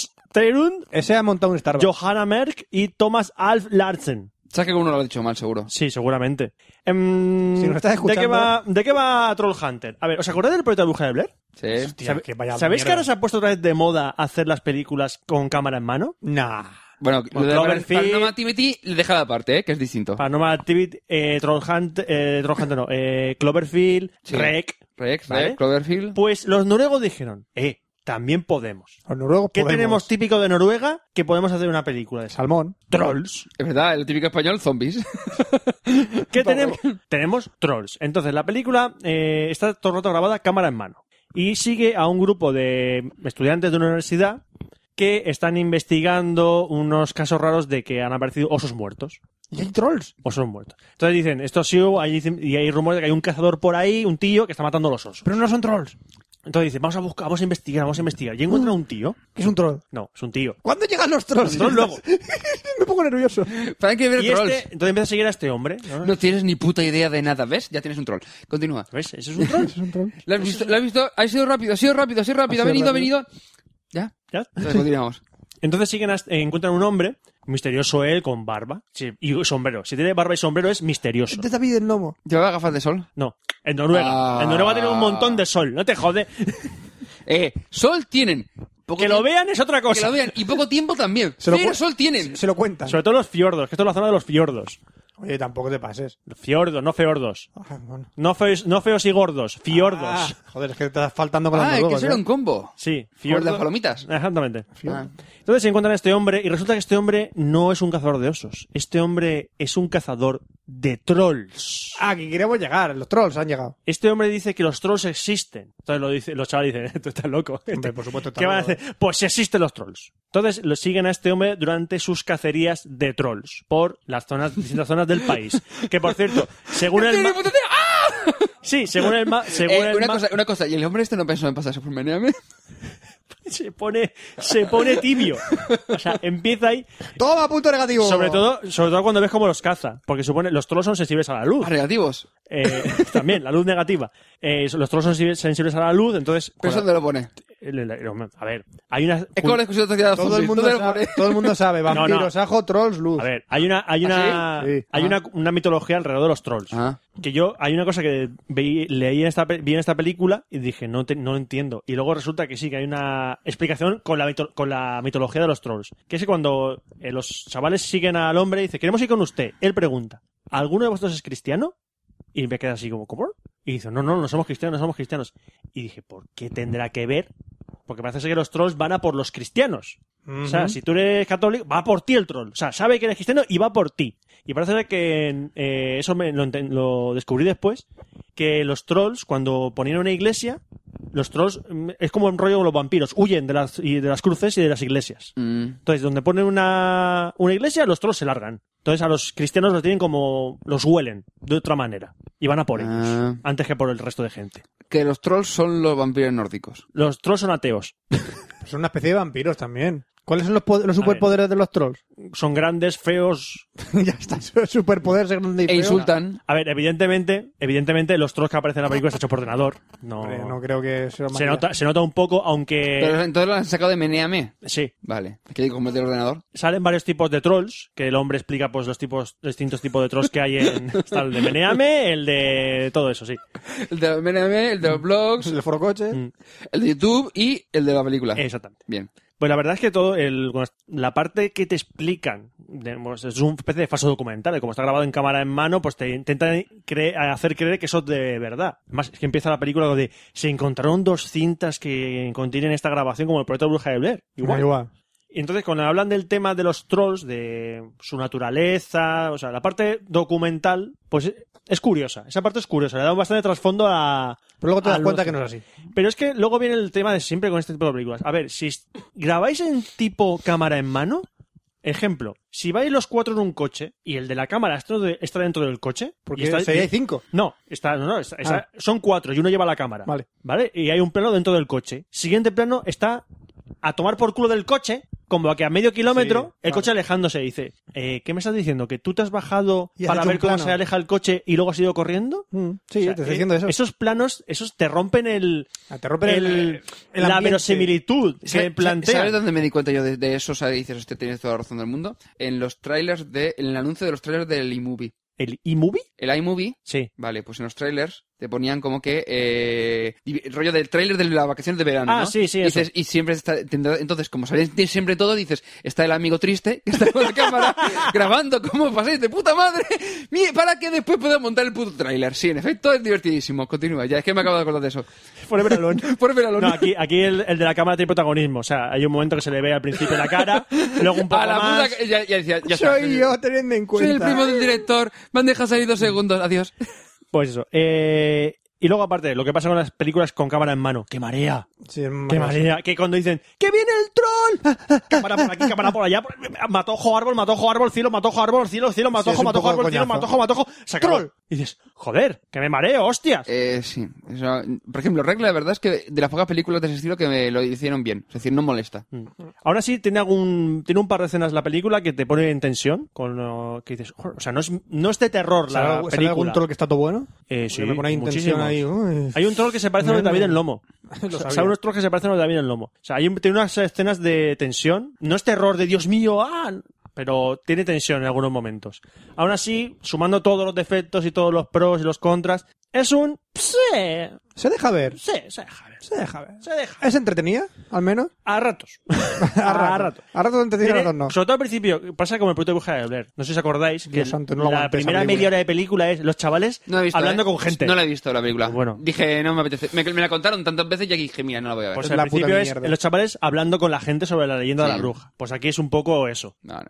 Speaker 3: Torsterun,
Speaker 1: Ese ha montado un Starbucks.
Speaker 3: Johanna Merck y Thomas Alf Larsen.
Speaker 2: Sabes que uno lo ha dicho mal, seguro.
Speaker 3: Sí, seguramente. Em,
Speaker 1: Si nos estás
Speaker 3: ¿De qué
Speaker 1: escuchando-
Speaker 3: va, de qué va Troll Hunter? A ver, ¿os acordáis del proyecto de Bruja de Blair?
Speaker 2: Sí.
Speaker 1: Hostia, que vaya
Speaker 3: ¿Sabéis que
Speaker 1: mierda.
Speaker 3: ahora se ha puesto otra vez de moda hacer las películas con cámara en mano?
Speaker 1: Nah.
Speaker 2: Bueno, lo de
Speaker 3: Cloverfield.
Speaker 2: Paranormal Activity, déjala aparte, ¿eh? que es distinto.
Speaker 3: Paranormal Activity, eh, Troll Hunter, eh, Troll Hunter no, eh, Cloverfield,
Speaker 2: Sí.
Speaker 3: Rec.
Speaker 2: Rex,
Speaker 3: Vale.
Speaker 2: Rex, Cloverfield.
Speaker 3: Pues los noruegos dijeron, eh, también podemos.
Speaker 1: Los noruegos
Speaker 3: ¿Qué
Speaker 1: podemos.
Speaker 3: tenemos típico de Noruega que podemos hacer una película de esa?
Speaker 1: Salmón.
Speaker 3: Trolls.
Speaker 2: Es verdad, el típico español, zombies.
Speaker 3: ¿Qué tenemos? tenemos trolls. Entonces, la película eh, está todo el rato grabada cámara en mano. Y sigue a un grupo de estudiantes de una universidad que están investigando unos casos raros de que han aparecido osos muertos.
Speaker 1: ¿Y hay trolls?
Speaker 3: Osos muertos. Entonces dicen, esto ha sido, ahí dicen- y hay rumores de que hay un cazador por ahí, un tío que está matando a los osos.
Speaker 1: Pero no son trolls.
Speaker 3: Entonces dicen, vamos a buscar, vamos a investigar, vamos a investigar. Y encuentran un tío.
Speaker 1: ¿Qué es un troll?
Speaker 3: No, es un tío.
Speaker 1: ¿Cuándo llegan los trolls?
Speaker 3: Los trolls luego.
Speaker 1: Me pongo nervioso.
Speaker 2: Pero hay que ver
Speaker 3: Y
Speaker 2: trolls.
Speaker 3: este, entonces empieza a seguir a este hombre. ¿no?
Speaker 2: No tienes ni puta idea de nada, ¿ves? Ya tienes un troll. Continúa.
Speaker 3: ¿Ves? Ese es un troll.
Speaker 2: ¿Lo has visto? ¿Lo has visto? Ha sido rápido, ha sido rápido, ha sido rápido. Ha,
Speaker 1: sido
Speaker 2: venido, ha
Speaker 1: rápido.
Speaker 2: venido. Ya,
Speaker 3: ¿Ya?
Speaker 2: entonces continuamos.
Speaker 3: Entonces siguen hasta- eh, encuentran un hombre, misterioso él, con barba sí, y sombrero. Si tiene barba y sombrero es misterioso.
Speaker 1: Este es David el Nomo.
Speaker 2: Llevaba gafas de sol.
Speaker 3: No, en Noruega.
Speaker 2: Ah.
Speaker 3: En Noruega tiene un montón de sol, no te jode.
Speaker 2: Eh, sol tienen. Poco
Speaker 3: Que lo
Speaker 2: tiempo-
Speaker 3: vean es otra
Speaker 2: Que
Speaker 3: cosa.
Speaker 2: lo vean. Y poco tiempo también.
Speaker 1: Se lo
Speaker 2: Pero
Speaker 1: cu-
Speaker 2: sol tienen.
Speaker 1: Se lo cuentan.
Speaker 3: Sobre todo los fiordos, que esto es la zona de los fiordos.
Speaker 1: Oye, tampoco te pases.
Speaker 3: Fiordos, no feordos.
Speaker 1: Ah, bueno.
Speaker 3: No feos, no feos y gordos, fiordos.
Speaker 1: Ah, joder, es que te estás faltando con
Speaker 2: Ah,
Speaker 1: los
Speaker 2: es que
Speaker 1: noruegos.
Speaker 2: eso era
Speaker 1: ¿eh?
Speaker 2: un combo.
Speaker 3: Sí,
Speaker 2: Por
Speaker 3: fiordos.
Speaker 2: las palomitas.
Speaker 3: Exactamente.
Speaker 2: Ah.
Speaker 3: Entonces se encuentran a este hombre y resulta que este hombre no es un cazador de osos. Este hombre es un cazador de trolls.
Speaker 1: Ah, que queremos llegar. Los trolls han llegado.
Speaker 3: Este hombre dice que los trolls existen. Entonces lo dice, los chavales dicen, tú estás loco.
Speaker 1: Hombre, por supuesto. está
Speaker 3: ¿Qué van a
Speaker 1: loco,
Speaker 3: hacer? Pues existen los trolls. Entonces lo siguen a este hombre durante sus cacerías de trolls por las zonas, distintas zonas del país. Que por cierto, según el
Speaker 2: Tiene
Speaker 3: ma-
Speaker 2: ni puta idea. ¡Ah!
Speaker 3: sí, según el ma- según
Speaker 2: Eh,
Speaker 3: el
Speaker 2: una,
Speaker 3: ma-
Speaker 2: cosa, una cosa, y el hombre este no pensó en pasarse por ¿eh? Meneame. eh,
Speaker 3: se pone se pone tibio. O sea, empieza ahí,
Speaker 1: ¿eh? Toma, punto negativo.
Speaker 3: sobre
Speaker 2: Oh.
Speaker 3: todo sobre todo cuando ves cómo los caza, porque supone los trolls son sensibles a la luz.
Speaker 2: A Negativos.
Speaker 3: Eh, también la luz negativa. Eh, los trolls son sensibles- sensibles a la luz, entonces
Speaker 2: Pero eso
Speaker 3: con
Speaker 2: dónde
Speaker 3: la-
Speaker 2: lo pone.
Speaker 3: el- el- el- a ver, hay una
Speaker 2: Es como la discusión de la
Speaker 1: Todo el mundo sabe. Todo el mundo sabe.
Speaker 3: No, no.
Speaker 1: Vampiros, ajo, trolls, luz.
Speaker 3: A ver, hay una, hay una,
Speaker 1: sí? Sí.
Speaker 3: hay
Speaker 1: Ah.
Speaker 3: una, una mitología alrededor de los trolls.
Speaker 2: Ah.
Speaker 3: Que yo, hay una cosa que veí- leí en esta, pe- vi en esta película y dije, no, te- no entiendo. Y luego resulta que sí, que hay una explicación con la, mito- con la mitología de los trolls. Que es que cuando eh, los chavales siguen al hombre y dice, queremos ir con usted. Él pregunta, ¿alguno de vosotros es cristiano? Y me queda así como, ¿cómo? Y dice, no, no, no somos cristianos, no somos cristianos. Y dije, ¿por qué tendrá que ver? Porque parece ser que los trolls van a por los cristianos. O sea, si tú eres católico, va por ti el troll. O sea, sabe que eres cristiano y va por ti. Y parece ser que eh, eso me, lo, enten- lo descubrí después, que los trolls, cuando ponían una iglesia, los trolls mm, es como un rollo con los vampiros, huyen de las, y de las cruces y de las iglesias.
Speaker 2: Mm.
Speaker 3: Entonces, donde ponen una, una iglesia, los trolls se largan. Entonces, a los cristianos los tienen como. los huelen de otra manera. Y van a por ellos,
Speaker 2: Ah.
Speaker 3: antes que por el resto de gente.
Speaker 2: Que los trolls son los vampiros nórdicos.
Speaker 3: Los trolls son ateos.
Speaker 1: Son una especie de vampiros también. ¿Cuáles son los, po- los superpoderes de los trolls?
Speaker 3: Son grandes, feos,
Speaker 1: ya está. su- Superpoderes grandes y
Speaker 2: E
Speaker 1: feos.
Speaker 2: insultan.
Speaker 3: A ver, evidentemente, evidentemente los trolls que aparecen en la película están hechos por ordenador. No,
Speaker 1: Hombre, no creo que sea
Speaker 3: se, nota, se nota un poco, aunque
Speaker 2: Pero entonces lo han sacado de Meneame.
Speaker 3: sí.
Speaker 2: Vale. ¿Qué digo? ¿Combate el ordenador?
Speaker 3: Salen varios tipos de trolls, que el hombre explica pues los tipos, distintos tipos de trolls que hay en está el de Meneame, el de todo eso, sí.
Speaker 2: El de Meneame, el de los blogs,
Speaker 1: El forocoche.
Speaker 3: Mm,
Speaker 2: el de YouTube y el de la película.
Speaker 3: Exactamente.
Speaker 2: Bien.
Speaker 3: Pues la verdad es que todo el, la parte que te explican de- pues, es una especie de falso documental. y Como está grabado en cámara en mano, pues te intentan cre- hacer creer que eso es de verdad. Más es que empieza la película de se encontraron dos cintas que contienen esta grabación como el proyecto Bruja de Blair. Igual. Y entonces, cuando hablan del tema de los trolls, de su naturaleza, o sea, la parte documental, pues es curiosa. Esa parte es curiosa. Le da bastante trasfondo a.
Speaker 1: Pero luego te das
Speaker 3: a
Speaker 1: cuenta
Speaker 3: los-
Speaker 1: que no es así.
Speaker 3: Pero es que luego viene el tema de siempre con este tipo de películas. A ver, si es- grabáis en tipo cámara en mano, ejemplo, si vais los cuatro en un coche y el de la cámara está de- está dentro del coche,
Speaker 1: Porque
Speaker 3: y está,
Speaker 1: sería hay cinco.
Speaker 3: no, está, no, no, está- está- son cuatro y uno lleva la cámara.
Speaker 1: Vale.
Speaker 3: Y hay un plano dentro del coche. Siguiente plano está a tomar por culo del coche, como a que a medio kilómetro,
Speaker 1: Sí,
Speaker 3: el
Speaker 1: claro.
Speaker 3: coche alejándose. Y dice, eh, ¿qué me estás diciendo? ¿Que tú te has bajado
Speaker 1: Y has
Speaker 3: para
Speaker 1: hecho
Speaker 3: ver
Speaker 1: un
Speaker 3: cómo
Speaker 1: plano.
Speaker 3: se aleja el coche y luego has ido corriendo?
Speaker 1: Mm, sí,
Speaker 3: O sea,
Speaker 1: te
Speaker 3: eh,
Speaker 1: estoy diciendo eso.
Speaker 3: Esos planos, esos te rompen el,
Speaker 1: Ah, te rompen el,
Speaker 3: el-
Speaker 1: el
Speaker 3: la
Speaker 1: ambiente.
Speaker 3: verosimilitud que
Speaker 2: ¿Sabe- ¿Sabes
Speaker 3: plantea.
Speaker 2: dónde me di cuenta yo de, de eso? O sea, dices, hostia, tienes toda la razón del mundo. En los trailers de, en el anuncio de los trailers del iMovie.
Speaker 3: ¿El iMovie?
Speaker 2: El iMovie,
Speaker 3: Sí.
Speaker 2: vale, pues en los trailers te ponían como que eh, divi- rollo del trailer de la vacación de verano.
Speaker 3: Ah,
Speaker 2: ¿no?
Speaker 3: sí, sí,
Speaker 2: Y,
Speaker 3: eso.
Speaker 2: dices- y siempre está, tendrá- entonces, como sabéis siempre todo, dices, está el amigo triste que está con la cámara grabando cómo pasáis de puta madre, mire, para que después pueda montar el puto trailer. Sí, en efecto, es divertidísimo. Continúa, ya es que me acabo de acordar de eso.
Speaker 3: Forever Alone.
Speaker 2: Por ver a los
Speaker 3: No, aquí, aquí el, el de la cámara tiene protagonismo. O sea, hay un momento que se le ve al principio la cara, luego un poco
Speaker 2: a la
Speaker 3: más.
Speaker 2: puta que- ya, ya decía, ya está.
Speaker 1: Soy yo teniendo en
Speaker 2: Soy
Speaker 1: cuenta.
Speaker 2: el primo del director. Me han dejado salir dos segundos. Adiós.
Speaker 3: Pues eso. Eh, y luego, aparte, lo que pasa con las películas con cámara en mano. ¡Qué marea!
Speaker 1: Sí, es
Speaker 3: ¡Qué
Speaker 1: maravilloso.
Speaker 3: marea! Que cuando dicen ¡Que viene el troll! Ah, ah, Cámara por aquí, cámara por allá. Matojo, árbol, matojo, árbol, cielo, matojo, árbol, cielo, cielo,
Speaker 1: es
Speaker 3: matojo,
Speaker 1: un
Speaker 3: matojo,
Speaker 1: poco
Speaker 3: árbol, cielo,
Speaker 1: coñazo.
Speaker 3: matojo, matojo. Se acabó.
Speaker 1: Troll.
Speaker 3: Y dices, joder, que me mareo, hostias.
Speaker 2: Eh, sí. O sea, por ejemplo, Regla, la verdad es que de las pocas películas de ese estilo que me lo hicieron bien. Es decir, no molesta.
Speaker 3: Ahora sí tiene algún tiene un par de escenas la película que te pone en tensión con lo que dices, "Joder", o sea, no es, no es de terror
Speaker 1: ¿Sale,
Speaker 3: la
Speaker 1: algún- sale
Speaker 3: película.
Speaker 1: algún troll que está todo bueno?
Speaker 3: Eh,
Speaker 1: Porque
Speaker 3: sí,
Speaker 1: me pone ahí intención
Speaker 3: muchísimos.
Speaker 1: ahí. uy.
Speaker 3: Hay un troll que se parece a lo de David el Lomo.
Speaker 1: Lo
Speaker 3: O sea,
Speaker 1: sabía.
Speaker 3: unos trolls que se parecen a lo de David el Lomo. O sea, hay un- tiene unas escenas de tensión. No es terror de Dios mío, ah, pero tiene tensión en algunos momentos. Aún así, sumando todos los defectos y todos los pros y los contras, es un... Sí,
Speaker 1: Se deja ver.
Speaker 3: sí, se deja ver,
Speaker 1: Se deja ver.
Speaker 3: se deja.
Speaker 1: ¿Es entretenida, al menos?
Speaker 3: A ratos.
Speaker 1: A ratos.
Speaker 3: ratos.
Speaker 1: A ratos entretenida, a
Speaker 3: Tiene-
Speaker 1: ratos no.
Speaker 3: Sobre todo al principio, pasa como el proyecto de Bruja de Blair. No sé si os acordáis que
Speaker 1: Dios
Speaker 3: el-
Speaker 1: santo, no lo
Speaker 3: la
Speaker 1: aguanté esa
Speaker 3: primera
Speaker 1: película.
Speaker 3: media hora de película es los chavales
Speaker 2: No he visto,
Speaker 3: hablando
Speaker 2: ¿eh?
Speaker 3: con gente. Pues
Speaker 2: No la he visto la película.
Speaker 3: Bueno.
Speaker 2: Dije, no me apetece. Me, me la contaron tantas veces y aquí dije, mira, no la voy a ver.
Speaker 3: Pues
Speaker 1: Es
Speaker 3: al
Speaker 1: la puta
Speaker 3: principio es
Speaker 1: mierda.
Speaker 3: los chavales hablando con la gente sobre la leyenda de
Speaker 2: Sí.
Speaker 3: la bruja. Pues aquí es un poco eso.
Speaker 2: No, no.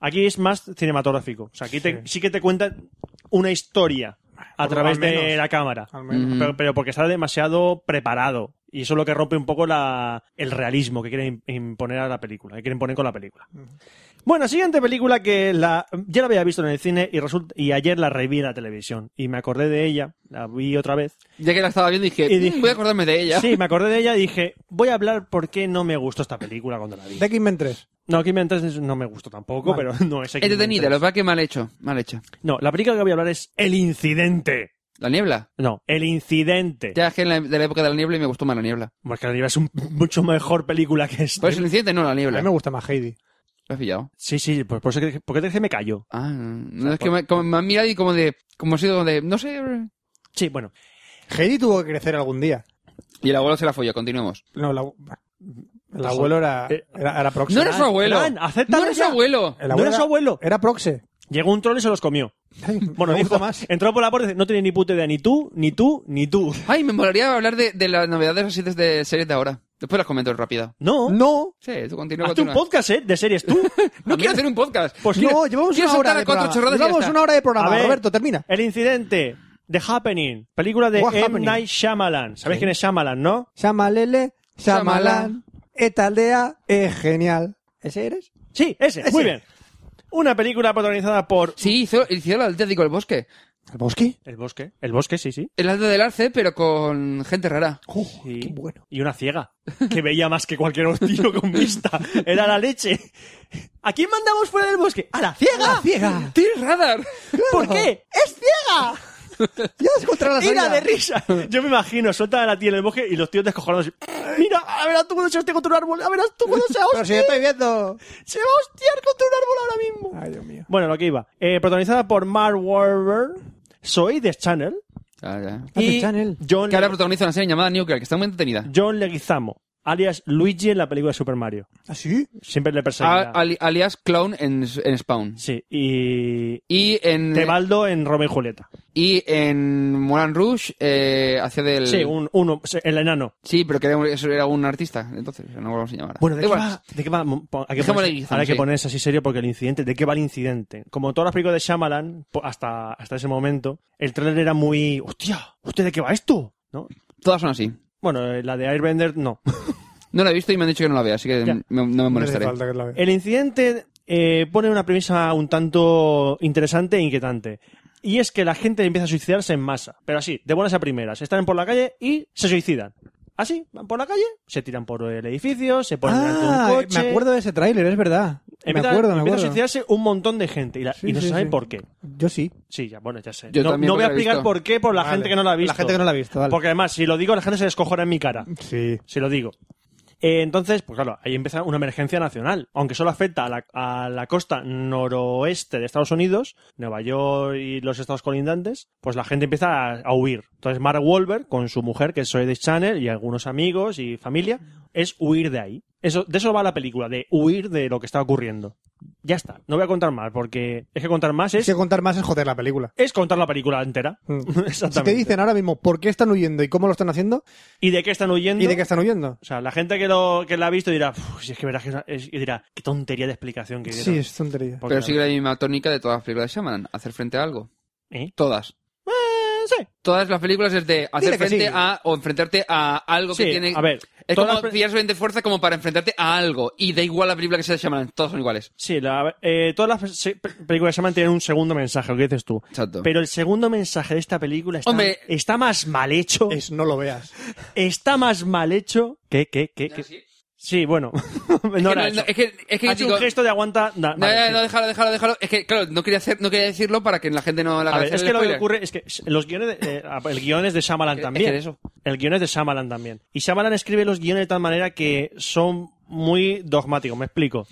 Speaker 3: Aquí es más cinematográfico. O sea, aquí te- sí. que te cuentan una historia a
Speaker 1: Por-
Speaker 3: través
Speaker 1: al
Speaker 3: de
Speaker 1: menos.
Speaker 3: la cámara.
Speaker 1: Al menos.
Speaker 2: Mm.
Speaker 3: Pero, pero porque está demasiado preparado. Y eso es lo que rompe un poco la, el realismo que quieren imponer a la película, que quieren poner con la película. Bueno, siguiente película que la, ya la había visto en el cine y, resulta, y ayer la reví en la televisión. Y me acordé de ella, la vi otra vez.
Speaker 2: Ya que la estaba viendo dije,
Speaker 3: Y
Speaker 2: "Mm,
Speaker 3: dije-
Speaker 2: voy a acordarme de ella.
Speaker 3: Sí, me acordé de ella y dije, voy a hablar por qué no me gustó esta película cuando la vi.
Speaker 1: De X-Men 3.
Speaker 3: No, X-Men 3 no me gustó tampoco,
Speaker 1: Vale.
Speaker 3: pero no es X-Men
Speaker 2: Entretenida,
Speaker 3: 3.
Speaker 2: los va que mal hecho. Mal hecho.
Speaker 3: No, la película que voy a hablar es El Incidente.
Speaker 2: La niebla.
Speaker 3: No, El Incidente.
Speaker 2: Ya es que en la- de la época de la niebla y me gustó más la niebla.
Speaker 3: Porque la es un, mucho mejor película que esta.
Speaker 2: Por
Speaker 1: Pues,
Speaker 2: eso el incidente no la
Speaker 1: A mí
Speaker 2: niebla.
Speaker 1: me gusta más Heidi.
Speaker 2: Lo has pillado.
Speaker 3: Sí, sí, por, por eso que, porque te dije me cayó.
Speaker 2: Ah, no, no, es que me, como me han mirado y como de. Como ha sido como de. No sé.
Speaker 3: Sí, bueno.
Speaker 1: Heidi tuvo que crecer algún día.
Speaker 2: Y el abuelo se la folla, continuemos.
Speaker 1: No, la- el abuelo era,
Speaker 3: Eh,
Speaker 1: era, era proxe.
Speaker 2: No era su abuelo.
Speaker 3: Fran, acéptalo
Speaker 2: No era su
Speaker 3: ya.
Speaker 2: abuelo.
Speaker 1: El
Speaker 3: ¿No
Speaker 1: abuelo
Speaker 3: era su abuelo?
Speaker 1: Era proxe.
Speaker 3: Llegó un troll y se los comió. Bueno,
Speaker 1: me gusta
Speaker 3: dijo,
Speaker 1: más.
Speaker 3: entró por la puerta y dice, no tiene ni puta idea, ni tú, ni tú, ni tú.
Speaker 2: Ay, me molaría hablar de, de las novedades así desde series de ahora. Después las comento rápido.
Speaker 3: No,
Speaker 1: No,
Speaker 2: Sí, tú continúa.
Speaker 3: hazte un
Speaker 2: continúa.
Speaker 3: podcast, ¿eh? De series tú.
Speaker 2: No quiero hacer un podcast.
Speaker 3: Pues
Speaker 2: Quiero-
Speaker 1: no, llevamos
Speaker 2: quiero
Speaker 1: una hora
Speaker 2: soltar
Speaker 1: de
Speaker 2: cuatro
Speaker 1: programa.
Speaker 2: chorradas y ya
Speaker 1: Llevamos
Speaker 2: está.
Speaker 1: una hora de programa.
Speaker 3: A ver.
Speaker 1: Roberto, termina.
Speaker 3: El Incidente. The Happening. Película de
Speaker 1: What
Speaker 3: M.
Speaker 1: Happening?
Speaker 3: Night Shyamalan. ¿Sabéis quién es Shyamalan, no?
Speaker 1: Shamalele, E
Speaker 2: Shyamalan.
Speaker 1: Shamalán, Etaldea, es genial. ¿Ese eres?
Speaker 3: Sí, ese.
Speaker 1: Ese.
Speaker 3: Muy bien. Una película protagonizada por...
Speaker 2: Sí, hizo, hizo el Alta, digo, el bosque.
Speaker 1: ¿El Bosque?
Speaker 3: El bosque. El bosque, sí, sí.
Speaker 2: El Alta del Arce, pero con gente rara.
Speaker 3: Sí.
Speaker 1: qué bueno.
Speaker 3: Y una ciega, que veía más que cualquier otro tío con vista. Era la leche. ¿A quién mandamos fuera del bosque? ¡A la
Speaker 2: Ah,
Speaker 3: ciega!
Speaker 1: ¡Ah, ciega!
Speaker 2: ¡Tiene radar!
Speaker 3: ¿Por qué? ¡Es ciega!
Speaker 1: ¡Ya has encontrado la
Speaker 3: ¡Era
Speaker 1: salida!
Speaker 3: de risa! Yo me imagino, suelta a la tía en el bosque y los tíos descojonados. Mira, a verás tú cuando se hostia contra un árbol. A verás tú cuando se
Speaker 1: Pero si yo
Speaker 3: hostia.
Speaker 1: estoy viendo...
Speaker 3: Se va a hostiar contra un árbol ahora mismo.
Speaker 1: Ay, Dios mío.
Speaker 3: Bueno, lo que iba. Eh, protagonizada por Mark Wahlberg, Soy de Channel
Speaker 2: Ah,
Speaker 1: Ah,
Speaker 2: ya.
Speaker 1: The
Speaker 3: y
Speaker 1: Channel.
Speaker 3: John,
Speaker 2: Que ahora
Speaker 3: Le-
Speaker 2: protagoniza una serie llamada Nuclear, que está muy entretenida.
Speaker 3: John Leguizamo. alias Luigi en la película de Super Mario.
Speaker 1: ¿Ah, sí?
Speaker 3: Siempre
Speaker 2: A-
Speaker 3: le
Speaker 1: Ah,
Speaker 3: perseguía.
Speaker 2: ali- alias Clown en, en Spawn.
Speaker 3: Sí, y
Speaker 2: Y en,
Speaker 3: Tebaldo en Romeo y Julieta.
Speaker 2: y en Moulin Rouge eh, hacía del...
Speaker 3: Sí, un, uno, el enano.
Speaker 2: Sí, pero que era un, eso era un artista, entonces, no lo vamos a llamar.
Speaker 3: Bueno, ¿de qué,
Speaker 2: Igual,
Speaker 3: va, ¿de qué va? Mo- po- hay que
Speaker 2: Dejémosle
Speaker 3: ponerse-
Speaker 2: Gibson,
Speaker 3: ahora hay que
Speaker 2: sí.
Speaker 3: ponerse así serio porque el incidente, ¿de qué va el incidente? Como todas las películas de Shyamalan, po- hasta, hasta ese momento, el tráiler era muy, hostia, ¿usted de qué va esto? ¿No?
Speaker 2: Todas son así.
Speaker 3: Bueno, eh, la de Airbender, no.
Speaker 2: No la he visto y me han dicho que no la vea, así que
Speaker 3: Ya.
Speaker 2: m- no me
Speaker 1: No hace
Speaker 2: molestaré.
Speaker 1: falta que la vea.
Speaker 3: El incidente eh, pone una premisa un tanto interesante e inquietante. Y es que la gente empieza a suicidarse en masa. Pero así, de buenas a primeras. Están por la calle y se suicidan. Así, van por la calle, se tiran por el edificio, se ponen delante de
Speaker 1: Ah,
Speaker 3: un coche.
Speaker 1: me acuerdo de ese tráiler, es verdad. Me
Speaker 3: Empieza-
Speaker 1: acuerdo, me
Speaker 3: empieza
Speaker 1: acuerdo.
Speaker 3: a suicidarse un montón de gente y, la-
Speaker 1: Sí,
Speaker 3: y no
Speaker 1: sí,
Speaker 3: se sabe
Speaker 1: sí.
Speaker 3: por qué.
Speaker 1: Yo sí.
Speaker 3: Sí, ya, bueno, ya sé.
Speaker 2: Yo
Speaker 3: no
Speaker 2: también
Speaker 3: no
Speaker 2: porque
Speaker 3: voy a
Speaker 2: la he visto.
Speaker 3: explicar por qué por la
Speaker 1: Vale.
Speaker 3: gente que no la ha visto.
Speaker 1: La gente que no la ha visto, vale.
Speaker 3: Porque además, si lo digo, la gente se descojona en mi cara.
Speaker 1: Sí.
Speaker 3: Si lo digo. Eh, entonces, pues claro, ahí empieza una emergencia nacional. Aunque solo afecta a la, a la costa noroeste de Estados Unidos, Nueva York y los estados colindantes, pues la gente empieza a, a huir. Entonces, Mark Wahlberg, con su mujer, que es Soy de Channel, y algunos amigos y familia, es huir de ahí. Eso, de eso va la película, de huir de lo que está ocurriendo. Ya está, no voy a contar más, porque es que contar más
Speaker 1: Es
Speaker 3: es,
Speaker 1: que contar más es joder la película.
Speaker 3: es contar la película entera.
Speaker 1: Mm. Si
Speaker 3: Exactamente.
Speaker 1: te dicen ahora mismo por qué están huyendo y cómo lo están haciendo
Speaker 3: ¿Y de qué están huyendo?
Speaker 1: y de qué están huyendo.
Speaker 3: O sea, la gente que, lo, que la ha visto dirá, "Uf, si es que verás que es una- es- y dirá, qué tontería de explicación que
Speaker 1: Sí,
Speaker 3: dieron".
Speaker 1: es tontería.
Speaker 3: Porque-
Speaker 2: Pero sigue la misma tónica de todas las películas de Shaman, hacer frente a algo.
Speaker 3: ¿Eh?
Speaker 2: Todas.
Speaker 3: Eh, sí.
Speaker 2: Todas las películas es de hacer
Speaker 1: Dile que
Speaker 2: frente
Speaker 1: sí.
Speaker 2: a o enfrentarte a algo que
Speaker 3: Sí,
Speaker 2: tiene...
Speaker 3: a ver,
Speaker 2: es
Speaker 3: todas
Speaker 2: como
Speaker 3: las pe-
Speaker 2: pillar suficiente fuerza como para enfrentarte a algo. Y da igual la película que sea de Shaman, todas son iguales.
Speaker 3: Sí, la- eh, todas las se- pe- películas se mantienen un segundo mensaje, lo que dices tú.
Speaker 2: Exacto.
Speaker 3: Pero el segundo mensaje de esta película está,
Speaker 2: Hombre.
Speaker 3: está más mal hecho.
Speaker 1: Es no lo veas.
Speaker 3: Está más mal hecho. ¿Qué, qué, qué? qué?
Speaker 2: Sí.
Speaker 3: Sí, bueno. no
Speaker 2: Es que
Speaker 3: era
Speaker 2: no-
Speaker 3: eso.
Speaker 2: no- es que- es que
Speaker 3: Ha hecho
Speaker 2: digo-
Speaker 3: un gesto de aguanta. na-
Speaker 2: No,
Speaker 3: vale,
Speaker 2: no,
Speaker 3: sí.
Speaker 2: no, déjalo, déjalo, déjalo. Es que, claro, no quería, hacer, no quería decirlo para que la gente no la
Speaker 3: A ver,
Speaker 2: hacer
Speaker 3: es
Speaker 2: el
Speaker 3: que lo que
Speaker 2: spoiler.
Speaker 3: ocurre es que los guiones de, eh, el guion es de Shyamalan
Speaker 2: Es que-
Speaker 3: también.
Speaker 2: es que eso.
Speaker 3: El guion es de Shyamalan también. Y Shyamalan escribe los guiones de tal manera que son muy dogmáticos, me explico.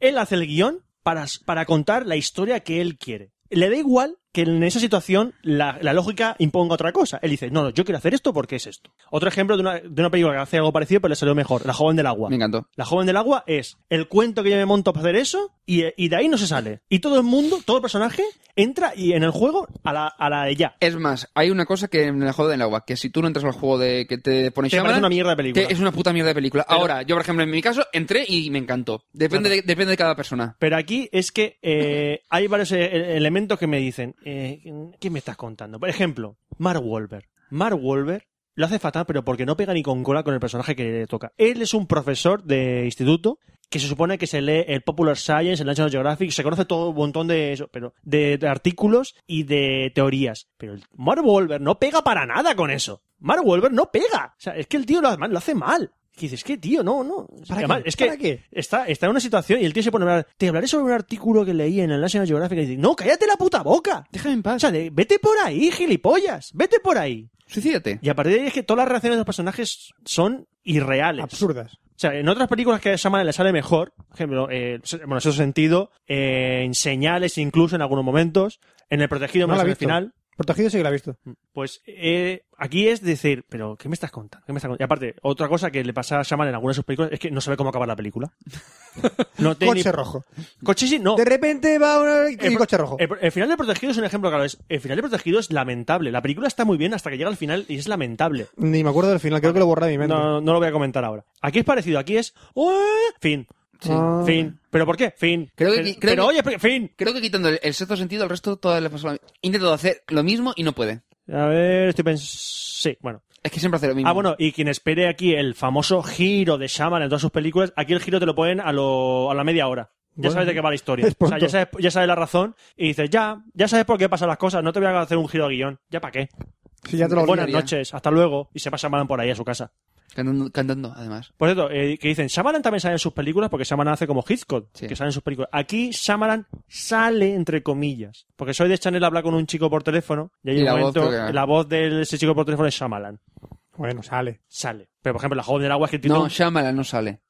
Speaker 3: Él hace el guión para, para contar la historia que él quiere. Le da igual que en esa situación la, la lógica imponga otra cosa. Él dice, no, no, yo quiero hacer esto porque es esto. Otro ejemplo de una, de una película que hace algo parecido pero le salió mejor, La joven del agua.
Speaker 2: Me encantó.
Speaker 3: La joven del agua es el cuento que yo me monto para hacer eso y, y de ahí no se sale. Y todo el mundo, todo el personaje, entra y en el juego a la, a la de ya.
Speaker 2: Es más, hay una cosa que me la jode del agua, que si tú no entras al juego de que te pone
Speaker 3: Te
Speaker 2: Shyamalan,
Speaker 3: parece una mierda de película.
Speaker 2: te- es una puta mierda de película.
Speaker 3: Pero-
Speaker 2: Ahora, yo por ejemplo en mi caso entré y me encantó. Depende, de, depende de cada persona.
Speaker 3: Pero aquí es que eh, hay varios eh, elementos que me dicen, eh, ¿qué me estás contando? Por ejemplo, Mark Wahlberg. Mark Wahlberg lo hace fatal, pero porque no pega ni con cola con el personaje que le toca. Él es un profesor de instituto que se supone que se lee el Popular Science, el National Geographic, se conoce todo un montón de eso, pero de, de artículos y de teorías. Pero el Mark Wahlberg no pega para nada con eso. Mark Wahlberg no pega. O sea, es que el tío lo hace mal. Lo hace mal. Y dices, ¿qué tío? No, no.
Speaker 1: ¿Para
Speaker 3: Además,
Speaker 1: qué?
Speaker 3: Es que
Speaker 1: ¿Para qué?
Speaker 3: Está, está en una situación y el tío se pone a hablar. Te hablaré sobre un artículo que leí en el National Geographic y dice, no, cállate la puta boca.
Speaker 2: Déjame en
Speaker 3: O
Speaker 2: paz.
Speaker 3: sea, de, vete por ahí, gilipollas. Vete por ahí.
Speaker 2: Suicídate.
Speaker 3: Y a partir de ahí es que todas las reacciones de los personajes son irreales.
Speaker 1: Absurdas.
Speaker 3: O sea, en otras películas que a Shaman le sale mejor, por ejemplo, eh, bueno, en ese sentido, eh, en señales incluso en algunos momentos, en el protegido
Speaker 1: No
Speaker 3: más
Speaker 1: la he
Speaker 3: al
Speaker 1: visto.
Speaker 3: final,
Speaker 1: Protegido sí que la he visto.
Speaker 3: pues eh, aquí es decir, pero ¿qué me estás contando? ¿Qué me estás contando? Y aparte, otra cosa que le pasa a Shaman en algunas de sus películas es que no sabe cómo acabar la película. No tiene ni-
Speaker 1: Coche rojo.
Speaker 3: Coche sí, no. Eh,
Speaker 1: De repente va un y
Speaker 3: pro-
Speaker 1: coche rojo.
Speaker 3: El, pro- el final de Protegido es un ejemplo claro. es- el final de Protegido es lamentable. La película está muy bien hasta que llega al final y es lamentable.
Speaker 1: Ni me acuerdo del final, creo que lo borré de mi mente.
Speaker 3: No, no lo voy a comentar ahora. Aquí es parecido. Aquí es... "Ué", Fin.
Speaker 2: Sí.
Speaker 1: Ah.
Speaker 3: Fin. ¿Pero por qué? Fin.
Speaker 2: Creo que-
Speaker 3: pero,
Speaker 2: creo
Speaker 3: pero,
Speaker 2: que-
Speaker 3: oye, pero- fin.
Speaker 2: Creo que quitando el, el sexto sentido, el resto todas las personas he intentado hacer lo mismo y no puede.
Speaker 3: A ver, estoy pensando... Sí, bueno.
Speaker 2: Es que siempre hace lo mismo.
Speaker 3: Ah, bueno, y quien espere aquí el famoso giro de Shaman en todas sus películas, aquí el giro te lo ponen a, lo- a la media hora. Ya
Speaker 1: Bueno.
Speaker 3: sabes de qué va la historia.
Speaker 1: Es
Speaker 3: O
Speaker 1: pronto.
Speaker 3: sea, ya sabes, ya sabes la razón y dices, ya, ya sabes por qué pasan las cosas, no te voy a hacer un giro de guión. ¿Ya para qué?
Speaker 1: Sí, ya te lo
Speaker 3: Buenas
Speaker 2: olvidaría.
Speaker 3: noches, hasta luego. Y se pasa Shaman por ahí a su casa.
Speaker 2: Cantando, cantando, además.
Speaker 3: Por cierto, eh, que dicen, Shyamalan también sale en sus películas porque Shyamalan hace como Hitchcock,
Speaker 2: Sí.
Speaker 3: que sale en sus películas. Aquí Shyamalan sale entre comillas, porque Soy de Chanel habla con un chico por teléfono y hay
Speaker 2: Y
Speaker 3: un
Speaker 2: la voz
Speaker 3: momento
Speaker 2: creo que-
Speaker 3: la voz de ese chico por teléfono es Shyamalan.
Speaker 1: Bueno, sale.
Speaker 3: Sale. Pero por ejemplo, la joven del agua es que tiene
Speaker 2: No,
Speaker 3: un-
Speaker 2: Shyamalan no sale.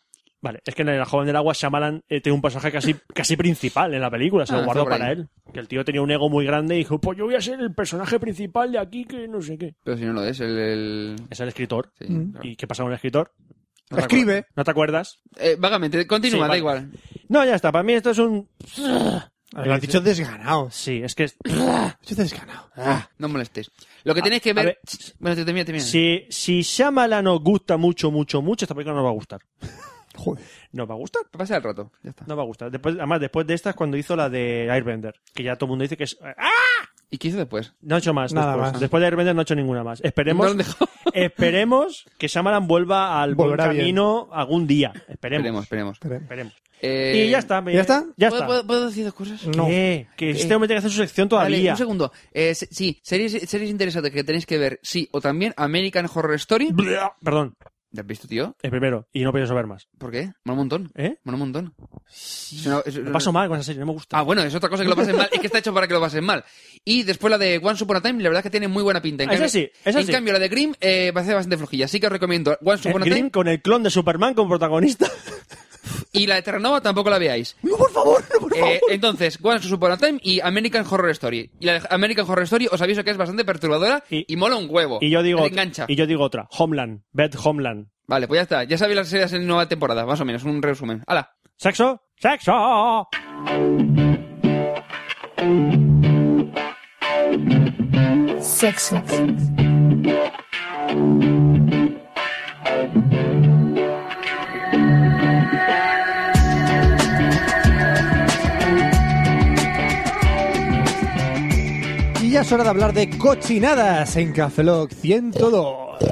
Speaker 3: Vale, es que en la joven del agua Shyamalan eh, tiene un personaje casi, casi principal en la película, se
Speaker 2: Ah,
Speaker 3: lo guardó
Speaker 2: está por
Speaker 3: para
Speaker 2: ahí.
Speaker 3: él. Que el tío tenía un ego muy grande y dijo, pues yo voy a ser el personaje principal de aquí que no sé qué.
Speaker 2: Pero si no lo es, el... el-
Speaker 3: Es el escritor.
Speaker 2: sí,
Speaker 1: Mm.
Speaker 2: claro.
Speaker 3: ¿Y qué pasa con el escritor?
Speaker 2: No me
Speaker 1: Escribe.
Speaker 3: ¿No te acuerdas?
Speaker 2: Eh, vagamente, continúa,
Speaker 3: Sí,
Speaker 2: da
Speaker 3: vale.
Speaker 2: igual.
Speaker 3: No, ya está. Para mí esto es un...
Speaker 1: Lo has dicho desganado.
Speaker 3: Sí, es que... es-
Speaker 1: Lo has dicho desganado.
Speaker 3: Ah.
Speaker 2: No molestes. Lo que tenéis que
Speaker 3: a
Speaker 2: ver...
Speaker 3: ver.
Speaker 2: Bueno, te termina, termina.
Speaker 3: Si, si Shyamalan nos gusta mucho, mucho, mucho, esta película nos va a gustar.
Speaker 1: Joder.
Speaker 3: Nos va a gustar.
Speaker 2: Pasa el rato. Ya está.
Speaker 3: Nos va a gustar. Después, además, después de esta es cuando hizo la de Airbender. Que ya todo el mundo dice que es... ¡Ah!
Speaker 2: ¿Y qué hizo después?
Speaker 3: No ha hecho más.
Speaker 1: Nada
Speaker 3: después.
Speaker 1: más.
Speaker 3: Después de Airbender no ha hecho ninguna más.
Speaker 2: No
Speaker 3: Esperemos...
Speaker 2: lo han dejado.
Speaker 3: Esperemos que Shyamalan vuelva al buen
Speaker 1: Volverá bien.
Speaker 3: camino algún día.
Speaker 2: Esperemos,
Speaker 3: Esperemos.
Speaker 2: esperemos.
Speaker 3: Esperemos.
Speaker 2: Eh,
Speaker 3: y ya está. me-
Speaker 1: ¿ya está?
Speaker 3: Ya
Speaker 2: ¿puedo,
Speaker 3: está.
Speaker 2: puedo- puedo decir dos cosas?
Speaker 1: No.
Speaker 3: ¿Qué? Que
Speaker 2: Eh,
Speaker 3: este hombre tiene que hacer su sección
Speaker 2: Vale,
Speaker 3: todavía.
Speaker 2: un segundo. Eh, se- sí, series, series interesantes que tenéis que ver, sí, o también American Horror Story.
Speaker 3: Bla, Perdón,
Speaker 2: ¿La has visto, tío?
Speaker 3: el primero. Y no he podido saber más.
Speaker 2: ¿Por qué? Mola un montón.
Speaker 3: ¿Eh?
Speaker 2: Mola un montón. Sí.
Speaker 3: Me paso mal con esa serie, no me gusta.
Speaker 2: Ah, bueno, es otra cosa que lo pasen mal. Es que está hecho para que lo pasen mal. Y después la de Once Upon a Time, la verdad es que tiene muy buena pinta. En
Speaker 3: Ah, Esa
Speaker 2: cambio,
Speaker 3: sí, esa
Speaker 2: en
Speaker 3: sí. Eh,
Speaker 2: cambio, la de Grimm eh, parece bastante flojilla. Así que os recomiendo Once
Speaker 3: El
Speaker 2: Upon a
Speaker 3: Grimm
Speaker 2: Time.
Speaker 3: con el clon de Superman como protagonista.
Speaker 2: Y la de Terranova tampoco la veáis.
Speaker 1: No, por favor, no, por
Speaker 2: Eh, entonces, Once Upon a Time y American Horror Story. Y la de American Horror Story os aviso que es bastante perturbadora y,
Speaker 3: Y-
Speaker 2: mola un huevo.
Speaker 3: y yo digo,
Speaker 2: Te engancha.
Speaker 3: y yo digo otra, Homeland, Beth Homeland.
Speaker 2: Vale, pues ya está. Ya sabéis las series en nueva temporada, más o menos. Un resumen. ¡Hala!
Speaker 3: Sexo, sexo.
Speaker 6: Sexo.
Speaker 1: Y ya es hora de hablar de cochinadas en Cafeloc 102.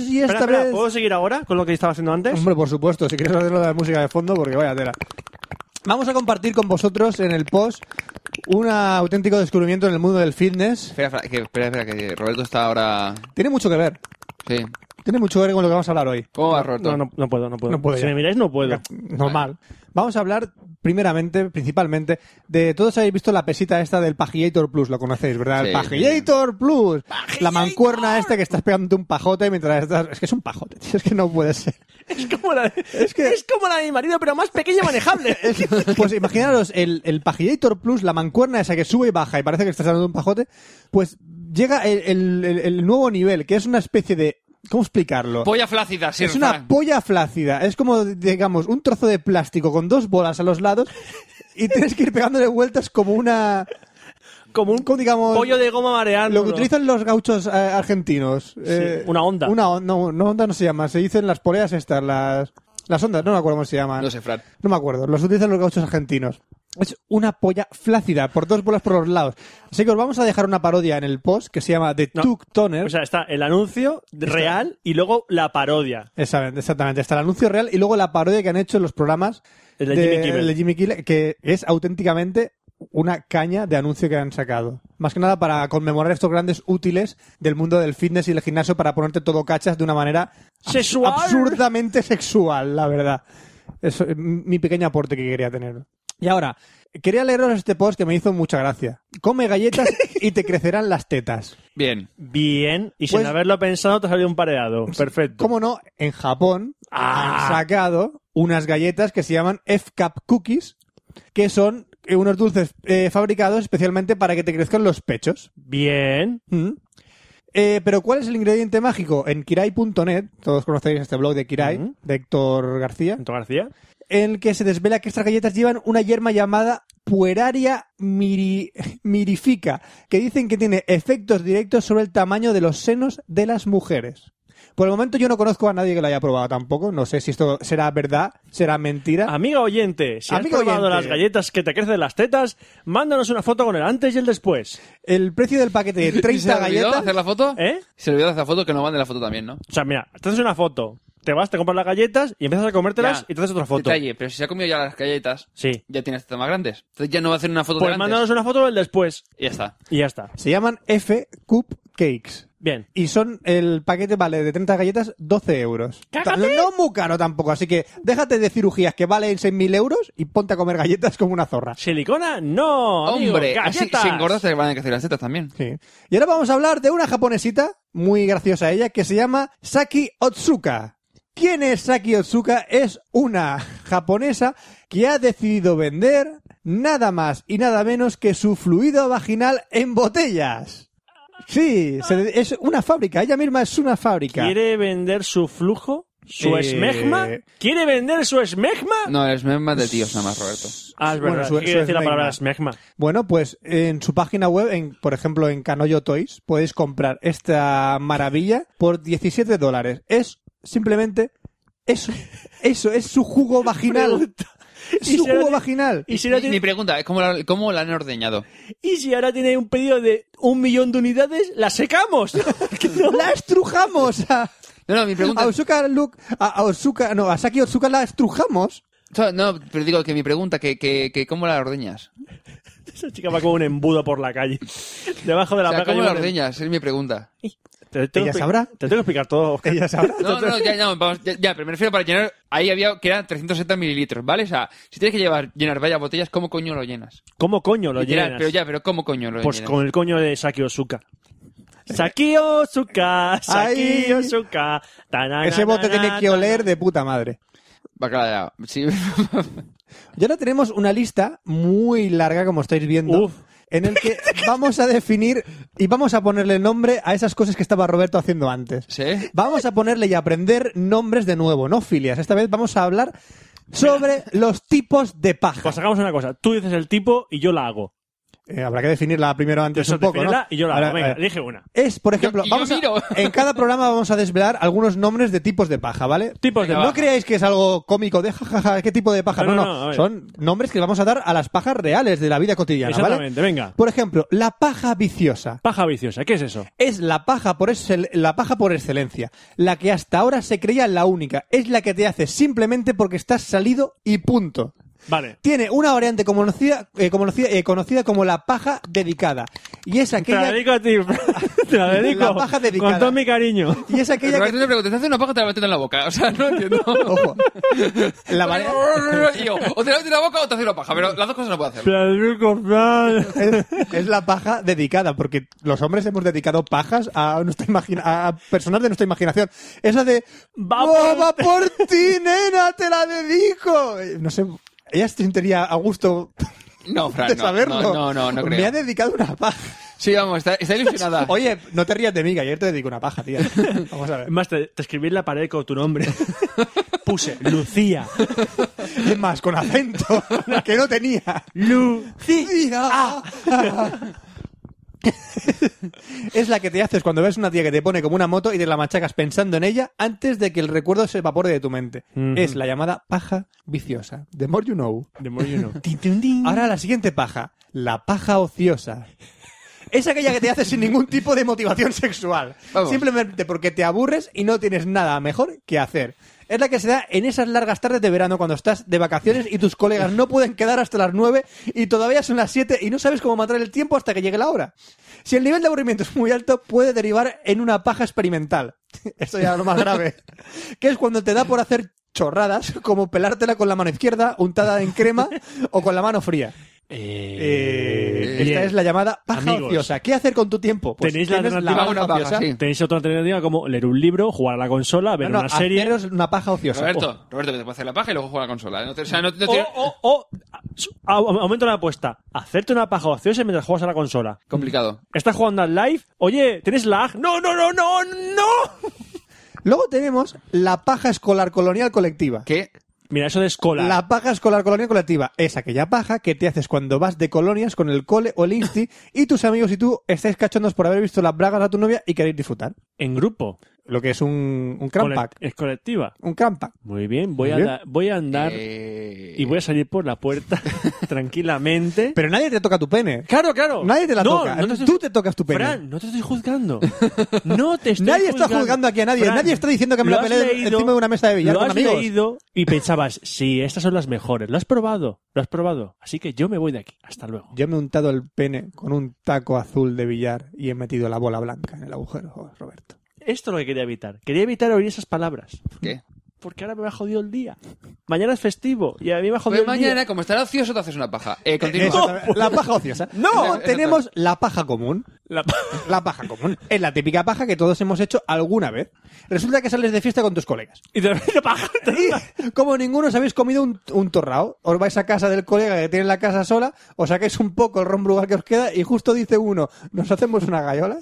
Speaker 1: Y esta
Speaker 3: Espera, espera,
Speaker 1: vez...
Speaker 3: ¿Puedo seguir ahora con lo que estaba haciendo antes?
Speaker 1: Hombre, por supuesto, si quieres hacerlo de la música de fondo, porque vaya tela. Vamos a compartir con vosotros en el post un auténtico descubrimiento en el mundo del fitness.
Speaker 2: Espera, Fra- que- espera, espera, que Roberto está ahora.
Speaker 1: Tiene mucho que ver.
Speaker 2: Sí.
Speaker 1: Tiene mucho que ver con lo que vamos a hablar hoy.
Speaker 2: ¿Cómo va, Roberto?
Speaker 3: No, no, no puedo, no puedo.
Speaker 1: No puedo
Speaker 3: si
Speaker 1: ya.
Speaker 3: me miráis, no puedo.
Speaker 1: Normal. Vamos a hablar primeramente, principalmente, de todos habéis visto la pesita esta del Pagillator Plus, lo conocéis, ¿verdad?
Speaker 2: Sí.
Speaker 1: el Pagillator Plus. La mancuerna esta que estás pegándote un pajote mientras estás... Es que es un pajote, tío, es que no puede ser.
Speaker 3: Es como, la de,
Speaker 1: Es que-
Speaker 3: es como la de mi marido, pero más pequeña y manejable.
Speaker 1: Pues imaginaros, el, el Pagillator Plus, la mancuerna esa que sube y baja y parece que estás dando un pajote, pues llega el, el- el- el nuevo nivel, que es una especie de... ¿Cómo explicarlo?
Speaker 2: Polla flácida, sí,
Speaker 1: es una polla flácida. Es como, digamos, un trozo de plástico con dos bolas a los lados y tienes que ir pegándole vueltas como una... Como un, digamos,
Speaker 3: Pollo de goma mareando.
Speaker 1: lo que utilizan los gauchos eh, argentinos. Eh,
Speaker 3: una onda.
Speaker 1: Una on- no, no onda no se llama. Se dicen las poleas estas, las... Las ondas, no me acuerdo cómo se llaman.
Speaker 2: No sé, Fran.
Speaker 1: No me acuerdo, los utilizan los gauchos argentinos. Es una polla flácida, por dos bolas por los lados. Así que os vamos a dejar una parodia en el post que se llama The
Speaker 3: No. Pues
Speaker 1: Tuk Toner.
Speaker 3: O sea, está el anuncio real y luego la parodia.
Speaker 1: Exactamente, exactamente. Está el anuncio real y luego la parodia que han hecho en los programas
Speaker 3: El de Jimmy Kimmel.
Speaker 1: el de Jimmy Kimmel, que es auténticamente una caña de anuncio que han sacado. Más que nada para conmemorar estos grandes útiles del mundo del fitness y del gimnasio para ponerte todo cachas de una manera abs-
Speaker 3: Sexual.
Speaker 1: absurdamente sexual, la verdad. Eso es eh, mi pequeño aporte que quería tener. Y ahora, quería leeros este post que me hizo mucha gracia. Come galletas y te crecerán las tetas.
Speaker 2: Bien.
Speaker 3: Bien, y sin
Speaker 1: Pues-
Speaker 3: haberlo pensado te ha salido un pareado. Perfecto.
Speaker 1: ¿Cómo no? En Japón
Speaker 3: Ah.
Speaker 1: han sacado unas galletas que se llaman F-Cup Cookies, que son eh, unos dulces eh, fabricados especialmente para que te crezcan los pechos.
Speaker 3: Bien.
Speaker 1: Mm. Eh, Pero ¿cuál es el ingrediente mágico? En kirai.net, todos conocéis este blog de Kirai,
Speaker 3: Mm.
Speaker 1: de Héctor García,
Speaker 3: Anto García.
Speaker 1: en el que se desvela que estas galletas llevan una yerma llamada Pueraria miri- mirifica, que dicen que tiene efectos directos sobre el tamaño de los senos de las mujeres. Por el momento yo no conozco a nadie que la haya probado tampoco, no sé si esto será verdad, será
Speaker 2: Ah.
Speaker 1: mentira.
Speaker 3: Amiga oyente, si
Speaker 1: Amiga
Speaker 3: has probado
Speaker 1: oyente.
Speaker 3: las galletas que te crecen las tetas, mándanos una foto con el antes y el después.
Speaker 1: El precio del paquete de
Speaker 2: ¿Y ¿Se
Speaker 1: 30
Speaker 2: olvidó
Speaker 1: galletas...
Speaker 2: hacer la foto?
Speaker 3: ¿Eh?
Speaker 2: Se olvidó hacer la foto, que no mande la foto también, ¿no?
Speaker 3: O sea, mira, te haces una foto, te vas, te compras las galletas y empiezas a comértelas
Speaker 2: Ya.
Speaker 3: y te haces otra foto.
Speaker 2: Detalle, pero si se ha comido ya las galletas,
Speaker 3: Sí.
Speaker 2: ya tienes tetas más grandes. Entonces ya no va a hacer una foto de
Speaker 3: Pues
Speaker 2: antes.
Speaker 3: mándanos una foto del después
Speaker 2: Y ya está.
Speaker 3: y ya está.
Speaker 1: Se llaman F-Cup Cakes.
Speaker 3: Bien.
Speaker 1: Y son, el paquete vale de 30 galletas 12 euros. No muy caro tampoco, así que déjate de cirugías que valen 6.000 euros y ponte a comer galletas como una zorra.
Speaker 3: Silicona, no. amigo,
Speaker 2: Hombre, así,
Speaker 3: galletas.
Speaker 2: si engordas te van a crecer las tetas también.
Speaker 1: Sí. Y ahora vamos a hablar de una japonesita, muy graciosa ella, que se llama Saki Otsuka. ¿Quién es Saki Otsuka? Es una japonesa que ha decidido vender nada más y nada menos que su fluido vaginal en botellas. Sí, se de- es una fábrica, ella misma es una fábrica.
Speaker 3: Quiere vender su flujo ¿Su
Speaker 1: Eh,
Speaker 3: esmegma? ¿Quiere vender su esmegma?
Speaker 2: No, es meme de tíos nada más, Roberto.
Speaker 3: Ah, es verdad.
Speaker 1: Bueno, su-
Speaker 3: ¿Qué
Speaker 1: su
Speaker 3: quiere decir la
Speaker 1: esmegma.
Speaker 3: palabra esmegma?
Speaker 1: Bueno, pues en su página web, en, por ejemplo en Canoyo Toys, podéis comprar esta maravilla por 17 dólares. Es simplemente eso. Eso es su jugo vaginal.
Speaker 3: Pregunta.
Speaker 1: Su
Speaker 3: ¿Y si ahora
Speaker 1: jugo
Speaker 3: tiene-
Speaker 1: vaginal.
Speaker 3: ¿Y si, ahora
Speaker 2: Mi
Speaker 3: tiene,
Speaker 2: pregunta es cómo la, cómo la han ordeñado.
Speaker 3: y si ahora tiene un pedido de un millón de unidades, la secamos. ¿Que no?
Speaker 1: La estrujamos. A,
Speaker 2: No, no, mi
Speaker 1: a
Speaker 2: pregunta...
Speaker 1: Osuka, Luke- a, a Osuka- no, a Saki Otsuka la estrujamos.
Speaker 2: So- No, pero digo que mi pregunta, que, que, que ¿cómo la ordeñas?
Speaker 3: Esa chica va como un embudo por la calle. Debajo de la
Speaker 2: O sea,
Speaker 3: placa
Speaker 2: ¿cómo
Speaker 3: lleva
Speaker 2: la
Speaker 3: un-
Speaker 2: ordeñas? Es mi pregunta.
Speaker 3: Te tengo
Speaker 1: Ella
Speaker 3: que-
Speaker 1: sabrá.
Speaker 3: Te tengo que explicar todo, Oscar.
Speaker 1: Ella sabrá.
Speaker 2: No, no, ya, ya, vamos, ya, ya, pero me refiero para llenar... Ahí había que eran 370 mililitros, ¿vale? O sea, si tienes que llevar, llenar varias botellas, ¿cómo coño lo llenas?
Speaker 3: ¿Cómo coño lo
Speaker 2: Literal,
Speaker 3: llenas?
Speaker 2: Pero ya, pero ¿cómo coño lo
Speaker 3: Pues
Speaker 2: llenas?
Speaker 3: con el coño de Saki Osuka. Saki Osuka, Saki
Speaker 1: Ay.
Speaker 3: Osuka. tanana,
Speaker 1: Ese bote
Speaker 3: tanana,
Speaker 1: tiene que oler de puta madre.
Speaker 2: Bacalao, sí.
Speaker 1: Y ahora tenemos una lista muy larga, como estáis viendo,
Speaker 3: Uf.
Speaker 1: en el que vamos a definir y vamos a ponerle nombre a esas cosas que estaba Roberto haciendo antes.
Speaker 2: ¿Sí?
Speaker 1: Vamos a ponerle y a aprender nombres de nuevo, no filias. Esta vez vamos a hablar sobre los tipos de paja.
Speaker 3: Pues hagamos una cosa. Tú dices el tipo y yo la hago.
Speaker 1: Eh, habrá que definirla primero antes
Speaker 3: Eso,
Speaker 1: Pues un poco, ¿no?
Speaker 3: defínela y yo la hago.
Speaker 1: Ahora,
Speaker 3: Venga,
Speaker 1: eh,
Speaker 3: elige una.
Speaker 1: es, por ejemplo,
Speaker 2: y yo
Speaker 1: vamos a-
Speaker 2: miro.
Speaker 1: en cada programa vamos a desvelar algunos nombres de tipos de paja, ¿vale?
Speaker 3: Tipos de
Speaker 1: no
Speaker 3: paja.
Speaker 1: creáis que es algo cómico de jajaja, ¿qué tipo de paja?
Speaker 3: No,
Speaker 1: No,
Speaker 3: no,
Speaker 1: no,
Speaker 3: no, a ver.
Speaker 1: son nombres que vamos a dar a las pajas reales de la vida cotidiana, ¿vale?
Speaker 3: Exactamente, venga.
Speaker 1: Por ejemplo, la paja viciosa.
Speaker 3: Paja viciosa, ¿qué es eso?
Speaker 1: Es la paja, por excel- la paja por excelencia, la que hasta ahora se creía la única, es la que te hace simplemente porque estás salido y punto.
Speaker 3: Vale.
Speaker 1: Tiene una variante como conocida, eh, como conocida, eh, conocida como la paja dedicada. Y es
Speaker 3: Te la
Speaker 1: aquella,
Speaker 3: dedico a ti. Te la dedico.
Speaker 1: La paja dedicada.
Speaker 3: Con todo mi cariño.
Speaker 1: y es aquella
Speaker 2: Pero
Speaker 1: que
Speaker 2: te pregunto, ¿te hace una paja o te la metes en la boca? O sea, no entiendo.
Speaker 1: Ojo. La vari-
Speaker 2: Y yo, o te la metes en la boca o te hace una paja, pero las dos cosas no puedo hacer.
Speaker 3: Te la dedico, Fran.
Speaker 1: es, es la paja dedicada, porque los hombres hemos dedicado pajas a nuestra imagina- a personas de nuestra imaginación. Esa de
Speaker 3: Va
Speaker 1: "Oh,
Speaker 3: por-
Speaker 1: va por ti, nena, te la dedico. Eh, No sé, ella se sentiría a gusto
Speaker 2: No, Fran,
Speaker 1: de
Speaker 2: no,
Speaker 1: saberlo.
Speaker 2: no, no, no, no
Speaker 1: Me ha
Speaker 2: creo. Ah.
Speaker 1: dedicado una paja.
Speaker 2: Sí, vamos, está, está ilusionada.
Speaker 1: Oye, no te rías de mí, que ayer te dedico una paja, tía. Vamos a ver.
Speaker 3: Es más, te, te escribí en la pared con tu nombre. Puse Lucía.
Speaker 1: Y es más, con acento, que no tenía.
Speaker 3: Lucía.
Speaker 1: Es la que te haces cuando ves una tía que te pone como una moto y te la machacas pensando en ella antes de que el recuerdo se evapore de tu mente.
Speaker 3: Ujú.
Speaker 1: Es la llamada paja viciosa. The more you know.
Speaker 3: De morir no.
Speaker 1: Ahora la siguiente paja. La paja ociosa. Es aquella que te haces sin ningún tipo de motivación sexual.
Speaker 2: Vamos.
Speaker 1: Simplemente porque te aburres y no tienes nada mejor que hacer. Es la que se da en esas largas tardes de verano cuando estás de vacaciones y tus colegas no pueden quedar hasta las 9 y todavía son las 7 y no sabes cómo matar el tiempo hasta que llegue la hora. Si el nivel de aburrimiento es muy alto, puede derivar en una paja experimental. Esto ya es lo más grave. que es cuando te da por hacer chorradas como pelártela con la mano izquierda, untada en crema o con la mano fría. Eh,
Speaker 3: bien.
Speaker 1: esta es la llamada paja
Speaker 3: Amigos.
Speaker 1: ociosa. ¿Qué hacer con tu tiempo? Pues
Speaker 3: Tenéis la
Speaker 1: tienes
Speaker 3: alternativa
Speaker 2: a una paja, sí.
Speaker 3: Tenéis otra alternativa como leer un libro, jugar a la consola, ver
Speaker 1: No, no,
Speaker 3: una serie.
Speaker 1: haceros una paja ociosa.
Speaker 2: Roberto, Roberto, que te puedes hacer la paja y luego jugar a la consola. ¿eh? No te- o sea, no, no
Speaker 3: O,
Speaker 2: tiene-
Speaker 3: o, o a- aumento la apuesta. Hacerte una paja ociosa mientras juegas a la consola.
Speaker 2: Complicado.
Speaker 3: ¿Estás jugando al live? Oye, ¿tienes lag? ¡No, no, no, no, no!
Speaker 1: Luego tenemos la paja escolar colonial colectiva.
Speaker 2: ¿Qué?
Speaker 3: Mira, eso de escolar.
Speaker 1: La paja escolar colonial colectiva es aquella paja que te haces cuando vas de colonias con el cole o el insti y tus amigos y tú estáis cachondos por haber visto las bragas a tu novia y queréis disfrutar.
Speaker 3: En grupo.
Speaker 1: Lo que es un, un cramp
Speaker 3: Cole-
Speaker 1: pack.
Speaker 3: Es colectiva.
Speaker 1: Un cramp pack.
Speaker 3: Muy bien, voy,
Speaker 1: Muy
Speaker 3: a,
Speaker 1: bien.
Speaker 3: andar- voy a andar
Speaker 2: Eh,
Speaker 3: y voy a salir por la puerta tranquilamente.
Speaker 1: Pero nadie te toca tu pene.
Speaker 3: claro, claro.
Speaker 1: Nadie te la
Speaker 3: No,
Speaker 1: toca.
Speaker 3: no te estoy-
Speaker 1: Tú te tocas tu pene.
Speaker 3: Fran, no te estoy juzgando. No te estoy
Speaker 1: Nadie está juzgando aquí a nadie. Nadie está diciendo que me
Speaker 3: lo
Speaker 1: la
Speaker 3: has
Speaker 1: peleé
Speaker 3: leído,
Speaker 1: encima de una mesa de billar
Speaker 3: Lo
Speaker 1: con
Speaker 3: has
Speaker 1: amigos.
Speaker 3: leído y pensabas, sí, estas son las mejores. Lo has probado, lo has probado. Así que yo me voy de aquí. Hasta luego.
Speaker 1: Yo me he untado el pene con un taco azul de billar y he metido la bola blanca en el agujero, oh, Roberto.
Speaker 3: Esto es lo que quería evitar. Quería evitar oír esas palabras.
Speaker 2: ¿Qué?
Speaker 3: Porque ahora me ha jodido el día. Mañana es festivo y a mí me ha jodido
Speaker 2: Pues
Speaker 3: el
Speaker 2: mañana,
Speaker 3: día.
Speaker 2: como estará ocioso, te haces una paja. Eh, continúa.
Speaker 1: Exactamente. La paja ociosa. No, tenemos la paja común.
Speaker 3: La-
Speaker 1: La paja común. Es la típica paja que todos hemos hecho alguna vez. Resulta que sales de fiesta con tus colegas.
Speaker 3: Y de repente paja.
Speaker 1: Y como ninguno os habéis comido un, un torrao, os vais a casa del colega que tiene la casa sola, os sacáis un poco el ron brugal que os queda y justo dice uno, ¿nos hacemos una gallola?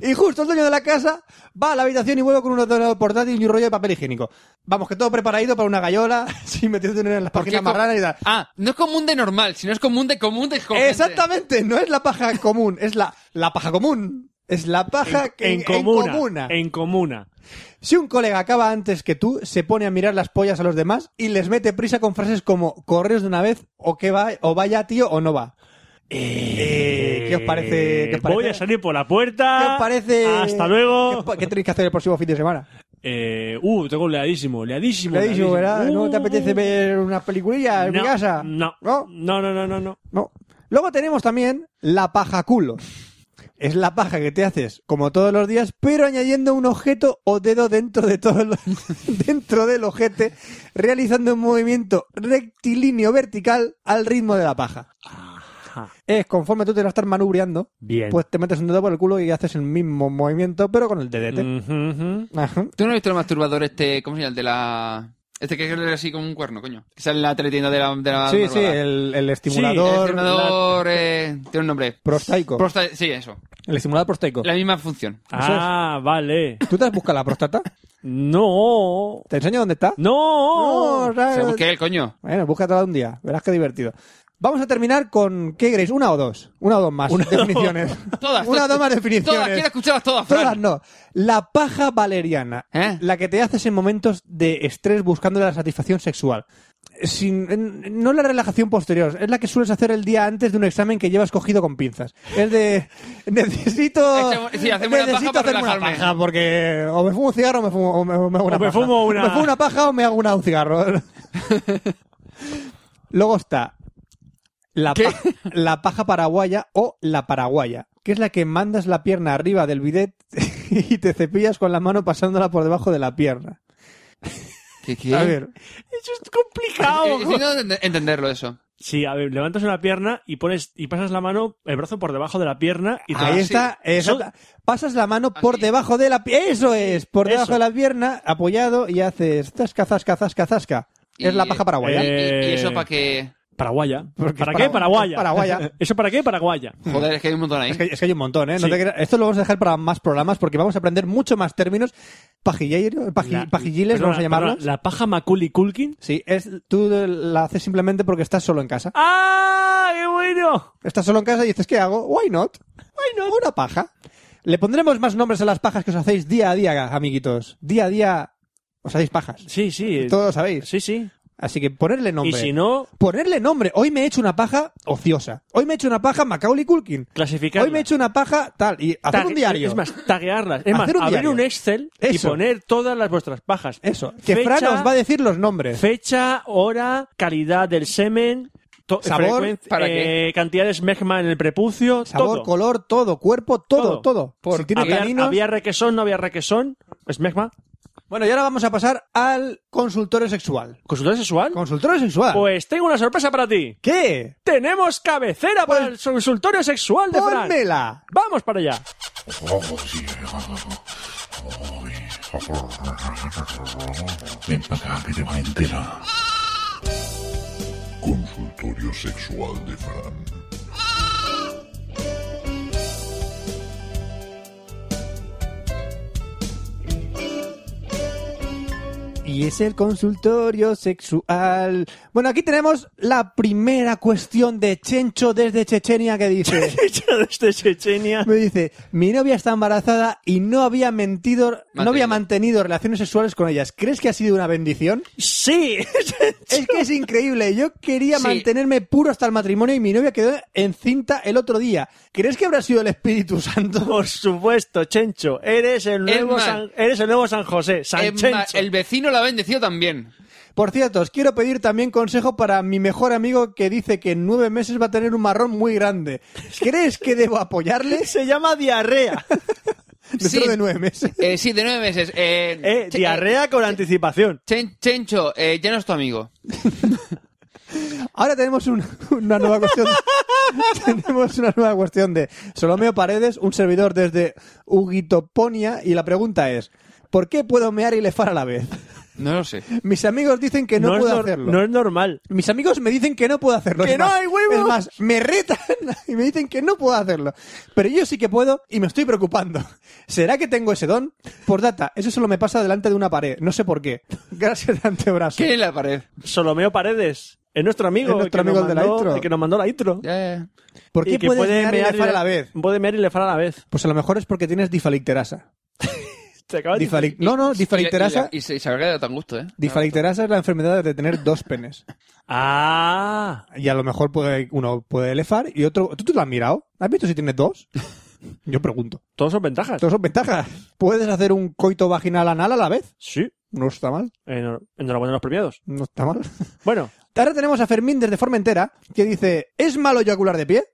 Speaker 1: Y justo el dueño de la casa va a la habitación y vuelve con un ordenador portátil y un rollo de papel higiénico. Vamos, que todo preparadito para una gallola, sin metiendo dinero en las
Speaker 2: Porque
Speaker 1: páginas
Speaker 2: co-
Speaker 1: marranas y tal.
Speaker 2: Ah, no es común de normal, sino es común de común de común. de-
Speaker 1: Exactamente, no es la paja común, es la, la paja común. Es la paja que-
Speaker 3: en, comuna,
Speaker 1: comuna.
Speaker 3: En comuna.
Speaker 1: Si un colega acaba antes que tú, se pone a mirar las pollas a los demás y les mete prisa con frases como correos de una vez o que va, o vaya tío o no va. Eh, ¿Qué os parece? ¿Qué os parece?
Speaker 3: Voy a salir por la
Speaker 1: ¿Qué
Speaker 3: puerta.
Speaker 1: os parece?
Speaker 3: Ah, Hasta luego.
Speaker 1: ¿Qué, os- qué tenéis que hacer el próximo fin de semana?
Speaker 3: Eh, uh, tengo un leadísimo, leadísimo.
Speaker 1: Le he dicho, ¿verdad? ¿No te
Speaker 3: Uh.
Speaker 1: apetece ver unas peliculillas en
Speaker 3: No,
Speaker 1: mi casa?
Speaker 3: No.
Speaker 1: ¿No?
Speaker 3: No, no, no, no, no.
Speaker 1: No. Luego tenemos también la paja culo. Es la paja que te haces como todos los días, pero añadiendo un objeto o dedo dentro de todo el- dentro del ojete, realizando un movimiento rectilíneo vertical al ritmo de la paja. Es conforme tú te la estás manubreando,
Speaker 3: Bien.
Speaker 1: pues te metes un dedo por el culo y haces el mismo movimiento, pero con el dedete.
Speaker 3: Ujú, ujú.
Speaker 1: Ajá.
Speaker 2: ¿Tú no has visto el masturbador este, cómo se llama? El de la... Este que es así como un cuerno, coño. Que sale en la teletienda de la... De la
Speaker 1: Sí, sí,
Speaker 2: madrugada.
Speaker 1: el, el
Speaker 2: El
Speaker 1: estimulador
Speaker 2: estimulador, eh, tiene un nombre.
Speaker 1: prostaico.
Speaker 2: Prosta- sí, eso.
Speaker 1: el estimulador prostaico.
Speaker 2: La misma función.
Speaker 3: Ah, vale.
Speaker 1: ¿Tú te has buscado la próstata?
Speaker 3: No.
Speaker 1: ¿Te enseño dónde está?
Speaker 3: No.
Speaker 1: No, o sea,
Speaker 2: O sea, busqué el coño.
Speaker 1: Bueno, búscatela un día, verás qué divertido. Vamos a terminar con, ¿qué queréis? ¿Una o dos? Una o dos más definiciones.
Speaker 2: Todas.
Speaker 1: Una o dos más definiciones.
Speaker 2: Todas, quiero escucharlas todas, Fran.
Speaker 1: Todas no. La paja valeriana.
Speaker 2: ¿Eh?
Speaker 1: La que te haces en momentos de estrés buscando la satisfacción sexual. Sin, en- no la relajación posterior, es la que sueles hacer el día antes de un examen que llevas cogido con pinzas. Es de. Necesito.
Speaker 2: Hacemos- sí, hacemos una
Speaker 1: necesito
Speaker 2: paja para
Speaker 1: hacerme una
Speaker 2: relajarme.
Speaker 1: paja, Ah, porque o me fumo un cigarro o me fumo, o me, o me hago una
Speaker 3: O me
Speaker 1: paja.
Speaker 3: fumo una-
Speaker 1: Me fumo una paja o me hago una, un cigarro. Luego está la, pa- la paja paraguaya o la paraguaya, que es la que mandas la pierna arriba del bidet y te cepillas con la mano pasándola por debajo de la pierna.
Speaker 2: ¿Qué, qué?
Speaker 1: A ver,
Speaker 3: Eso es
Speaker 2: Eh,
Speaker 3: complicado.
Speaker 2: estoy intentando ent- entenderlo eso.
Speaker 3: Sí, a ver, levantas una pierna y pones y pasas la mano, el brazo por debajo de la pierna y te
Speaker 2: Ah,
Speaker 1: ahí
Speaker 2: sí.
Speaker 1: está. exacta. Pasas la mano por
Speaker 2: Así.
Speaker 1: debajo de la pierna. Eso es, por debajo
Speaker 3: Eso.
Speaker 1: de la pierna, apoyado y haces zasca, zasca, zasca, zasca. Es
Speaker 2: Y-
Speaker 1: la paja paraguaya.
Speaker 2: Y, y- y eso
Speaker 3: Eh.
Speaker 2: para que...
Speaker 3: Paraguaya.
Speaker 1: Porque
Speaker 3: ¿Para
Speaker 1: es
Speaker 3: qué?
Speaker 1: para-
Speaker 3: Paraguaya.
Speaker 1: Paraguaya.
Speaker 3: ¿Eso para qué? Paraguaya.
Speaker 2: Joder, es que hay un montón ahí.
Speaker 1: Es que, es que hay un montón, ¿eh? No
Speaker 3: Sí.
Speaker 1: te creas- Esto lo vamos a dejar para más programas porque vamos a aprender mucho más términos. Pajilleiro, paji-
Speaker 3: La-
Speaker 1: pajilliles,
Speaker 3: perdona,
Speaker 1: vamos a llamarlos.
Speaker 3: perdona, la paja Maculi Culkin.
Speaker 1: Sí, es, tú la haces simplemente porque estás solo en casa.
Speaker 3: ¡Ah! ¡Qué bueno!
Speaker 1: Estás solo en casa y dices, ¿qué hago? Why not? Why not? Una paja. Le pondremos más nombres a las pajas que os hacéis día a día, amiguitos. Día a día os hacéis pajas.
Speaker 3: Sí, sí.
Speaker 1: Todos lo sabéis.
Speaker 3: Sí, sí.
Speaker 1: Así que ponerle nombre.
Speaker 3: Y si no,
Speaker 1: Ponerle nombre. Hoy me he hecho una paja ociosa. Hoy me he hecho una paja Macaulay Culkin.
Speaker 3: clasificar.
Speaker 1: Hoy me he hecho una paja tal. Y hacer un diario.
Speaker 3: Es más, taguearlas. Es más,
Speaker 1: Hacer un
Speaker 3: abrir
Speaker 1: diario.
Speaker 3: un Excel
Speaker 1: Eso.
Speaker 3: y poner todas las vuestras pajas.
Speaker 1: Eso. Que
Speaker 3: Fecha-
Speaker 1: Fran os va a decir los nombres.
Speaker 3: Fecha, hora, calidad del semen, to-
Speaker 1: Sabor,
Speaker 3: frecuencia,
Speaker 2: ¿para
Speaker 3: eh, cantidad de esmegma en el prepucio,
Speaker 1: Sabor,
Speaker 3: todo.
Speaker 1: color, todo. Cuerpo, todo, todo.
Speaker 3: Todo.
Speaker 1: Por, si tiene
Speaker 3: había,
Speaker 1: caninos-
Speaker 3: había requesón, no había requesón, esmegma.
Speaker 1: Bueno, y ahora vamos a pasar al consultorio sexual.
Speaker 3: ¿Consultor sexual?
Speaker 1: Consultorio sexual.
Speaker 3: Pues tengo una sorpresa para ti.
Speaker 1: ¿Qué?
Speaker 3: Tenemos cabecera para
Speaker 1: Pues
Speaker 3: el consultorio sexual de Fran.
Speaker 1: ¡Pónmela!
Speaker 3: Vamos para allá.
Speaker 7: Ven para acá que te va a enterar. Consultorio sexual de Fran.
Speaker 1: Y es el consultorio sexual. Bueno, aquí tenemos la primera cuestión de Chencho desde Chechenia que dice...
Speaker 3: Desde Chechenia.
Speaker 1: Me dice, mi novia está embarazada y no había mentido, no
Speaker 2: Mantenido.
Speaker 1: había mantenido relaciones sexuales con ellas. ¿Crees que ha sido una bendición?
Speaker 3: Sí.
Speaker 1: Es que es increíble. Yo quería
Speaker 2: Sí.
Speaker 1: mantenerme puro hasta el matrimonio y mi novia quedó encinta el otro día. ¿Crees que habrá sido el Espíritu Santo?
Speaker 3: Por supuesto, Chencho. Eres el
Speaker 2: Es
Speaker 3: nuevo,
Speaker 2: más,
Speaker 3: San, eres el nuevo San José. San
Speaker 2: Es
Speaker 3: Chencho.
Speaker 2: más, el vecino la ha bendecido también.
Speaker 1: Por cierto, os quiero pedir también consejo para mi mejor amigo que dice que en nueve meses va a tener un marrón muy grande. ¿Crees que debo apoyarle
Speaker 3: Se llama diarrea.
Speaker 1: dentro
Speaker 2: Sí.
Speaker 1: de nueve meses?
Speaker 2: Eh, sí, de nueve meses. Eh,
Speaker 3: Eh,
Speaker 2: Ch-
Speaker 3: diarrea con anticipación.
Speaker 2: Chen- Chencho, eh, ya no es tu amigo.
Speaker 1: Ahora tenemos un- una nueva cuestión. tenemos una nueva cuestión de Solomeo Paredes, un servidor desde Ugitoponia, y la pregunta es: ¿Por qué puedo mear y lefar a la vez?
Speaker 2: No lo sé.
Speaker 1: Mis amigos dicen que no,
Speaker 3: es
Speaker 1: puedo
Speaker 3: nor-
Speaker 1: hacerlo.
Speaker 3: no es normal.
Speaker 1: Mis amigos me dicen que no puedo hacerlo.
Speaker 3: ¡Que
Speaker 1: Es
Speaker 3: no
Speaker 1: más-
Speaker 3: hay huevos!
Speaker 1: Es más, me retan y me dicen que no puedo hacerlo. Pero yo sí que puedo y me estoy preocupando. ¿Será que tengo ese don? Por data, eso solo me pasa delante de una pared. No sé por qué. Gracias de antebrazo.
Speaker 2: ¿Qué en la pared?
Speaker 3: Solomeo Paredes. Es nuestro amigo.
Speaker 1: Es nuestro
Speaker 3: el que
Speaker 1: amigo
Speaker 3: nos
Speaker 1: el de la
Speaker 3: mandó-
Speaker 1: intro.
Speaker 3: el que nos mandó la intro.
Speaker 2: Ya, ya, ya.
Speaker 1: ¿Por qué
Speaker 3: Y que
Speaker 1: puedes
Speaker 3: puede
Speaker 1: mear y
Speaker 3: mear
Speaker 1: lefar a la vez?
Speaker 3: Puede mear y lefar a la vez.
Speaker 1: Pues a lo mejor es porque tienes difalicterasa.
Speaker 3: Se acaba de-
Speaker 1: Difalic- No, no,
Speaker 2: Y,
Speaker 1: difalicterasa.
Speaker 2: la- y se, se habrá quedado tan gusto, ¿eh?
Speaker 1: Difalicterasa es la enfermedad de tener dos penes.
Speaker 3: Ah,
Speaker 1: Y a lo mejor puede, uno puede lefar y otro. ¿Tú, tú lo has mirado? ¿Has visto si tienes dos? Yo pregunto.
Speaker 3: todos son ventajas.
Speaker 1: Todos son ventajas. ¿Puedes hacer un coito vaginal anal a la vez?
Speaker 3: Sí.
Speaker 1: No está mal,
Speaker 3: Enhor- Enhorabuena a los premiados.
Speaker 1: no está mal.
Speaker 3: Bueno,
Speaker 1: Ahora tenemos a Fermín desde Formentera que dice, ¿es malo eyacular de pie?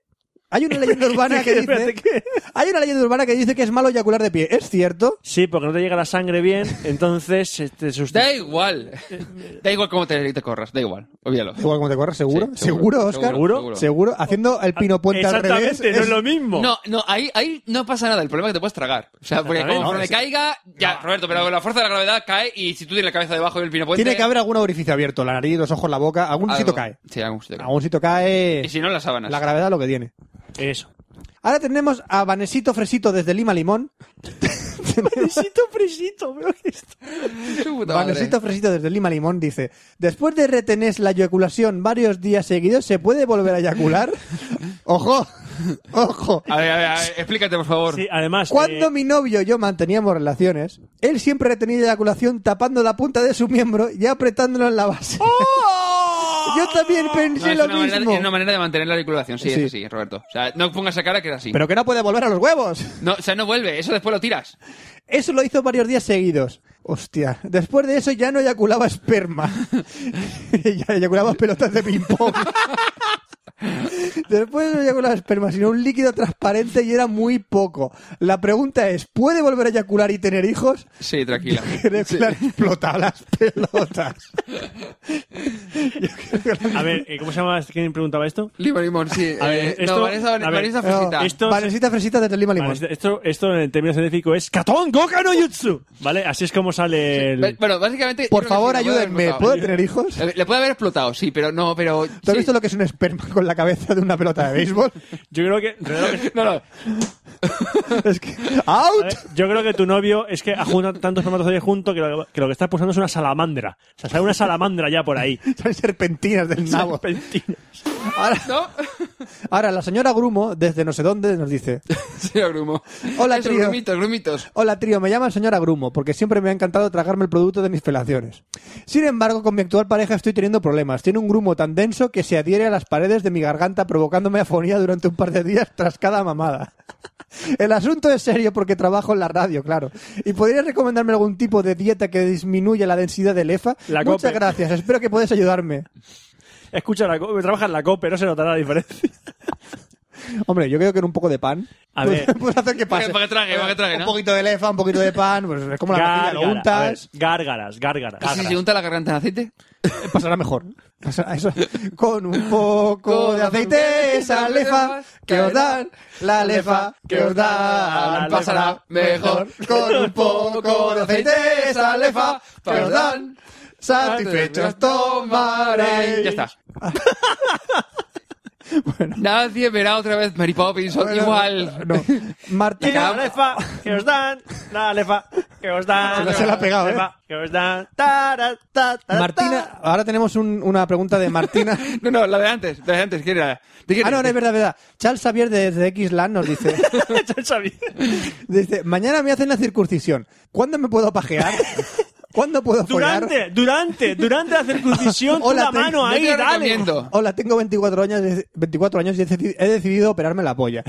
Speaker 1: Hay una leyenda urbana que
Speaker 3: Espérate,
Speaker 1: dice...
Speaker 3: ¿qué?
Speaker 1: Hay una leyenda urbana que dice que es malo eyacular de pie. ¿Es cierto?
Speaker 3: Sí, porque no te llega la sangre bien, entonces este, se te sustituye.
Speaker 2: Da igual. Da igual cómo te, te corras, da igual. Olvídalo.
Speaker 1: Igual como te corres, ¿seguro?
Speaker 2: Sí,
Speaker 1: ¿Seguro, Oscar?
Speaker 3: ¿Seguro? Ah,
Speaker 1: ¿Seguro? Haciendo el pino puente al
Speaker 3: Exactamente,
Speaker 1: revés.
Speaker 3: no es
Speaker 1: es-
Speaker 3: lo mismo.
Speaker 2: No, no, ahí, ahí no pasa nada. El problema es que te puedes tragar. O sea, porque
Speaker 3: Exactamente.
Speaker 2: como
Speaker 3: No,
Speaker 2: me
Speaker 3: sí.
Speaker 2: caiga, ya, Roberto, pero con la fuerza de la gravedad cae y si tú tienes la cabeza debajo del pino puente.
Speaker 1: Tiene que haber algún orificio abierto, la nariz, los ojos, la boca, algún
Speaker 2: algo.
Speaker 1: sitio cae.
Speaker 2: Sí, algún sitio cae.
Speaker 1: Algún sitio cae
Speaker 2: Y si no, las sábanas.
Speaker 1: la gravedad lo que tiene.
Speaker 3: Eso.
Speaker 1: Ahora tenemos a Vanesito Fresito desde Lima Limón.
Speaker 3: Fresito, fresito, veo que esto.
Speaker 2: Su puta madre.
Speaker 1: Vanesito Fresito desde Lima Limón dice: Después de retener la eyaculación varios días seguidos, ¿se puede volver a eyacular? ¡Ojo! ¡Ojo!
Speaker 2: A ver, a ver, a ver, explícate, por favor.
Speaker 3: Sí, además.
Speaker 1: Cuando
Speaker 3: eh,
Speaker 1: mi novio y yo manteníamos relaciones, él siempre retenía eyaculación tapando la punta de su miembro y apretándolo en la base. yo también
Speaker 2: ¡Oh! No,
Speaker 1: pensé
Speaker 2: es,
Speaker 1: lo
Speaker 2: una manera,
Speaker 1: mismo.
Speaker 2: es una manera de mantener la articulación, sí,
Speaker 1: Sí.
Speaker 2: es así, Roberto. O sea, no pongas esa cara que era así.
Speaker 1: Pero que no puede volver a los huevos.
Speaker 2: No, o sea, no vuelve, eso después lo tiras.
Speaker 1: Eso lo hizo varios días seguidos. Hostia, después de eso ya no eyaculaba esperma. ya eyaculaba pelotas de ping-pong. Después no eyaculaba esperma, sino un líquido transparente y era muy poco. La pregunta es, ¿puede volver a eyacular y tener hijos?
Speaker 2: Sí, tranquila.
Speaker 1: Creo que le han explotado las pelotas. Yo creo que la-
Speaker 3: A ver, eh, ¿cómo se llama? ¿Quién preguntaba esto?
Speaker 2: Lima limón, sí.
Speaker 3: A ver,
Speaker 2: eh,
Speaker 3: esto-
Speaker 2: no, Vanessa,
Speaker 3: a ver,
Speaker 2: Vanessa
Speaker 1: No, este-
Speaker 2: Fresita.
Speaker 3: esto-
Speaker 1: Vanesita fresita de Lima Limón.
Speaker 3: Vale, esto, esto en el término científico es Katon Goka no Jutsu. ¿Vale? Así es como sale el.
Speaker 2: Bueno, básicamente... yo
Speaker 1: Por
Speaker 2: creo que
Speaker 1: favor,
Speaker 2: sí, le puede haber
Speaker 1: ayúdenme.
Speaker 2: explotado.
Speaker 1: ¿Puedo tener hijos?
Speaker 2: Eh, Le puede haber explotado, sí, pero no, pero...
Speaker 1: ¿Tú has
Speaker 2: sí.
Speaker 1: visto lo que es un esperma con la cabeza de una pelota de béisbol?
Speaker 3: Yo creo que.
Speaker 2: No, no.
Speaker 1: Es que... ¡Out!
Speaker 3: a ver, Yo creo que tu novio es que ha juntado tantos espermatozoides juntos que lo, que lo que está pulsando es una salamandra. O sea, sale una salamandra ya por ahí.
Speaker 1: Son serpentinas del nabo.
Speaker 3: Serpentina.
Speaker 1: Ahora,
Speaker 2: ¿No?
Speaker 1: ahora, la señora Grumo, desde no sé dónde, nos dice:
Speaker 2: Sí, agrumo.
Speaker 1: Hola,
Speaker 2: Esos
Speaker 1: trío.
Speaker 2: grumitos, grumitos.
Speaker 1: Hola, trío, me llaman señora Grumo porque siempre me ha encantado tragarme el producto de mis felaciones. Sin embargo, con mi actual pareja estoy teniendo problemas. Tiene un grumo tan denso que se adhiere a las paredes de mi garganta, provocándome afonía durante un par de días tras cada mamada. El asunto es serio porque trabajo en la radio, claro. ¿Y podrías recomendarme algún tipo de dieta que disminuya la densidad del EFA?
Speaker 3: La
Speaker 1: Muchas
Speaker 3: Cope.
Speaker 1: gracias, espero que puedas ayudarme.
Speaker 3: Escucha, la, co- trabaja en la COPE, no se notará la diferencia.
Speaker 1: Hombre, yo creo que en un poco de pan.
Speaker 3: A
Speaker 1: pues,
Speaker 3: ver.
Speaker 1: puedes hacer que pase.
Speaker 2: Para que trague, para que trague,
Speaker 1: Un
Speaker 2: ¿no?
Speaker 1: poquito de lefa, un poquito de pan, pues es como la
Speaker 3: Gárgara,
Speaker 1: natilla, lo
Speaker 3: a ver,
Speaker 1: untas,
Speaker 3: gárgaras, gárgaras.
Speaker 1: Ah,
Speaker 2: ¿Y si
Speaker 3: gárgaras.
Speaker 2: se unta la garganta en aceite?
Speaker 1: pasará mejor. Pasará eso. Con un poco
Speaker 2: Con
Speaker 1: de aceite, esa
Speaker 2: aceite,
Speaker 1: lefa que os dan, la lefa que os
Speaker 2: La
Speaker 1: dan,
Speaker 2: lefa
Speaker 1: pasará mejor.
Speaker 2: mejor.
Speaker 1: Con un poco de aceite, esa lefa que os dan, satisfechos tomaréis.
Speaker 2: Ya está. Nadie verá otra vez Mary Poppins o-
Speaker 1: Bueno,
Speaker 2: igual.
Speaker 1: No. Martín,
Speaker 3: La lefa que os dan, la lefa que os dan.
Speaker 1: Se la ha pegado, ¿eh?
Speaker 3: lefa que os dan. Tara, ta, ta, ta.
Speaker 1: Martina, ahora tenemos un- una pregunta de Martina.
Speaker 2: No, no, la de antes, la de antes, ¿quién era? ¿De quién
Speaker 1: Ah, no,
Speaker 2: era?
Speaker 1: no, es verdad, es verdad. Charles Xavier desde Xland nos dice,
Speaker 3: Ya sabía.
Speaker 1: dice, mañana me hacen la circuncisión. ¿Cuándo me puedo pajear? ¿Cuándo puedo follar?
Speaker 3: Durante, durante, durante la circuncisión, tú
Speaker 1: Hola,
Speaker 3: la
Speaker 1: te-
Speaker 3: mano
Speaker 1: no
Speaker 2: Yo
Speaker 3: ahí,
Speaker 2: te lo
Speaker 3: dale.
Speaker 2: recomiendo.
Speaker 1: Hola, tengo 24 años, 24 años y he decidi- he decidido operarme la polla.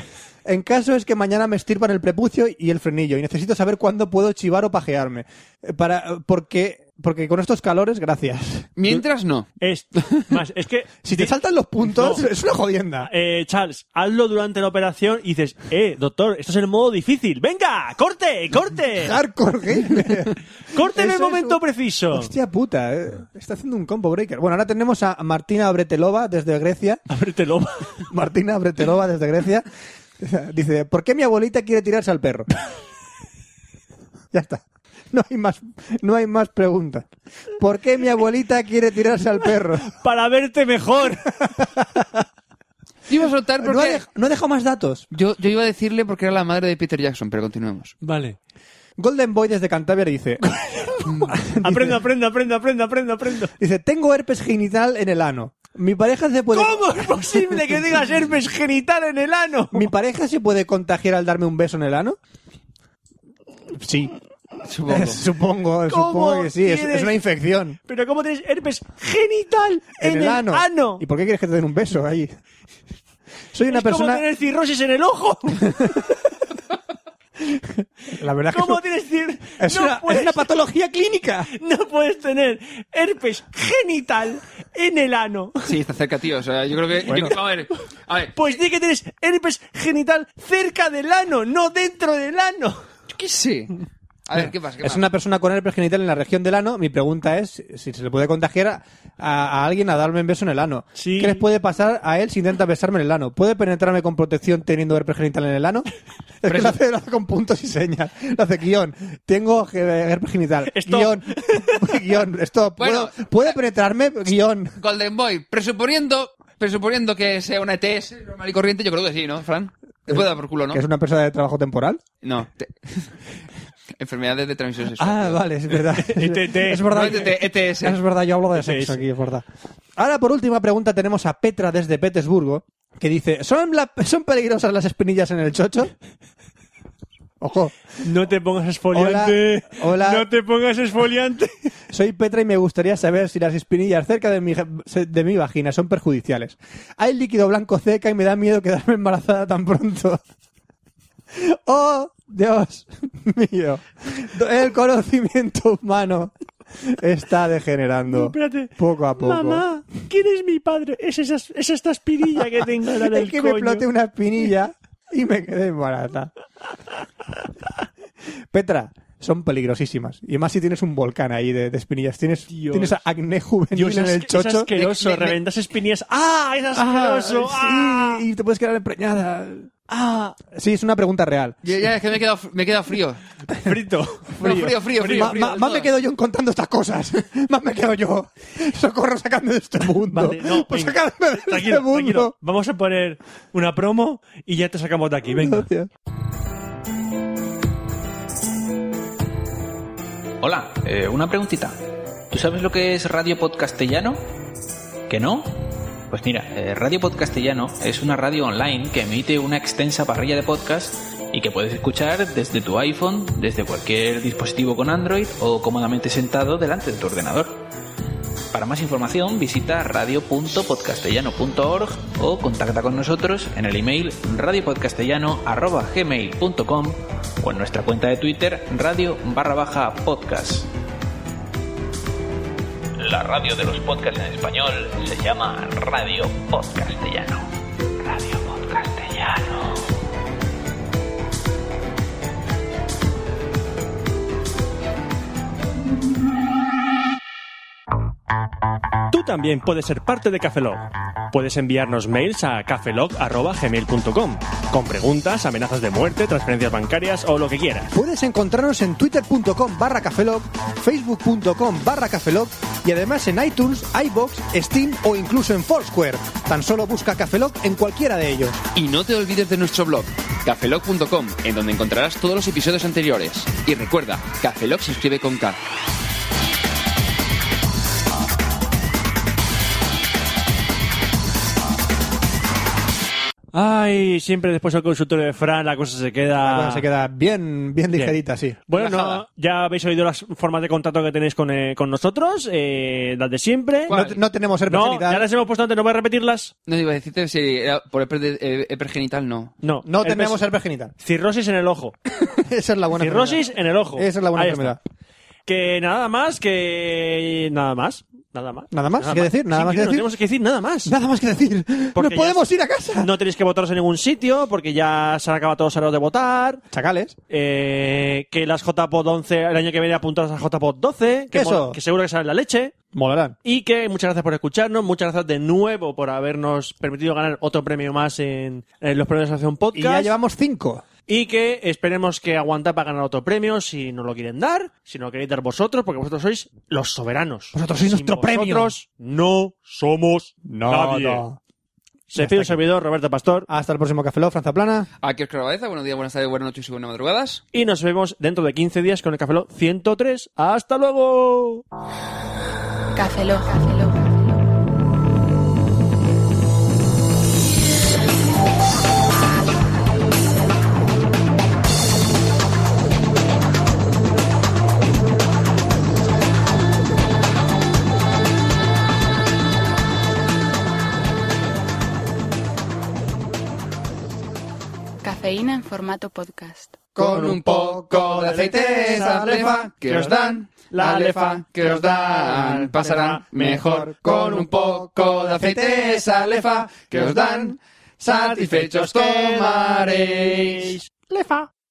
Speaker 1: En caso es que mañana me estirpan el prepucio y el frenillo y necesito saber cuándo puedo chivar o pajearme. Eh, Para, porque, porque con estos calores, gracias.
Speaker 2: Mientras no.
Speaker 3: Es, más, es que.
Speaker 1: Si te saltan los puntos,
Speaker 3: No.
Speaker 1: es una jodienda.
Speaker 3: Eh, Charles, hazlo durante la operación y dices, eh, doctor, esto es el modo difícil. ¡Venga! ¡Corte! ¡Corte!
Speaker 1: Hardcore gamer.
Speaker 3: ¡Corte en
Speaker 1: Eso
Speaker 3: el
Speaker 1: es
Speaker 3: momento
Speaker 1: un-
Speaker 3: preciso!
Speaker 1: Hostia puta, eh. está haciendo un combo breaker. Bueno, ahora tenemos a Martina Bretelova desde Grecia.
Speaker 3: Ábretelo.
Speaker 1: Martina Bretelova desde Grecia. Dice, ¿por qué mi abuelita quiere tirarse al perro? ya está. No hay más, no hay más preguntas. ¿Por qué mi abuelita quiere tirarse al perro?
Speaker 3: Para verte mejor.
Speaker 2: Yo iba a soltar
Speaker 1: No ha,
Speaker 2: porque...
Speaker 1: dej- no ha dejado más datos.
Speaker 2: Yo, yo iba a decirle porque era la madre de Peter Jackson, pero continuemos.
Speaker 3: Vale.
Speaker 1: Golden Boy desde Cantabria dice,
Speaker 3: Aprendo, aprendo, aprendo, aprendo, aprendo, aprendo.
Speaker 1: dice, tengo herpes genital en el ano. Mi pareja se puede...
Speaker 3: ¿Cómo es posible que digas herpes genital en el ano?
Speaker 1: ¿Mi pareja se puede contagiar al darme un beso en el ano? Sí.
Speaker 2: Supongo.
Speaker 1: supongo,
Speaker 3: ¿Cómo
Speaker 1: supongo que sí. Es,
Speaker 3: quieres-
Speaker 1: es una infección.
Speaker 3: Pero ¿cómo tienes herpes genital en, el, ano?
Speaker 1: ¿Y por qué quieres que te den un beso ahí? Soy una
Speaker 3: es
Speaker 1: persona...
Speaker 3: como tener cirrosis en el ojo.
Speaker 1: La verdad es que
Speaker 3: ¿Cómo
Speaker 1: es,
Speaker 3: tienes cir...
Speaker 1: es
Speaker 3: no,
Speaker 1: una, es
Speaker 3: puedes,
Speaker 1: una patología clínica.
Speaker 3: no puedes tener herpes genital en el ano.
Speaker 2: Sí, está cerca, tío. O sea, yo creo que...
Speaker 1: Bueno.
Speaker 2: yo- a ver, a ver.
Speaker 3: Pues di que tienes herpes genital cerca del ano, no dentro del ano.
Speaker 2: yo ¿Qué sé? A ver, ¿qué pasa? ¿Qué
Speaker 1: Eh, Es
Speaker 2: pasa?
Speaker 1: una persona con herpes genital en la región del ano. Mi pregunta es si se le puede contagiar a, a alguien a darme un beso en el ano.
Speaker 3: Sí.
Speaker 1: ¿Qué les puede pasar a él si intenta besarme en el ano? ¿Puede penetrarme con protección teniendo herpes genital en el ano? Es que lo hace, lo hace con puntos y señas. Lo hace guión. Tengo ge- herpes genital.
Speaker 3: Stop.
Speaker 1: Guión. guión. Stop.
Speaker 2: Bueno.
Speaker 1: ¿Puedo- ¿Puede penetrarme? Guión.
Speaker 2: Golden Boy, presuponiendo, presuponiendo que sea una ETS normal y corriente, yo creo que sí, ¿no, Fran? Te puede dar por culo, ¿no?
Speaker 1: ¿Que es una persona de trabajo temporal?
Speaker 2: No. te- Enfermedades de transmisión sexual. E
Speaker 1: Ah, vale, es verdad.
Speaker 3: ETT.
Speaker 1: Es verdad.
Speaker 2: No, ETT, ETS.
Speaker 1: Es verdad, yo hablo de sexo
Speaker 3: ETS.
Speaker 1: aquí, es verdad. Ahora, por última pregunta, tenemos a Petra desde Petersburgo, que dice, ¿son, la- ¿son peligrosas las espinillas en el chocho? Ojo,
Speaker 3: No te pongas esfoliante.
Speaker 1: Hola, hola.
Speaker 3: No te pongas esfoliante.
Speaker 1: soy Petra y me gustaría saber si las espinillas cerca de mi, ja- de mi vagina son perjudiciales. Hay líquido blanco cerca y me da miedo quedarme embarazada tan pronto. ¡Oh, Dios mío! El conocimiento humano está degenerando
Speaker 3: Espérate.
Speaker 1: poco a poco.
Speaker 3: Mamá, ¿quién es mi padre? Es, esa, es esta espirilla que tengo en el
Speaker 1: es que me
Speaker 3: coño.
Speaker 1: exploté una espinilla y me quedé embarazada. Petra, son peligrosísimas. Y más si tienes un volcán ahí de, de espinillas. Tienes,
Speaker 3: Dios.
Speaker 1: tienes acné juvenil
Speaker 3: Dios,
Speaker 1: en
Speaker 3: es,
Speaker 1: el
Speaker 3: que- es
Speaker 1: chocho.
Speaker 3: asqueroso.
Speaker 2: Me- me-
Speaker 3: Reventas espinillas. ¡Ah! Es
Speaker 1: Ah,
Speaker 3: asqueroso.
Speaker 1: sí,
Speaker 3: ¡Ah!
Speaker 1: y te puedes quedar empreñada. Ah, sí, es una pregunta real.
Speaker 2: Ya, ya, es que me he quedado, fr- me he quedado frío.
Speaker 3: Frito.
Speaker 2: No, frío, frío, frío.
Speaker 1: Ma-
Speaker 2: frío,
Speaker 1: ma- más
Speaker 2: de
Speaker 1: me
Speaker 2: todas.
Speaker 1: quedo yo contando estas cosas. Más me quedo yo. Socorro, sacadme de este mundo.
Speaker 3: Vale, no,
Speaker 1: pues
Speaker 3: venga.
Speaker 1: sacadme de
Speaker 3: Tranquilo,
Speaker 1: este mundo.
Speaker 3: tranquilo. Vamos a poner una promo y ya te sacamos de aquí. Venga.
Speaker 1: Gracias.
Speaker 8: Hola, eh, una preguntita. ¿Tú sabes lo que es Radio Podcastellano? ¿Que no? Pues mira, eh, Radio Podcastellano es una radio online que emite una extensa parrilla de podcasts y que puedes escuchar desde tu iPhone, desde cualquier dispositivo con Android o cómodamente sentado delante de tu ordenador. Para más información visita radio.podcastellano.org o contacta con nosotros en el email radiopodcastellano.gmail.com o en nuestra cuenta de Twitter radio barra baja podcast. La radio de los podcasts en español se llama Radio Podcastellano. Radio Podcastellano.
Speaker 3: Tú también puedes ser parte de Cafelog. Puedes enviarnos mails a cafelog.gmail.com con preguntas, amenazas de muerte, transferencias bancarias o lo que quieras.
Speaker 1: Puedes encontrarnos en twitter.com barra cafelog, facebook.com barra cafelog y además en iTunes, iBox, Steam o incluso en Foursquare. Tan solo busca cafelog en cualquiera de ellos.
Speaker 2: Y no te olvides de nuestro blog, cafelog.com, en donde encontrarás todos los episodios anteriores. Y recuerda, Cafelog se escribe con K.
Speaker 3: Ay, siempre después del consultorio de Fran la cosa se queda...
Speaker 1: Bueno, se queda bien, bien
Speaker 3: Ah. Bien.
Speaker 1: ligerita, sí.
Speaker 3: Bueno, no,
Speaker 2: Relajada.
Speaker 3: ya habéis oído las formas de contacto que tenéis con, eh, con nosotros, eh, las de siempre.
Speaker 1: No,
Speaker 2: ¿Cuál?
Speaker 1: no tenemos herpes
Speaker 3: No,
Speaker 1: genital.
Speaker 3: ya las hemos puesto antes, no voy a repetirlas.
Speaker 2: No iba a decirte si era por herpes de- eh, genital, no.
Speaker 3: No,
Speaker 1: No
Speaker 3: herpes-
Speaker 1: tenemos herpes genital.
Speaker 3: cirrosis en el ojo.
Speaker 1: Esa es la buena
Speaker 3: Cirrosis
Speaker 1: enfermedad.
Speaker 3: en el ojo.
Speaker 1: Esa es la buena
Speaker 3: Ahí
Speaker 1: enfermedad.
Speaker 3: está. Que nada más, que nada más, nada más.
Speaker 1: Nada más que decir, nada más que
Speaker 3: no
Speaker 1: decir.
Speaker 3: tenemos que decir nada más.
Speaker 1: Nada más que decir. ¡Nos
Speaker 3: Porque ya
Speaker 1: podemos
Speaker 3: está.
Speaker 1: ir a casa!
Speaker 3: No tenéis que votaros en ningún sitio porque ya se han acabado todos los horarios de votar.
Speaker 1: Chacales.
Speaker 3: Eh, que las JPOD 11 el año que viene apuntadas a JPOD 12. Que,
Speaker 1: Eso.
Speaker 3: mola- que seguro que sale la leche.
Speaker 1: Molarán.
Speaker 3: Y que muchas gracias por escucharnos, muchas gracias de nuevo por habernos permitido ganar otro premio más en, en los premios de Acción
Speaker 1: Y
Speaker 3: Podcast.
Speaker 1: ya llevamos cinco.
Speaker 3: y que esperemos que aguanta para ganar otro premio si nos lo quieren dar, si no lo queréis dar vosotros, porque vosotros sois los soberanos.
Speaker 1: Vosotros sois
Speaker 3: Sin
Speaker 1: nuestro premio.
Speaker 3: Vosotros no somos nadie. Se pide un servidor, Roberto Pastor,
Speaker 1: Hasta el próximo Café Lock, Franza Plana.
Speaker 2: Aquí es Carabaleza, buenos días, buenas tardes, buenas noches y buenas madrugadas.
Speaker 3: y nos vemos dentro de 15 días con el Café Lock 103. ¡Hasta luego!
Speaker 6: Café Lock. Café Lock. Cafeína en formato podcast.
Speaker 2: Con un poco de aceite, esa lefa que os dan, la lefa que os dan, pasará mejor. Con un poco de aceite, esa lefa que os dan, satisfechos tomaréis.
Speaker 5: Lefa.